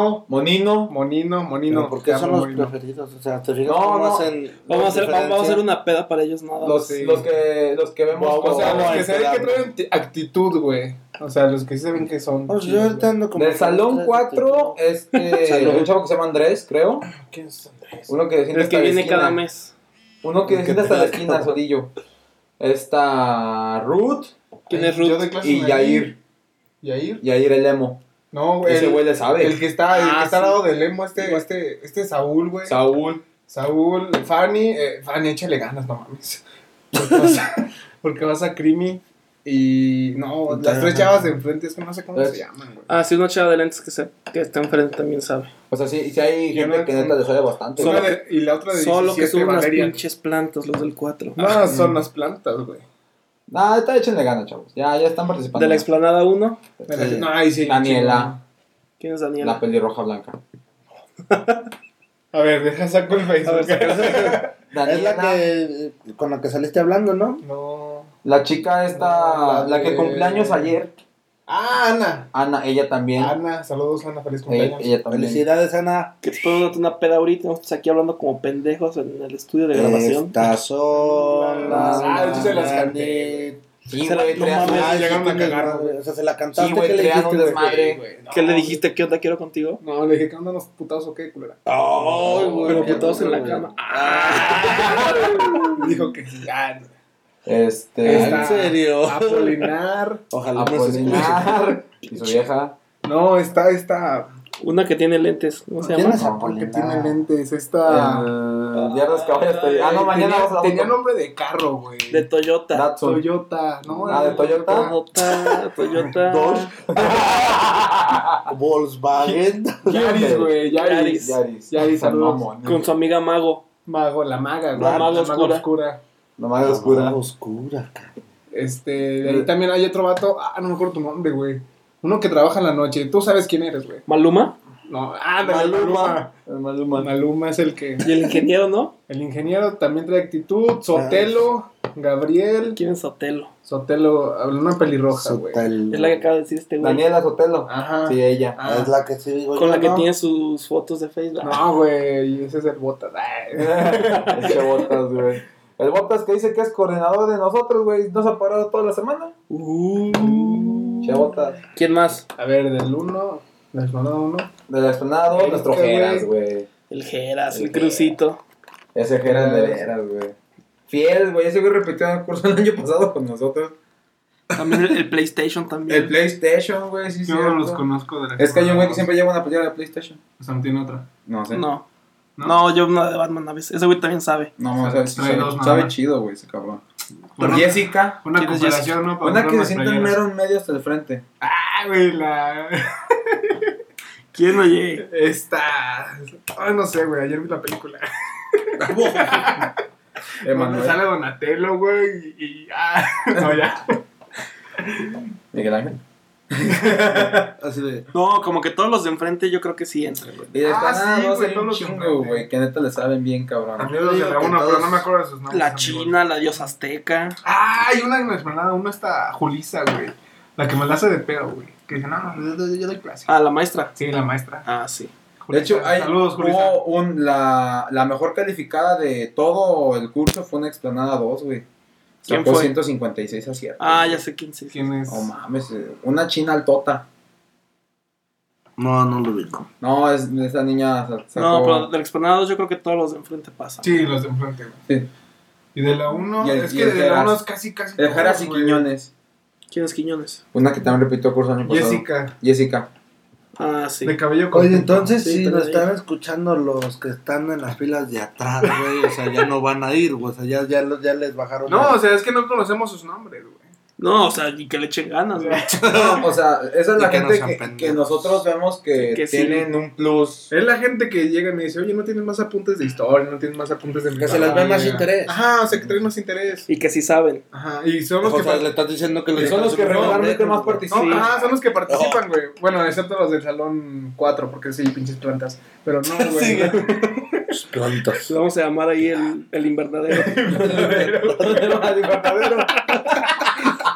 Speaker 1: Monino.
Speaker 4: Monino, Monino, Monino.
Speaker 3: pero ¿por qué
Speaker 4: te
Speaker 3: son
Speaker 4: amo,
Speaker 3: los
Speaker 4: Monino.
Speaker 3: preferidos? O sea, te fijas
Speaker 1: No,
Speaker 3: cómo
Speaker 1: no.
Speaker 3: hacen.
Speaker 2: Vamos a, hacer,
Speaker 3: diferencia?
Speaker 2: vamos a hacer una peda para ellos nada. más.
Speaker 1: Los,
Speaker 4: Oh, Sí.
Speaker 1: los que, los que vemos.
Speaker 4: O sea,
Speaker 1: como-
Speaker 4: los
Speaker 3: Vamos a
Speaker 4: que se ven que
Speaker 3: esperar.
Speaker 4: traen t- actitud, güey. O sea, los que se ven que son.
Speaker 3: Pues yo
Speaker 4: chidos,
Speaker 3: ahorita ando como.
Speaker 1: Del salón
Speaker 3: tres,
Speaker 1: 4,
Speaker 3: tres,
Speaker 1: este,
Speaker 3: Salud.
Speaker 1: un chavo que se llama Andrés, creo.
Speaker 4: güey. ¿Quiénes son tres?
Speaker 1: Uno que desciende
Speaker 2: el que
Speaker 1: hasta la
Speaker 2: viene
Speaker 1: esquina.
Speaker 2: cada mes.
Speaker 1: Uno que desciende hasta la esquina, Solillo. Está Ruth
Speaker 2: ¿Quién es
Speaker 4: Yo
Speaker 2: Ruth?
Speaker 4: de clase
Speaker 1: y
Speaker 4: me-
Speaker 1: Yair.
Speaker 4: Yair.
Speaker 1: Yair el emo.
Speaker 4: No, güey.
Speaker 1: Ese
Speaker 4: el-
Speaker 1: güey le sabe.
Speaker 4: El que está, el
Speaker 2: Ah,
Speaker 4: que está al
Speaker 2: sí.
Speaker 4: lado del Lemo, este, este, este Saúl, güey.
Speaker 1: Saúl.
Speaker 4: Saúl, Fanny, eh, Fanny, échale ganas, no mames. Porque vas a, porque vas a Creamy y no, las tres chavas de enfrente, es que no sé cómo
Speaker 1: Las-
Speaker 4: se llaman, güey.
Speaker 2: Ah, sí, una chava de lentes que, se, que está enfrente también sabe.
Speaker 1: O sea, sí, sí hay
Speaker 4: Yo
Speaker 1: gente
Speaker 4: no-
Speaker 1: que neta le sabe bastante.
Speaker 4: Una de- y la otra de
Speaker 2: Solo que
Speaker 4: 17,
Speaker 2: son unas
Speaker 4: Valeria. Ah,
Speaker 2: pinches plantas, los del 4.
Speaker 4: No, son las plantas, güey.
Speaker 1: Nada, está échenle ganas, chavos. Ya, ya están participando.
Speaker 2: De la explanada 1,
Speaker 3: Sí.
Speaker 4: No, ahí sí.
Speaker 1: Daniela,
Speaker 2: ¿quién es
Speaker 1: la,
Speaker 2: Daniela?
Speaker 1: pelirroja blanca.
Speaker 4: A ver, deja saco el
Speaker 2: A ver,
Speaker 4: Facebook.
Speaker 3: tres. Es
Speaker 1: Daniela,
Speaker 3: la
Speaker 1: la,
Speaker 3: que. eh, Con la que saliste hablando, ¿no?
Speaker 4: No.
Speaker 1: chica esta,
Speaker 4: La
Speaker 1: la que
Speaker 4: de-
Speaker 1: cumpleaños ayer.
Speaker 4: Ah, Ana.
Speaker 1: Ana, ella también.
Speaker 4: Ana, saludos, Ana, feliz
Speaker 1: ella,
Speaker 4: Ah, cumpleaños.
Speaker 1: ella también.
Speaker 3: Felicidades, Ana.
Speaker 2: que te una peda ahorita, estamos aquí hablando como pendejos en el estudio de grabación.
Speaker 3: Estas son las.
Speaker 4: Ah, yo se las canté,
Speaker 3: mañanitas.
Speaker 1: Sí,
Speaker 2: Se la-
Speaker 1: güey,
Speaker 2: no
Speaker 1: traían-
Speaker 2: mames.
Speaker 3: Ah,
Speaker 4: Llegaron a
Speaker 3: sí,
Speaker 4: cagar,
Speaker 3: madre.
Speaker 4: güey.
Speaker 3: O sea, se la cantaste.
Speaker 1: Sí, güey,
Speaker 3: ¿qué le
Speaker 1: traían
Speaker 3: dijiste,
Speaker 1: un
Speaker 3: güey?
Speaker 1: desmadre.
Speaker 4: güey, no.
Speaker 2: ¿Qué le dijiste? ¿Qué onda quiero contigo?
Speaker 4: No, le dije que andan los putados o qué, culera.
Speaker 3: Ay, güey.
Speaker 2: Pero putados en la
Speaker 3: güey.
Speaker 2: cama.
Speaker 4: Ah. Dijo que sí. Ah,
Speaker 1: Este.
Speaker 4: Está
Speaker 3: ¿En serio?
Speaker 4: Apolinar.
Speaker 3: Ojalá nos escuche.
Speaker 1: Apolinar y su vieja.
Speaker 4: No, está esta.
Speaker 2: Una que tiene lentes, ¿cómo se
Speaker 3: ¿Quién
Speaker 2: llama?
Speaker 3: es
Speaker 4: Porque
Speaker 3: Apolinar?
Speaker 4: tiene lentes. Esta.
Speaker 1: El Diablos Caballos. te- Ah, no, mañana
Speaker 4: Eh, tenía,
Speaker 1: vamos a la
Speaker 4: Tenía
Speaker 1: foto.
Speaker 4: nombre de carro, güey.
Speaker 2: De Toyota.
Speaker 1: Datsun.
Speaker 4: Toyota. No,
Speaker 1: Ah, de Toyota.
Speaker 2: Toyota, Toyota.
Speaker 3: Dodge. Volkswagen.
Speaker 4: Yaris, güey. Yaris.
Speaker 1: Yaris.
Speaker 4: Yaris,
Speaker 1: San
Speaker 4: saludos.
Speaker 1: Mamón. ¿eh?
Speaker 2: Con su amiga Mago.
Speaker 4: Mago, la maga, güey.
Speaker 2: maga oscura.
Speaker 1: La madre oscura.
Speaker 4: Ah,
Speaker 3: Oscura, cara.
Speaker 4: Este, de ahí también hay otro vato. Ah, no me acuerdo tu nombre, güey. Uno que trabaja en la noche. Tú sabes quién eres, güey.
Speaker 2: Maluma.
Speaker 4: No, ah, Maluma.
Speaker 1: El Maluma.
Speaker 4: Maluma es el que.
Speaker 2: Y el ingeniero, ¿no?
Speaker 4: El ingeniero también trae actitud. Sotelo. Gabriel
Speaker 2: ¿Quién es Sotelo?
Speaker 4: Sotelo, una pelirroja, güey.
Speaker 3: Sotel.
Speaker 2: Es la que acaba de decir este güey.
Speaker 1: Daniela Sotelo.
Speaker 4: Ajá.
Speaker 1: Sí, ella.
Speaker 4: Ah,
Speaker 3: Es la que sí digo
Speaker 2: Con
Speaker 3: yo,
Speaker 2: la que
Speaker 3: ¿no?
Speaker 2: tiene sus fotos de Facebook.
Speaker 4: No, güey, ese es el bota.
Speaker 1: Ese Botas, güey. El Botas que dice que es coordinador de nosotros, güey. Nos ha parado toda la semana.
Speaker 2: Uh.
Speaker 1: Che Botas.
Speaker 2: ¿Quién más?
Speaker 4: A ver, del 1, del 1.
Speaker 1: Del explanado,
Speaker 4: Este,
Speaker 1: nuestro
Speaker 4: güey.
Speaker 1: Geras, güey.
Speaker 2: El Geras,
Speaker 1: El
Speaker 2: el, Crucito.
Speaker 1: Ese Geras
Speaker 4: Ah.
Speaker 1: de veras, güey. Fiel, güey. Ese güey repitió el curso el año pasado con nosotros.
Speaker 2: También el, el PlayStation también.
Speaker 1: El PlayStation, güey, sí, sí.
Speaker 6: Yo no los conozco de la
Speaker 1: Es que hay un güey que siempre lleva una playera de PlayStation.
Speaker 6: O sea, no tiene otra.
Speaker 1: No sé. No,
Speaker 2: No. no. yo una de Batman a veces. Ese güey también sabe.
Speaker 1: no, sabe,
Speaker 6: Trae
Speaker 1: sabe-
Speaker 6: dos nada
Speaker 1: sabe
Speaker 6: más.
Speaker 1: chido, güey, ese cabrón.
Speaker 6: Bueno,
Speaker 1: Jessica.
Speaker 6: Una
Speaker 2: ¿Quién es Jessica?
Speaker 6: comparación, ¿no? Para
Speaker 1: Una
Speaker 6: comprar
Speaker 1: que se
Speaker 6: unas
Speaker 1: sienta
Speaker 6: playeras.
Speaker 1: mero en medio hasta el frente.
Speaker 4: Ah, güey, la.
Speaker 2: ¿Quién oye?
Speaker 4: Esta. Ay, no sé, güey, ayer vi la película. Donde
Speaker 1: Emanuel.
Speaker 4: sale Donatello, güey, y. y- ah, no, ya.
Speaker 1: Miguel Ángel.
Speaker 3: Así de.
Speaker 2: No, como que todos los de enfrente yo creo que sí entran. güey.
Speaker 1: Y de
Speaker 4: Ah,
Speaker 1: Esplanada
Speaker 4: sí,
Speaker 1: dos
Speaker 4: güey,
Speaker 1: hay
Speaker 4: todos
Speaker 1: un
Speaker 4: los
Speaker 1: chingo,
Speaker 4: chingones.
Speaker 1: güey, que neta le saben bien, cabrón.
Speaker 4: Amigos de la uno, pero no me acuerdo de sus nombres.
Speaker 2: La
Speaker 4: amigos.
Speaker 2: China, la diosa azteca.
Speaker 4: Ah, y una esplanada, una está Julisa, güey. La que me la hace de pedo, güey. Que dice, no, no, yo, yo- yo doy clase.
Speaker 2: Ah, la maestra.
Speaker 4: Sí, la maestra.
Speaker 2: Ah, sí.
Speaker 1: De
Speaker 4: Julisa.
Speaker 1: hecho, hay,
Speaker 4: Saludos, Julisa.
Speaker 1: hubo un, la, la mejor calificada de todo el curso fue una explanada 2, güey.
Speaker 2: ¿Quién
Speaker 1: Sacó
Speaker 2: fue?
Speaker 1: 156 aciertos.
Speaker 2: Ah, ya sé quién sí.
Speaker 4: ¿Quién es?
Speaker 1: No mames, eh, una china altota.
Speaker 3: No, no lo digo.
Speaker 1: No, es esa niña sa-
Speaker 2: No,
Speaker 1: sacó...
Speaker 2: pero del explanado yo creo que todos los de enfrente pasan.
Speaker 4: Sí, los de enfrente, güey.
Speaker 1: Sí.
Speaker 4: Y de la 1,
Speaker 1: Y el-
Speaker 4: es
Speaker 1: y
Speaker 4: que
Speaker 1: el
Speaker 4: de la
Speaker 1: Geras.
Speaker 4: 1 es casi, casi.
Speaker 1: El Jaras y
Speaker 4: todos, güey.
Speaker 1: Quiñones.
Speaker 2: ¿Quién es Quiñones?
Speaker 1: Una que también repitió curso el año pasado.
Speaker 4: Jessica,
Speaker 1: Jessica.
Speaker 2: Ah, sí.
Speaker 4: de cabello corto.
Speaker 3: Oye, entonces
Speaker 2: Sí,
Speaker 3: si
Speaker 2: pero
Speaker 3: nos
Speaker 2: ahí-
Speaker 3: están escuchando los que están en las filas de atrás, güey, o sea, ya no van a ir, güey, o sea, ya, ya, los- ya les bajaron.
Speaker 4: No,
Speaker 3: la-
Speaker 4: o sea, es que no conocemos sus nombres, güey.
Speaker 2: No, o sea, y que le echen ganas, güey.
Speaker 1: o sea, esa es
Speaker 3: Y
Speaker 1: la
Speaker 3: que no
Speaker 1: gente
Speaker 3: sean
Speaker 1: que,
Speaker 3: pendejos.
Speaker 1: que nosotros vemos que,
Speaker 2: Sí, que sí.
Speaker 1: tienen un plus.
Speaker 4: Es la gente que llega y me dice, oye, no tienes más apuntes de historia, no tienes más apuntes de... mi
Speaker 3: Que se les ve
Speaker 4: familia".
Speaker 3: más interés.
Speaker 4: Ajá, o sea, que traen más interés.
Speaker 2: Y que sí saben.
Speaker 4: Ajá, y son los
Speaker 3: o
Speaker 4: que...
Speaker 3: sea,
Speaker 4: par-
Speaker 3: le estás diciendo que
Speaker 1: Y son los que
Speaker 3: están
Speaker 1: regularmente más
Speaker 3: pendejos, güey.
Speaker 4: No,
Speaker 1: participan.
Speaker 4: ajá, son los que
Speaker 3: Oh.
Speaker 4: participan, güey. Bueno, excepto los del salón 4, porque sí, pinches plantas. Pero no, güey.
Speaker 3: Sí, Plantas.
Speaker 2: Le vamos a llamar ahí el, el invernadero.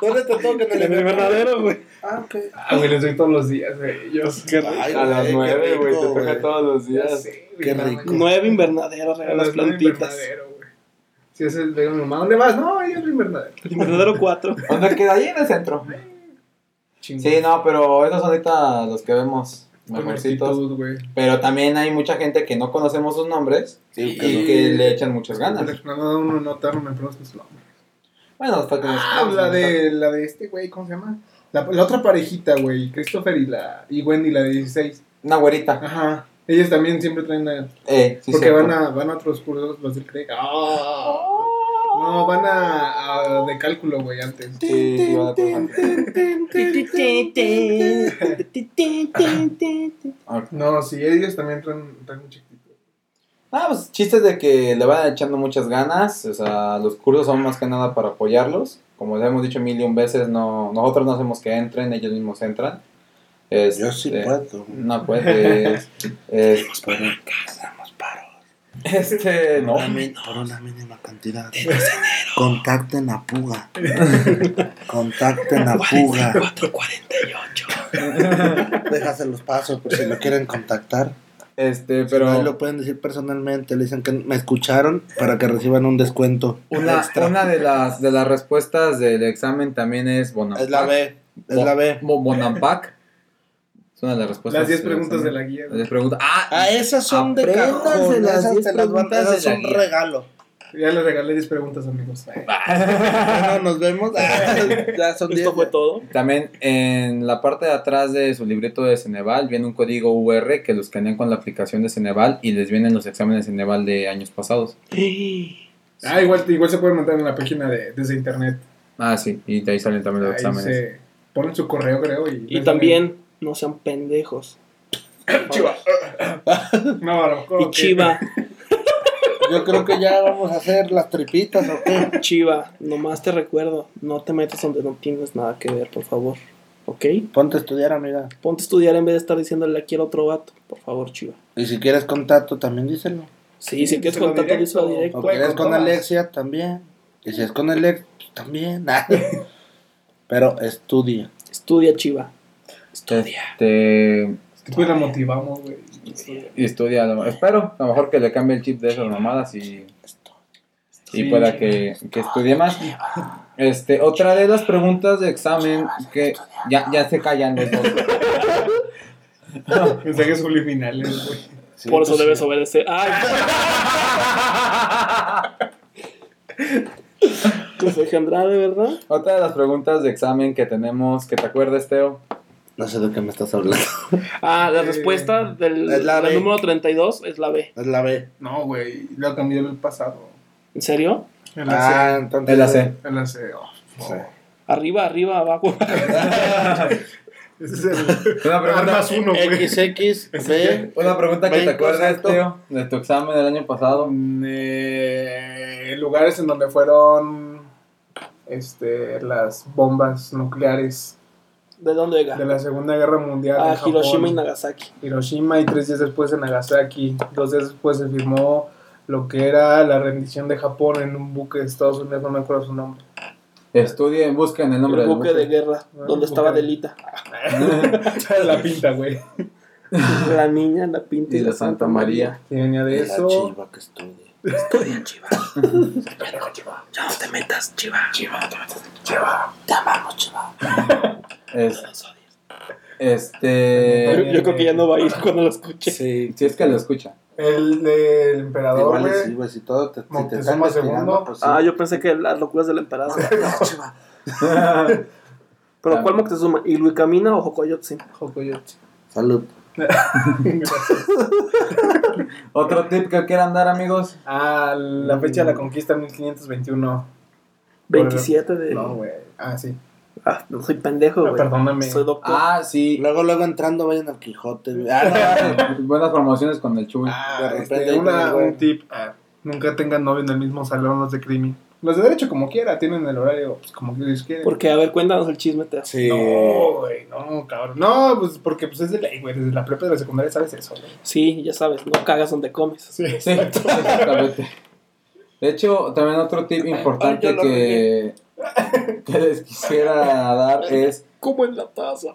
Speaker 3: ¿Dónde te toca?
Speaker 2: el invernadero, güey.
Speaker 3: Ah, ok.
Speaker 4: Ah, güey, les doy todos los días, güey. Yo sí.
Speaker 3: Ay,
Speaker 1: A las
Speaker 3: qué
Speaker 1: nueve, güey,
Speaker 3: rico,
Speaker 1: te toca todos los
Speaker 4: Ya
Speaker 1: días.
Speaker 4: sé,
Speaker 3: Qué
Speaker 4: güey,
Speaker 3: rico.
Speaker 4: no,
Speaker 2: Nueve invernaderos,
Speaker 4: güey. A
Speaker 2: las
Speaker 4: las nueve
Speaker 2: plantitas.
Speaker 4: invernadero, güey. Si es el de mi mamá, ¿dónde vas? No, yo el invernadero.
Speaker 2: El invernadero cuatro.
Speaker 1: ¿Dónde queda ahí en el centro?
Speaker 4: Chingón.
Speaker 1: Sí, no, pero esos son ahorita los que vemos
Speaker 4: Con
Speaker 1: mejorcitos.
Speaker 4: actitud, güey.
Speaker 1: Pero también hay mucha gente que no conocemos sus nombres
Speaker 3: Sí,
Speaker 1: y
Speaker 3: que no.
Speaker 1: que le echan muchas ganas.
Speaker 4: Este, Nada más uno no te no me pronuncia su nombre.
Speaker 1: Bueno, hasta que nos-
Speaker 4: Ah, la de, la de este güey, ¿cómo se llama? La, la otra parejita, güey, Christopher y la y Wendy, la de 16.
Speaker 1: Una güerita.
Speaker 4: Ajá. Ellas también siempre traen la...
Speaker 1: Eh, sí,
Speaker 4: porque
Speaker 1: cierto.
Speaker 4: van a, van a otros cursos, los del CREC. No, van a, a- de cálculo, güey, antes.
Speaker 1: Sí, sí, van a cruzar.
Speaker 4: No, sí, ellos también traen, traen un chiquito.
Speaker 1: Ah, pues chistes de que le van echando muchas ganas, o sea, los cursos son más que nada para apoyarlos. Como les hemos dicho mil y un veces, no, nosotros no hacemos que entren, ellos mismos entran. Este,
Speaker 3: Yo sí puedo.
Speaker 1: No puedes. es-
Speaker 3: Damos paro.
Speaker 1: este, no.
Speaker 3: Una mi- por una mínima cantidad. Contacten a Puga. Contacten a Puga.
Speaker 2: 448.
Speaker 3: Déjase los pasos por si lo quieren contactar.
Speaker 1: Este,
Speaker 3: Pero
Speaker 1: pero
Speaker 3: lo pueden decir personalmente. Le dicen que me escucharon para que reciban un descuento.
Speaker 1: una,
Speaker 3: extra.
Speaker 1: una de las de las respuestas del examen también es Bonampak.
Speaker 3: Es la B. Es la B.
Speaker 1: Bo- Bonampak. Es una de las respuestas.
Speaker 4: Las 10
Speaker 1: del
Speaker 4: preguntas de
Speaker 1: examen.
Speaker 4: la guía.
Speaker 1: Las
Speaker 4: güey.
Speaker 1: 10 preguntas. Ah,
Speaker 3: Ah, esas son de
Speaker 1: Apréndanse
Speaker 3: cajón.
Speaker 1: las
Speaker 3: Esas
Speaker 1: diez
Speaker 3: te las van
Speaker 1: preguntas de
Speaker 3: Esas
Speaker 1: la
Speaker 3: son
Speaker 1: guía.
Speaker 3: regalo.
Speaker 4: Ya les regalé 10 preguntas, amigos.
Speaker 3: Bueno, nos vemos. Ah, ya son 10.
Speaker 2: Esto fue todo.
Speaker 1: También en la parte de atrás de su libreto de Ceneval viene un código UR que los escanean con la aplicación de Ceneval y les vienen los exámenes de Ceneval de años pasados.
Speaker 4: Ah, igual, igual se pueden mandar en la página de, desde internet.
Speaker 1: Ah, sí, y de ahí salen también los
Speaker 4: Ahí
Speaker 1: exámenes.
Speaker 4: se ponen su correo, creo. Y,
Speaker 2: Y también, no sean pendejos.
Speaker 4: Chiva. No, a lo mejor.
Speaker 2: Y
Speaker 4: ok.
Speaker 2: Chiva,
Speaker 3: Yo creo que ya vamos a hacer las tripitas o qué.
Speaker 2: Chiva, nomás te recuerdo, no te metas donde no tienes nada que ver, por favor. ¿Ok?
Speaker 3: Ponte a estudiar, amiga.
Speaker 2: Ponte a estudiar en vez de estar diciéndole aquí al otro vato. Por favor, Chiva.
Speaker 3: Y si quieres contacto, también díselo.
Speaker 2: Sí, si quieres
Speaker 4: díselo
Speaker 2: contacto,
Speaker 4: directo.
Speaker 2: díselo directo.
Speaker 3: O
Speaker 4: Puede
Speaker 3: quieres
Speaker 4: con
Speaker 3: con
Speaker 4: todas.
Speaker 3: Alexia también. Y si es con el ex, pues, también. ah. Pero estudia.
Speaker 2: Estudia, Chiva. Estudia.
Speaker 1: Este,
Speaker 4: Pues la motivamos, güey.
Speaker 1: y estudia, a lo- espero, a lo mejor que le cambie el chip de esas mamadas y, y pueda que, que estudie más. Este, otra de las preguntas de examen que ya, ya se callan los dos.
Speaker 7: Mensajes subliminales, güey.
Speaker 3: Sí,
Speaker 8: Por eso
Speaker 3: pues,
Speaker 8: debes obedecer. Ay,
Speaker 2: Pues de Andrade, ¿verdad?
Speaker 1: Otra de las preguntas de examen que tenemos, que te acuerdas, Teo.
Speaker 3: No sé de qué me estás hablando.
Speaker 8: Ah, la
Speaker 7: Eh,
Speaker 8: respuesta del
Speaker 3: es la
Speaker 8: la
Speaker 3: B.
Speaker 8: número 32 es la B.
Speaker 3: Es la B.
Speaker 4: No, güey. Lo cambié del pasado.
Speaker 8: ¿En serio?
Speaker 4: El AC.
Speaker 3: Ah, entonces.
Speaker 1: Es la C.
Speaker 4: El AC. oh.
Speaker 3: Sí.
Speaker 8: Arriba, arriba, abajo.
Speaker 7: Ese es el
Speaker 1: Una pregunta,
Speaker 7: armas uno, güey.
Speaker 3: XX, B.
Speaker 1: una pregunta que te acuerdas,
Speaker 3: 20%.
Speaker 1: Teo, de tu examen del año pasado.
Speaker 4: Mm, eh, lugares en donde fueron este, las bombas nucleares
Speaker 2: ¿De dónde llega?
Speaker 4: de la Segunda Guerra Mundial. en
Speaker 2: Ah,
Speaker 4: Japón.
Speaker 2: Hiroshima y Nagasaki.
Speaker 4: Hiroshima y tres días después en Nagasaki. Dos días después se firmó lo que era la rendición de Japón en un buque de Estados Unidos, no me acuerdo su nombre.
Speaker 1: Estudien, busquen el nombre
Speaker 2: El
Speaker 1: del
Speaker 2: buque de guerra,
Speaker 4: Ah,
Speaker 2: donde estaba
Speaker 4: buque.
Speaker 2: Delita.
Speaker 4: la pinta, güey.
Speaker 2: La niña, la pinta
Speaker 1: y la Santa María.
Speaker 4: Sí, venía de
Speaker 3: Es la
Speaker 4: eso.
Speaker 3: chiva que estudia.
Speaker 2: Estudia, Chiva. Ya no te metas, Chiva. Chiva, te metas. Chiva. Te amamos, Chiva.
Speaker 1: Es-
Speaker 8: Yo,
Speaker 1: este.
Speaker 8: yo creo que ya no va a ir cuando lo escuche.
Speaker 1: Sí, si es que lo escucha.
Speaker 4: El del emperador,
Speaker 3: Igual y
Speaker 4: güey.
Speaker 3: sí, güey, si todo te, si te
Speaker 4: Moctezuma
Speaker 3: están investigando,
Speaker 4: segundo.
Speaker 3: pues sí.
Speaker 2: Ah, yo pensé que las locuras del emperador. Chiva.
Speaker 8: Ah.
Speaker 2: Pero ¿cuál Moctezuma? ¿Y Camina o Jocoyotsin?
Speaker 4: Jocoyote.
Speaker 3: Salud.
Speaker 1: Otro tip que quieran dar, amigos.
Speaker 4: Ah, la fecha de la conquista 1521.
Speaker 2: 27 de...
Speaker 4: No, güey. Ah, sí.
Speaker 2: Ah, no soy pendejo,
Speaker 4: Ah,
Speaker 2: güey.
Speaker 4: perdóname.
Speaker 2: Soy doctor.
Speaker 1: Ah, sí.
Speaker 3: Luego, luego entrando, vayan al Quijote. güey. Ah,
Speaker 1: Buenas promociones con el Chuy.
Speaker 4: Ah,
Speaker 3: De
Speaker 4: este,
Speaker 3: repente ahí
Speaker 4: una-
Speaker 3: con el güey.
Speaker 4: un tip. ah, nunca tengan novio en el mismo salón los de Crimi. Los de derecho como quiera, tienen el horario pues, como que ellos quieren.
Speaker 2: Porque, a ver, cuéntanos el chisme, Teo.
Speaker 3: no. Sí.
Speaker 4: No, güey, no, cabrón. No, pues porque pues es de ley, güey. Desde la prepa de la secundaria sabes eso, güey.
Speaker 2: Sí, ya sabes, no cagas donde comes.
Speaker 4: Sí,
Speaker 1: Sí, exactamente. De hecho, también otro tip importante
Speaker 8: Ay, yo lo
Speaker 1: que, que les quisiera dar es
Speaker 8: Como en la taza.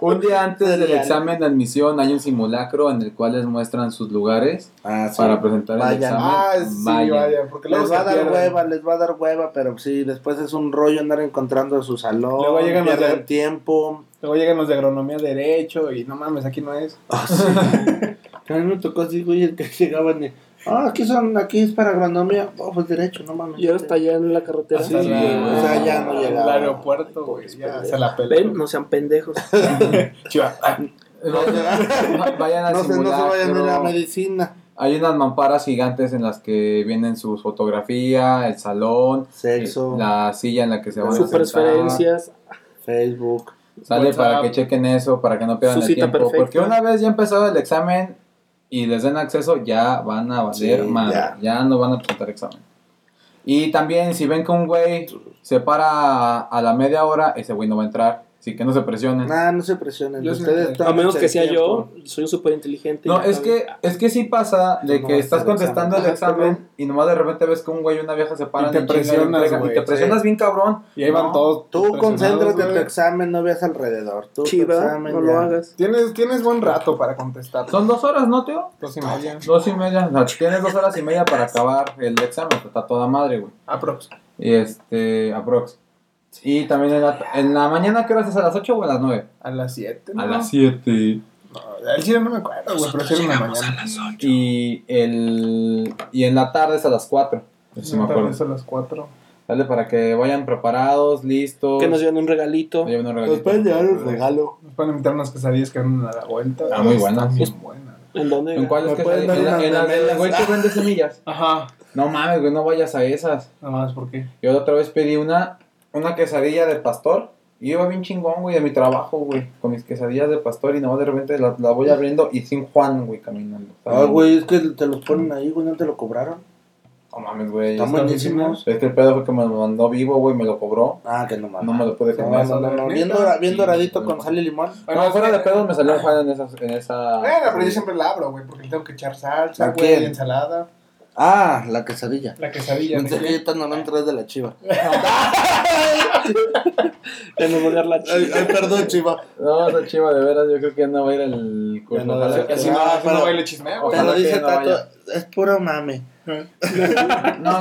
Speaker 1: un día antes del examen de admisión hay un simulacro en el cual les muestran sus lugares
Speaker 3: Ah, sí.
Speaker 1: para presentar el
Speaker 3: Vayan.
Speaker 1: examen.
Speaker 4: Ah, sí, vaya.
Speaker 1: Vayan.
Speaker 4: porque luego
Speaker 3: Les va a
Speaker 4: se
Speaker 3: dar
Speaker 4: pierden.
Speaker 3: hueva, les va a dar hueva, pero sí, después es un rollo andar encontrando su salón.
Speaker 4: Luego llegan los
Speaker 3: pierden
Speaker 4: de-
Speaker 3: tiempo.
Speaker 4: Luego llegan los de agronomía derecho y no mames, aquí no es.
Speaker 3: A mí me tocó así, güey, el que llegaban y. Ah, aquí son, aquí es para agronomía. Oh, pues derecho, no mames.
Speaker 2: Y ahora está allá en la
Speaker 8: Ah,
Speaker 2: carretera.
Speaker 4: Hasta
Speaker 1: Sí,
Speaker 4: la-
Speaker 1: güey, o sea,
Speaker 3: ya no
Speaker 4: Ah, El
Speaker 3: llegaba.
Speaker 4: aeropuerto, güey, ya se la
Speaker 2: Ven,
Speaker 4: peló.
Speaker 2: no sean pendejos.
Speaker 4: Chiva. Ah,
Speaker 1: Vayan, vayan al
Speaker 3: No se, no se
Speaker 1: simulacro.
Speaker 3: vayan a la medicina.
Speaker 1: Hay unas mamparas gigantes en las que vienen su fotografía, el salón,
Speaker 3: Sexo,
Speaker 1: la silla en la que se van a
Speaker 2: Sus
Speaker 1: sentar.
Speaker 2: preferencias.
Speaker 3: Facebook.
Speaker 1: Sale
Speaker 4: WhatsApp.
Speaker 1: para que chequen eso, para que no pierdan
Speaker 2: Su
Speaker 1: el
Speaker 2: cita
Speaker 1: tiempo.
Speaker 2: perfecta.
Speaker 1: Porque una vez ya empezado el examen y les den acceso, ya van a valer
Speaker 3: Sí,
Speaker 1: madre. Ya.
Speaker 3: ya.
Speaker 1: no van a presentar examen. Y también, si ven que un güey se para a, a la media hora, ese güey no va a entrar. Así que no se presionen.
Speaker 3: Nah, no se presionen.
Speaker 4: Yo sí
Speaker 3: Ustedes
Speaker 4: me-
Speaker 3: están
Speaker 2: A menos
Speaker 3: en
Speaker 2: que sea
Speaker 3: tiempo.
Speaker 2: yo, soy súper inteligente.
Speaker 1: No, es que, es que sí pasa de
Speaker 3: No,
Speaker 1: que estás
Speaker 3: está el
Speaker 1: contestando el
Speaker 4: examen.
Speaker 1: examen
Speaker 4: Ajá,
Speaker 1: y nomás de repente ves que un güey y una vieja se paran
Speaker 4: Y te
Speaker 1: en chinga
Speaker 4: presionas,
Speaker 1: entregan,
Speaker 4: güey,
Speaker 1: y te
Speaker 4: sí.
Speaker 1: presionas bien cabrón.
Speaker 4: Y ahí van
Speaker 1: No.
Speaker 4: todos.
Speaker 3: Tú concéntrate en tu
Speaker 4: güey.
Speaker 3: examen, no veas alrededor. Tú tu
Speaker 2: Chiva,
Speaker 3: examen,
Speaker 2: no lo
Speaker 3: ya.
Speaker 2: hagas.
Speaker 4: Tienes, tienes buen rato para contestar.
Speaker 1: Son dos horas, ¿no, Teo?
Speaker 4: dos y media.
Speaker 1: Dos y media. O sea, tienes dos horas y media para acabar el examen. Está toda madre, güey.
Speaker 4: Aprox.
Speaker 1: Y este, aprox. Y también en la, en la mañana, ¿qué horas es? ¿A las 8 o a las 9?
Speaker 4: A las 7.
Speaker 1: A las 7.
Speaker 4: Al chile no me acuerdo, güey, pero sí era en la mañana.
Speaker 1: Y, el, y en la tarde es a las 4. Eso sí me
Speaker 4: Tal vez
Speaker 1: acuerdo.
Speaker 4: a las 4.
Speaker 1: Dale para que vayan preparados, listos.
Speaker 2: Que nos lleven un regalito.
Speaker 1: Lleven un
Speaker 3: Nos
Speaker 1: regalito.
Speaker 3: pueden llevar un regalo.
Speaker 4: Nos pueden invitar unas quesadillas que andan a la vuelta.
Speaker 1: Ah, muy buenas.
Speaker 4: Están bien buenas.
Speaker 2: ¿En dónde?
Speaker 1: ¿En cuál es
Speaker 3: Me
Speaker 1: que
Speaker 3: pueden dar
Speaker 1: en la,
Speaker 3: unas
Speaker 1: en la del
Speaker 3: memelas.
Speaker 1: güey que vende semillas?
Speaker 4: Ajá.
Speaker 1: No mames, güey, no vayas a esas.
Speaker 4: Nada más, ¿por qué?
Speaker 1: Yo la otra vez pedí una, una quesadilla de pastor. Y iba bien chingón, güey, de mi trabajo, güey. Con mis quesadillas de pastor y nada más de repente la, la voy abriendo y sin Juan, güey, caminando.
Speaker 3: Ah, güey, es que te los ponen ahí, güey, no te lo cobraron.
Speaker 1: No mames, güey.
Speaker 3: Están
Speaker 1: es que-
Speaker 3: buenísimos.
Speaker 1: Es que el pedo fue que me lo mandó vivo, güey, me lo cobró.
Speaker 3: Ah, que no mames.
Speaker 1: No me lo pude
Speaker 3: No,
Speaker 1: comer.
Speaker 3: no, no, no. Bien, dora- bien doradito con sal y limón.
Speaker 1: No, fuera de pedo me salió un Juan en esa... En esa
Speaker 4: Bueno, pero yo siempre la abro, güey, porque le tengo que echar salsa,
Speaker 3: ¿A
Speaker 4: güey,
Speaker 3: quién?
Speaker 4: ensalada.
Speaker 3: Ah, la quesadilla.
Speaker 4: La quesadilla.
Speaker 3: Pensé que
Speaker 4: ¿no?
Speaker 3: ahorita no eran tres de la chiva.
Speaker 2: Ya nos va a dar la
Speaker 3: Ay,
Speaker 2: chica.
Speaker 3: ay, perdón, chiva.
Speaker 1: No, esa chiva de veras, yo creo que ya no va a ir al curso.
Speaker 3: Ya no va a
Speaker 1: ojalá
Speaker 3: ir al
Speaker 1: que
Speaker 4: Así
Speaker 3: curso.
Speaker 1: no.
Speaker 4: no, así
Speaker 3: pero-
Speaker 4: no baile chismea, güey.
Speaker 1: Ojalá
Speaker 3: Pero
Speaker 1: que
Speaker 3: dice
Speaker 1: no
Speaker 3: Tato,
Speaker 1: vaya.
Speaker 3: es puro mame.
Speaker 1: No,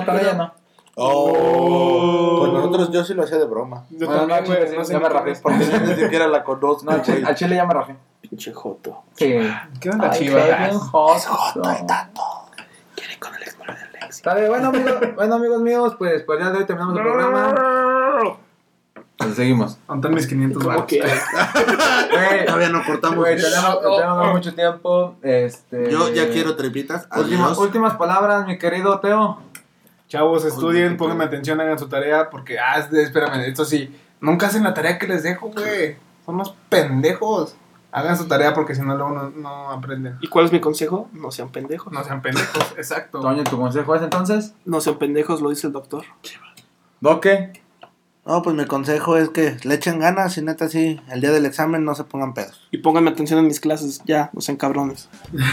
Speaker 1: con ella no.
Speaker 3: Oh. Pues nosotros yo sí lo hacía de broma.
Speaker 4: Yo
Speaker 1: Bueno,
Speaker 4: también,
Speaker 1: no,
Speaker 4: güey,
Speaker 1: chile,
Speaker 4: no
Speaker 1: sí,
Speaker 4: sé
Speaker 1: ya me
Speaker 4: qué-
Speaker 1: rajé.
Speaker 3: Porque yo ni siquiera la conozco.
Speaker 1: No, al chile, al chile ya me rajé.
Speaker 2: Pinche joto.
Speaker 1: Sí.
Speaker 4: ¿Qué onda,
Speaker 1: Ay,
Speaker 4: Chivas?
Speaker 1: qué bien joto.
Speaker 2: Quiere con el exmalo de Alexis.
Speaker 1: Está bien, bueno, amigos, bueno, amigos míos, pues por el día de hoy terminamos el programa. Pues seguimos.
Speaker 4: Anton mis 500
Speaker 9: ¿Cómo
Speaker 4: baros.
Speaker 9: que?
Speaker 1: Güey,
Speaker 3: Todavía no cortamos.
Speaker 1: güey, tenemos,
Speaker 2: Oh,
Speaker 1: tenemos mucho tiempo. Este,
Speaker 3: Yo ya quiero trepitas.
Speaker 1: Últimas,
Speaker 3: Adiós.
Speaker 1: últimas palabras, mi querido Teo.
Speaker 4: Chavos, estudien, pónganme atención, hagan su tarea, porque, ah, es de- espérame, esto sí, nunca hacen la tarea que les dejo, güey. Son unos pendejos. Hagan su tarea porque si no, luego no, no aprenden.
Speaker 2: ¿Y cuál es mi consejo? No sean pendejos.
Speaker 4: No sean pendejos, exacto.
Speaker 1: Toño, tu consejo es entonces.
Speaker 2: No sean pendejos, lo dice el doctor.
Speaker 1: Doque.
Speaker 3: No, pues mi consejo es que le echen ganas y neta sí, el día del examen no se pongan pedos.
Speaker 2: Y pónganme atención en mis clases, ya, no sean cabrones.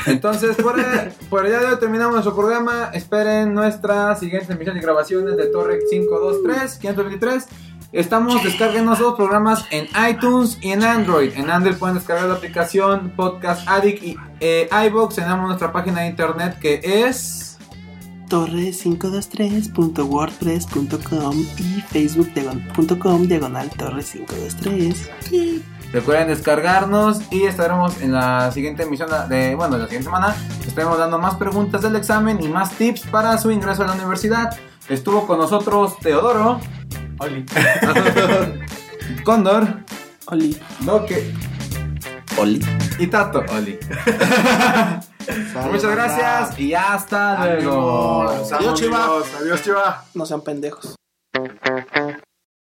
Speaker 1: Entonces, por el, por el día de hoy terminamos nuestro programa. Esperen nuestra siguiente emisión y grabaciones de Torre 523, 523. Estamos, descarguen los dos programas en iTunes y en Android. En Android pueden descargar la aplicación Podcast Addict y eh, iBox. Tenemos nuestra página de internet que es.
Speaker 2: Torre523.wordpress.com y facebook.com diagonal torre523.
Speaker 1: Recuerden descargarnos y estaremos en la siguiente emisión de, bueno, de la siguiente semana. Estaremos dando más preguntas del examen y más tips para su ingreso a la universidad. Estuvo con nosotros Teodoro,
Speaker 4: Oli.
Speaker 1: Cóndor,
Speaker 2: Oli.
Speaker 1: Loque
Speaker 3: Oli.
Speaker 1: y Tato. Oli. Muchas gracias y hasta luego.
Speaker 4: Adiós, Chiva. Adiós, Chiva.
Speaker 2: No sean pendejos.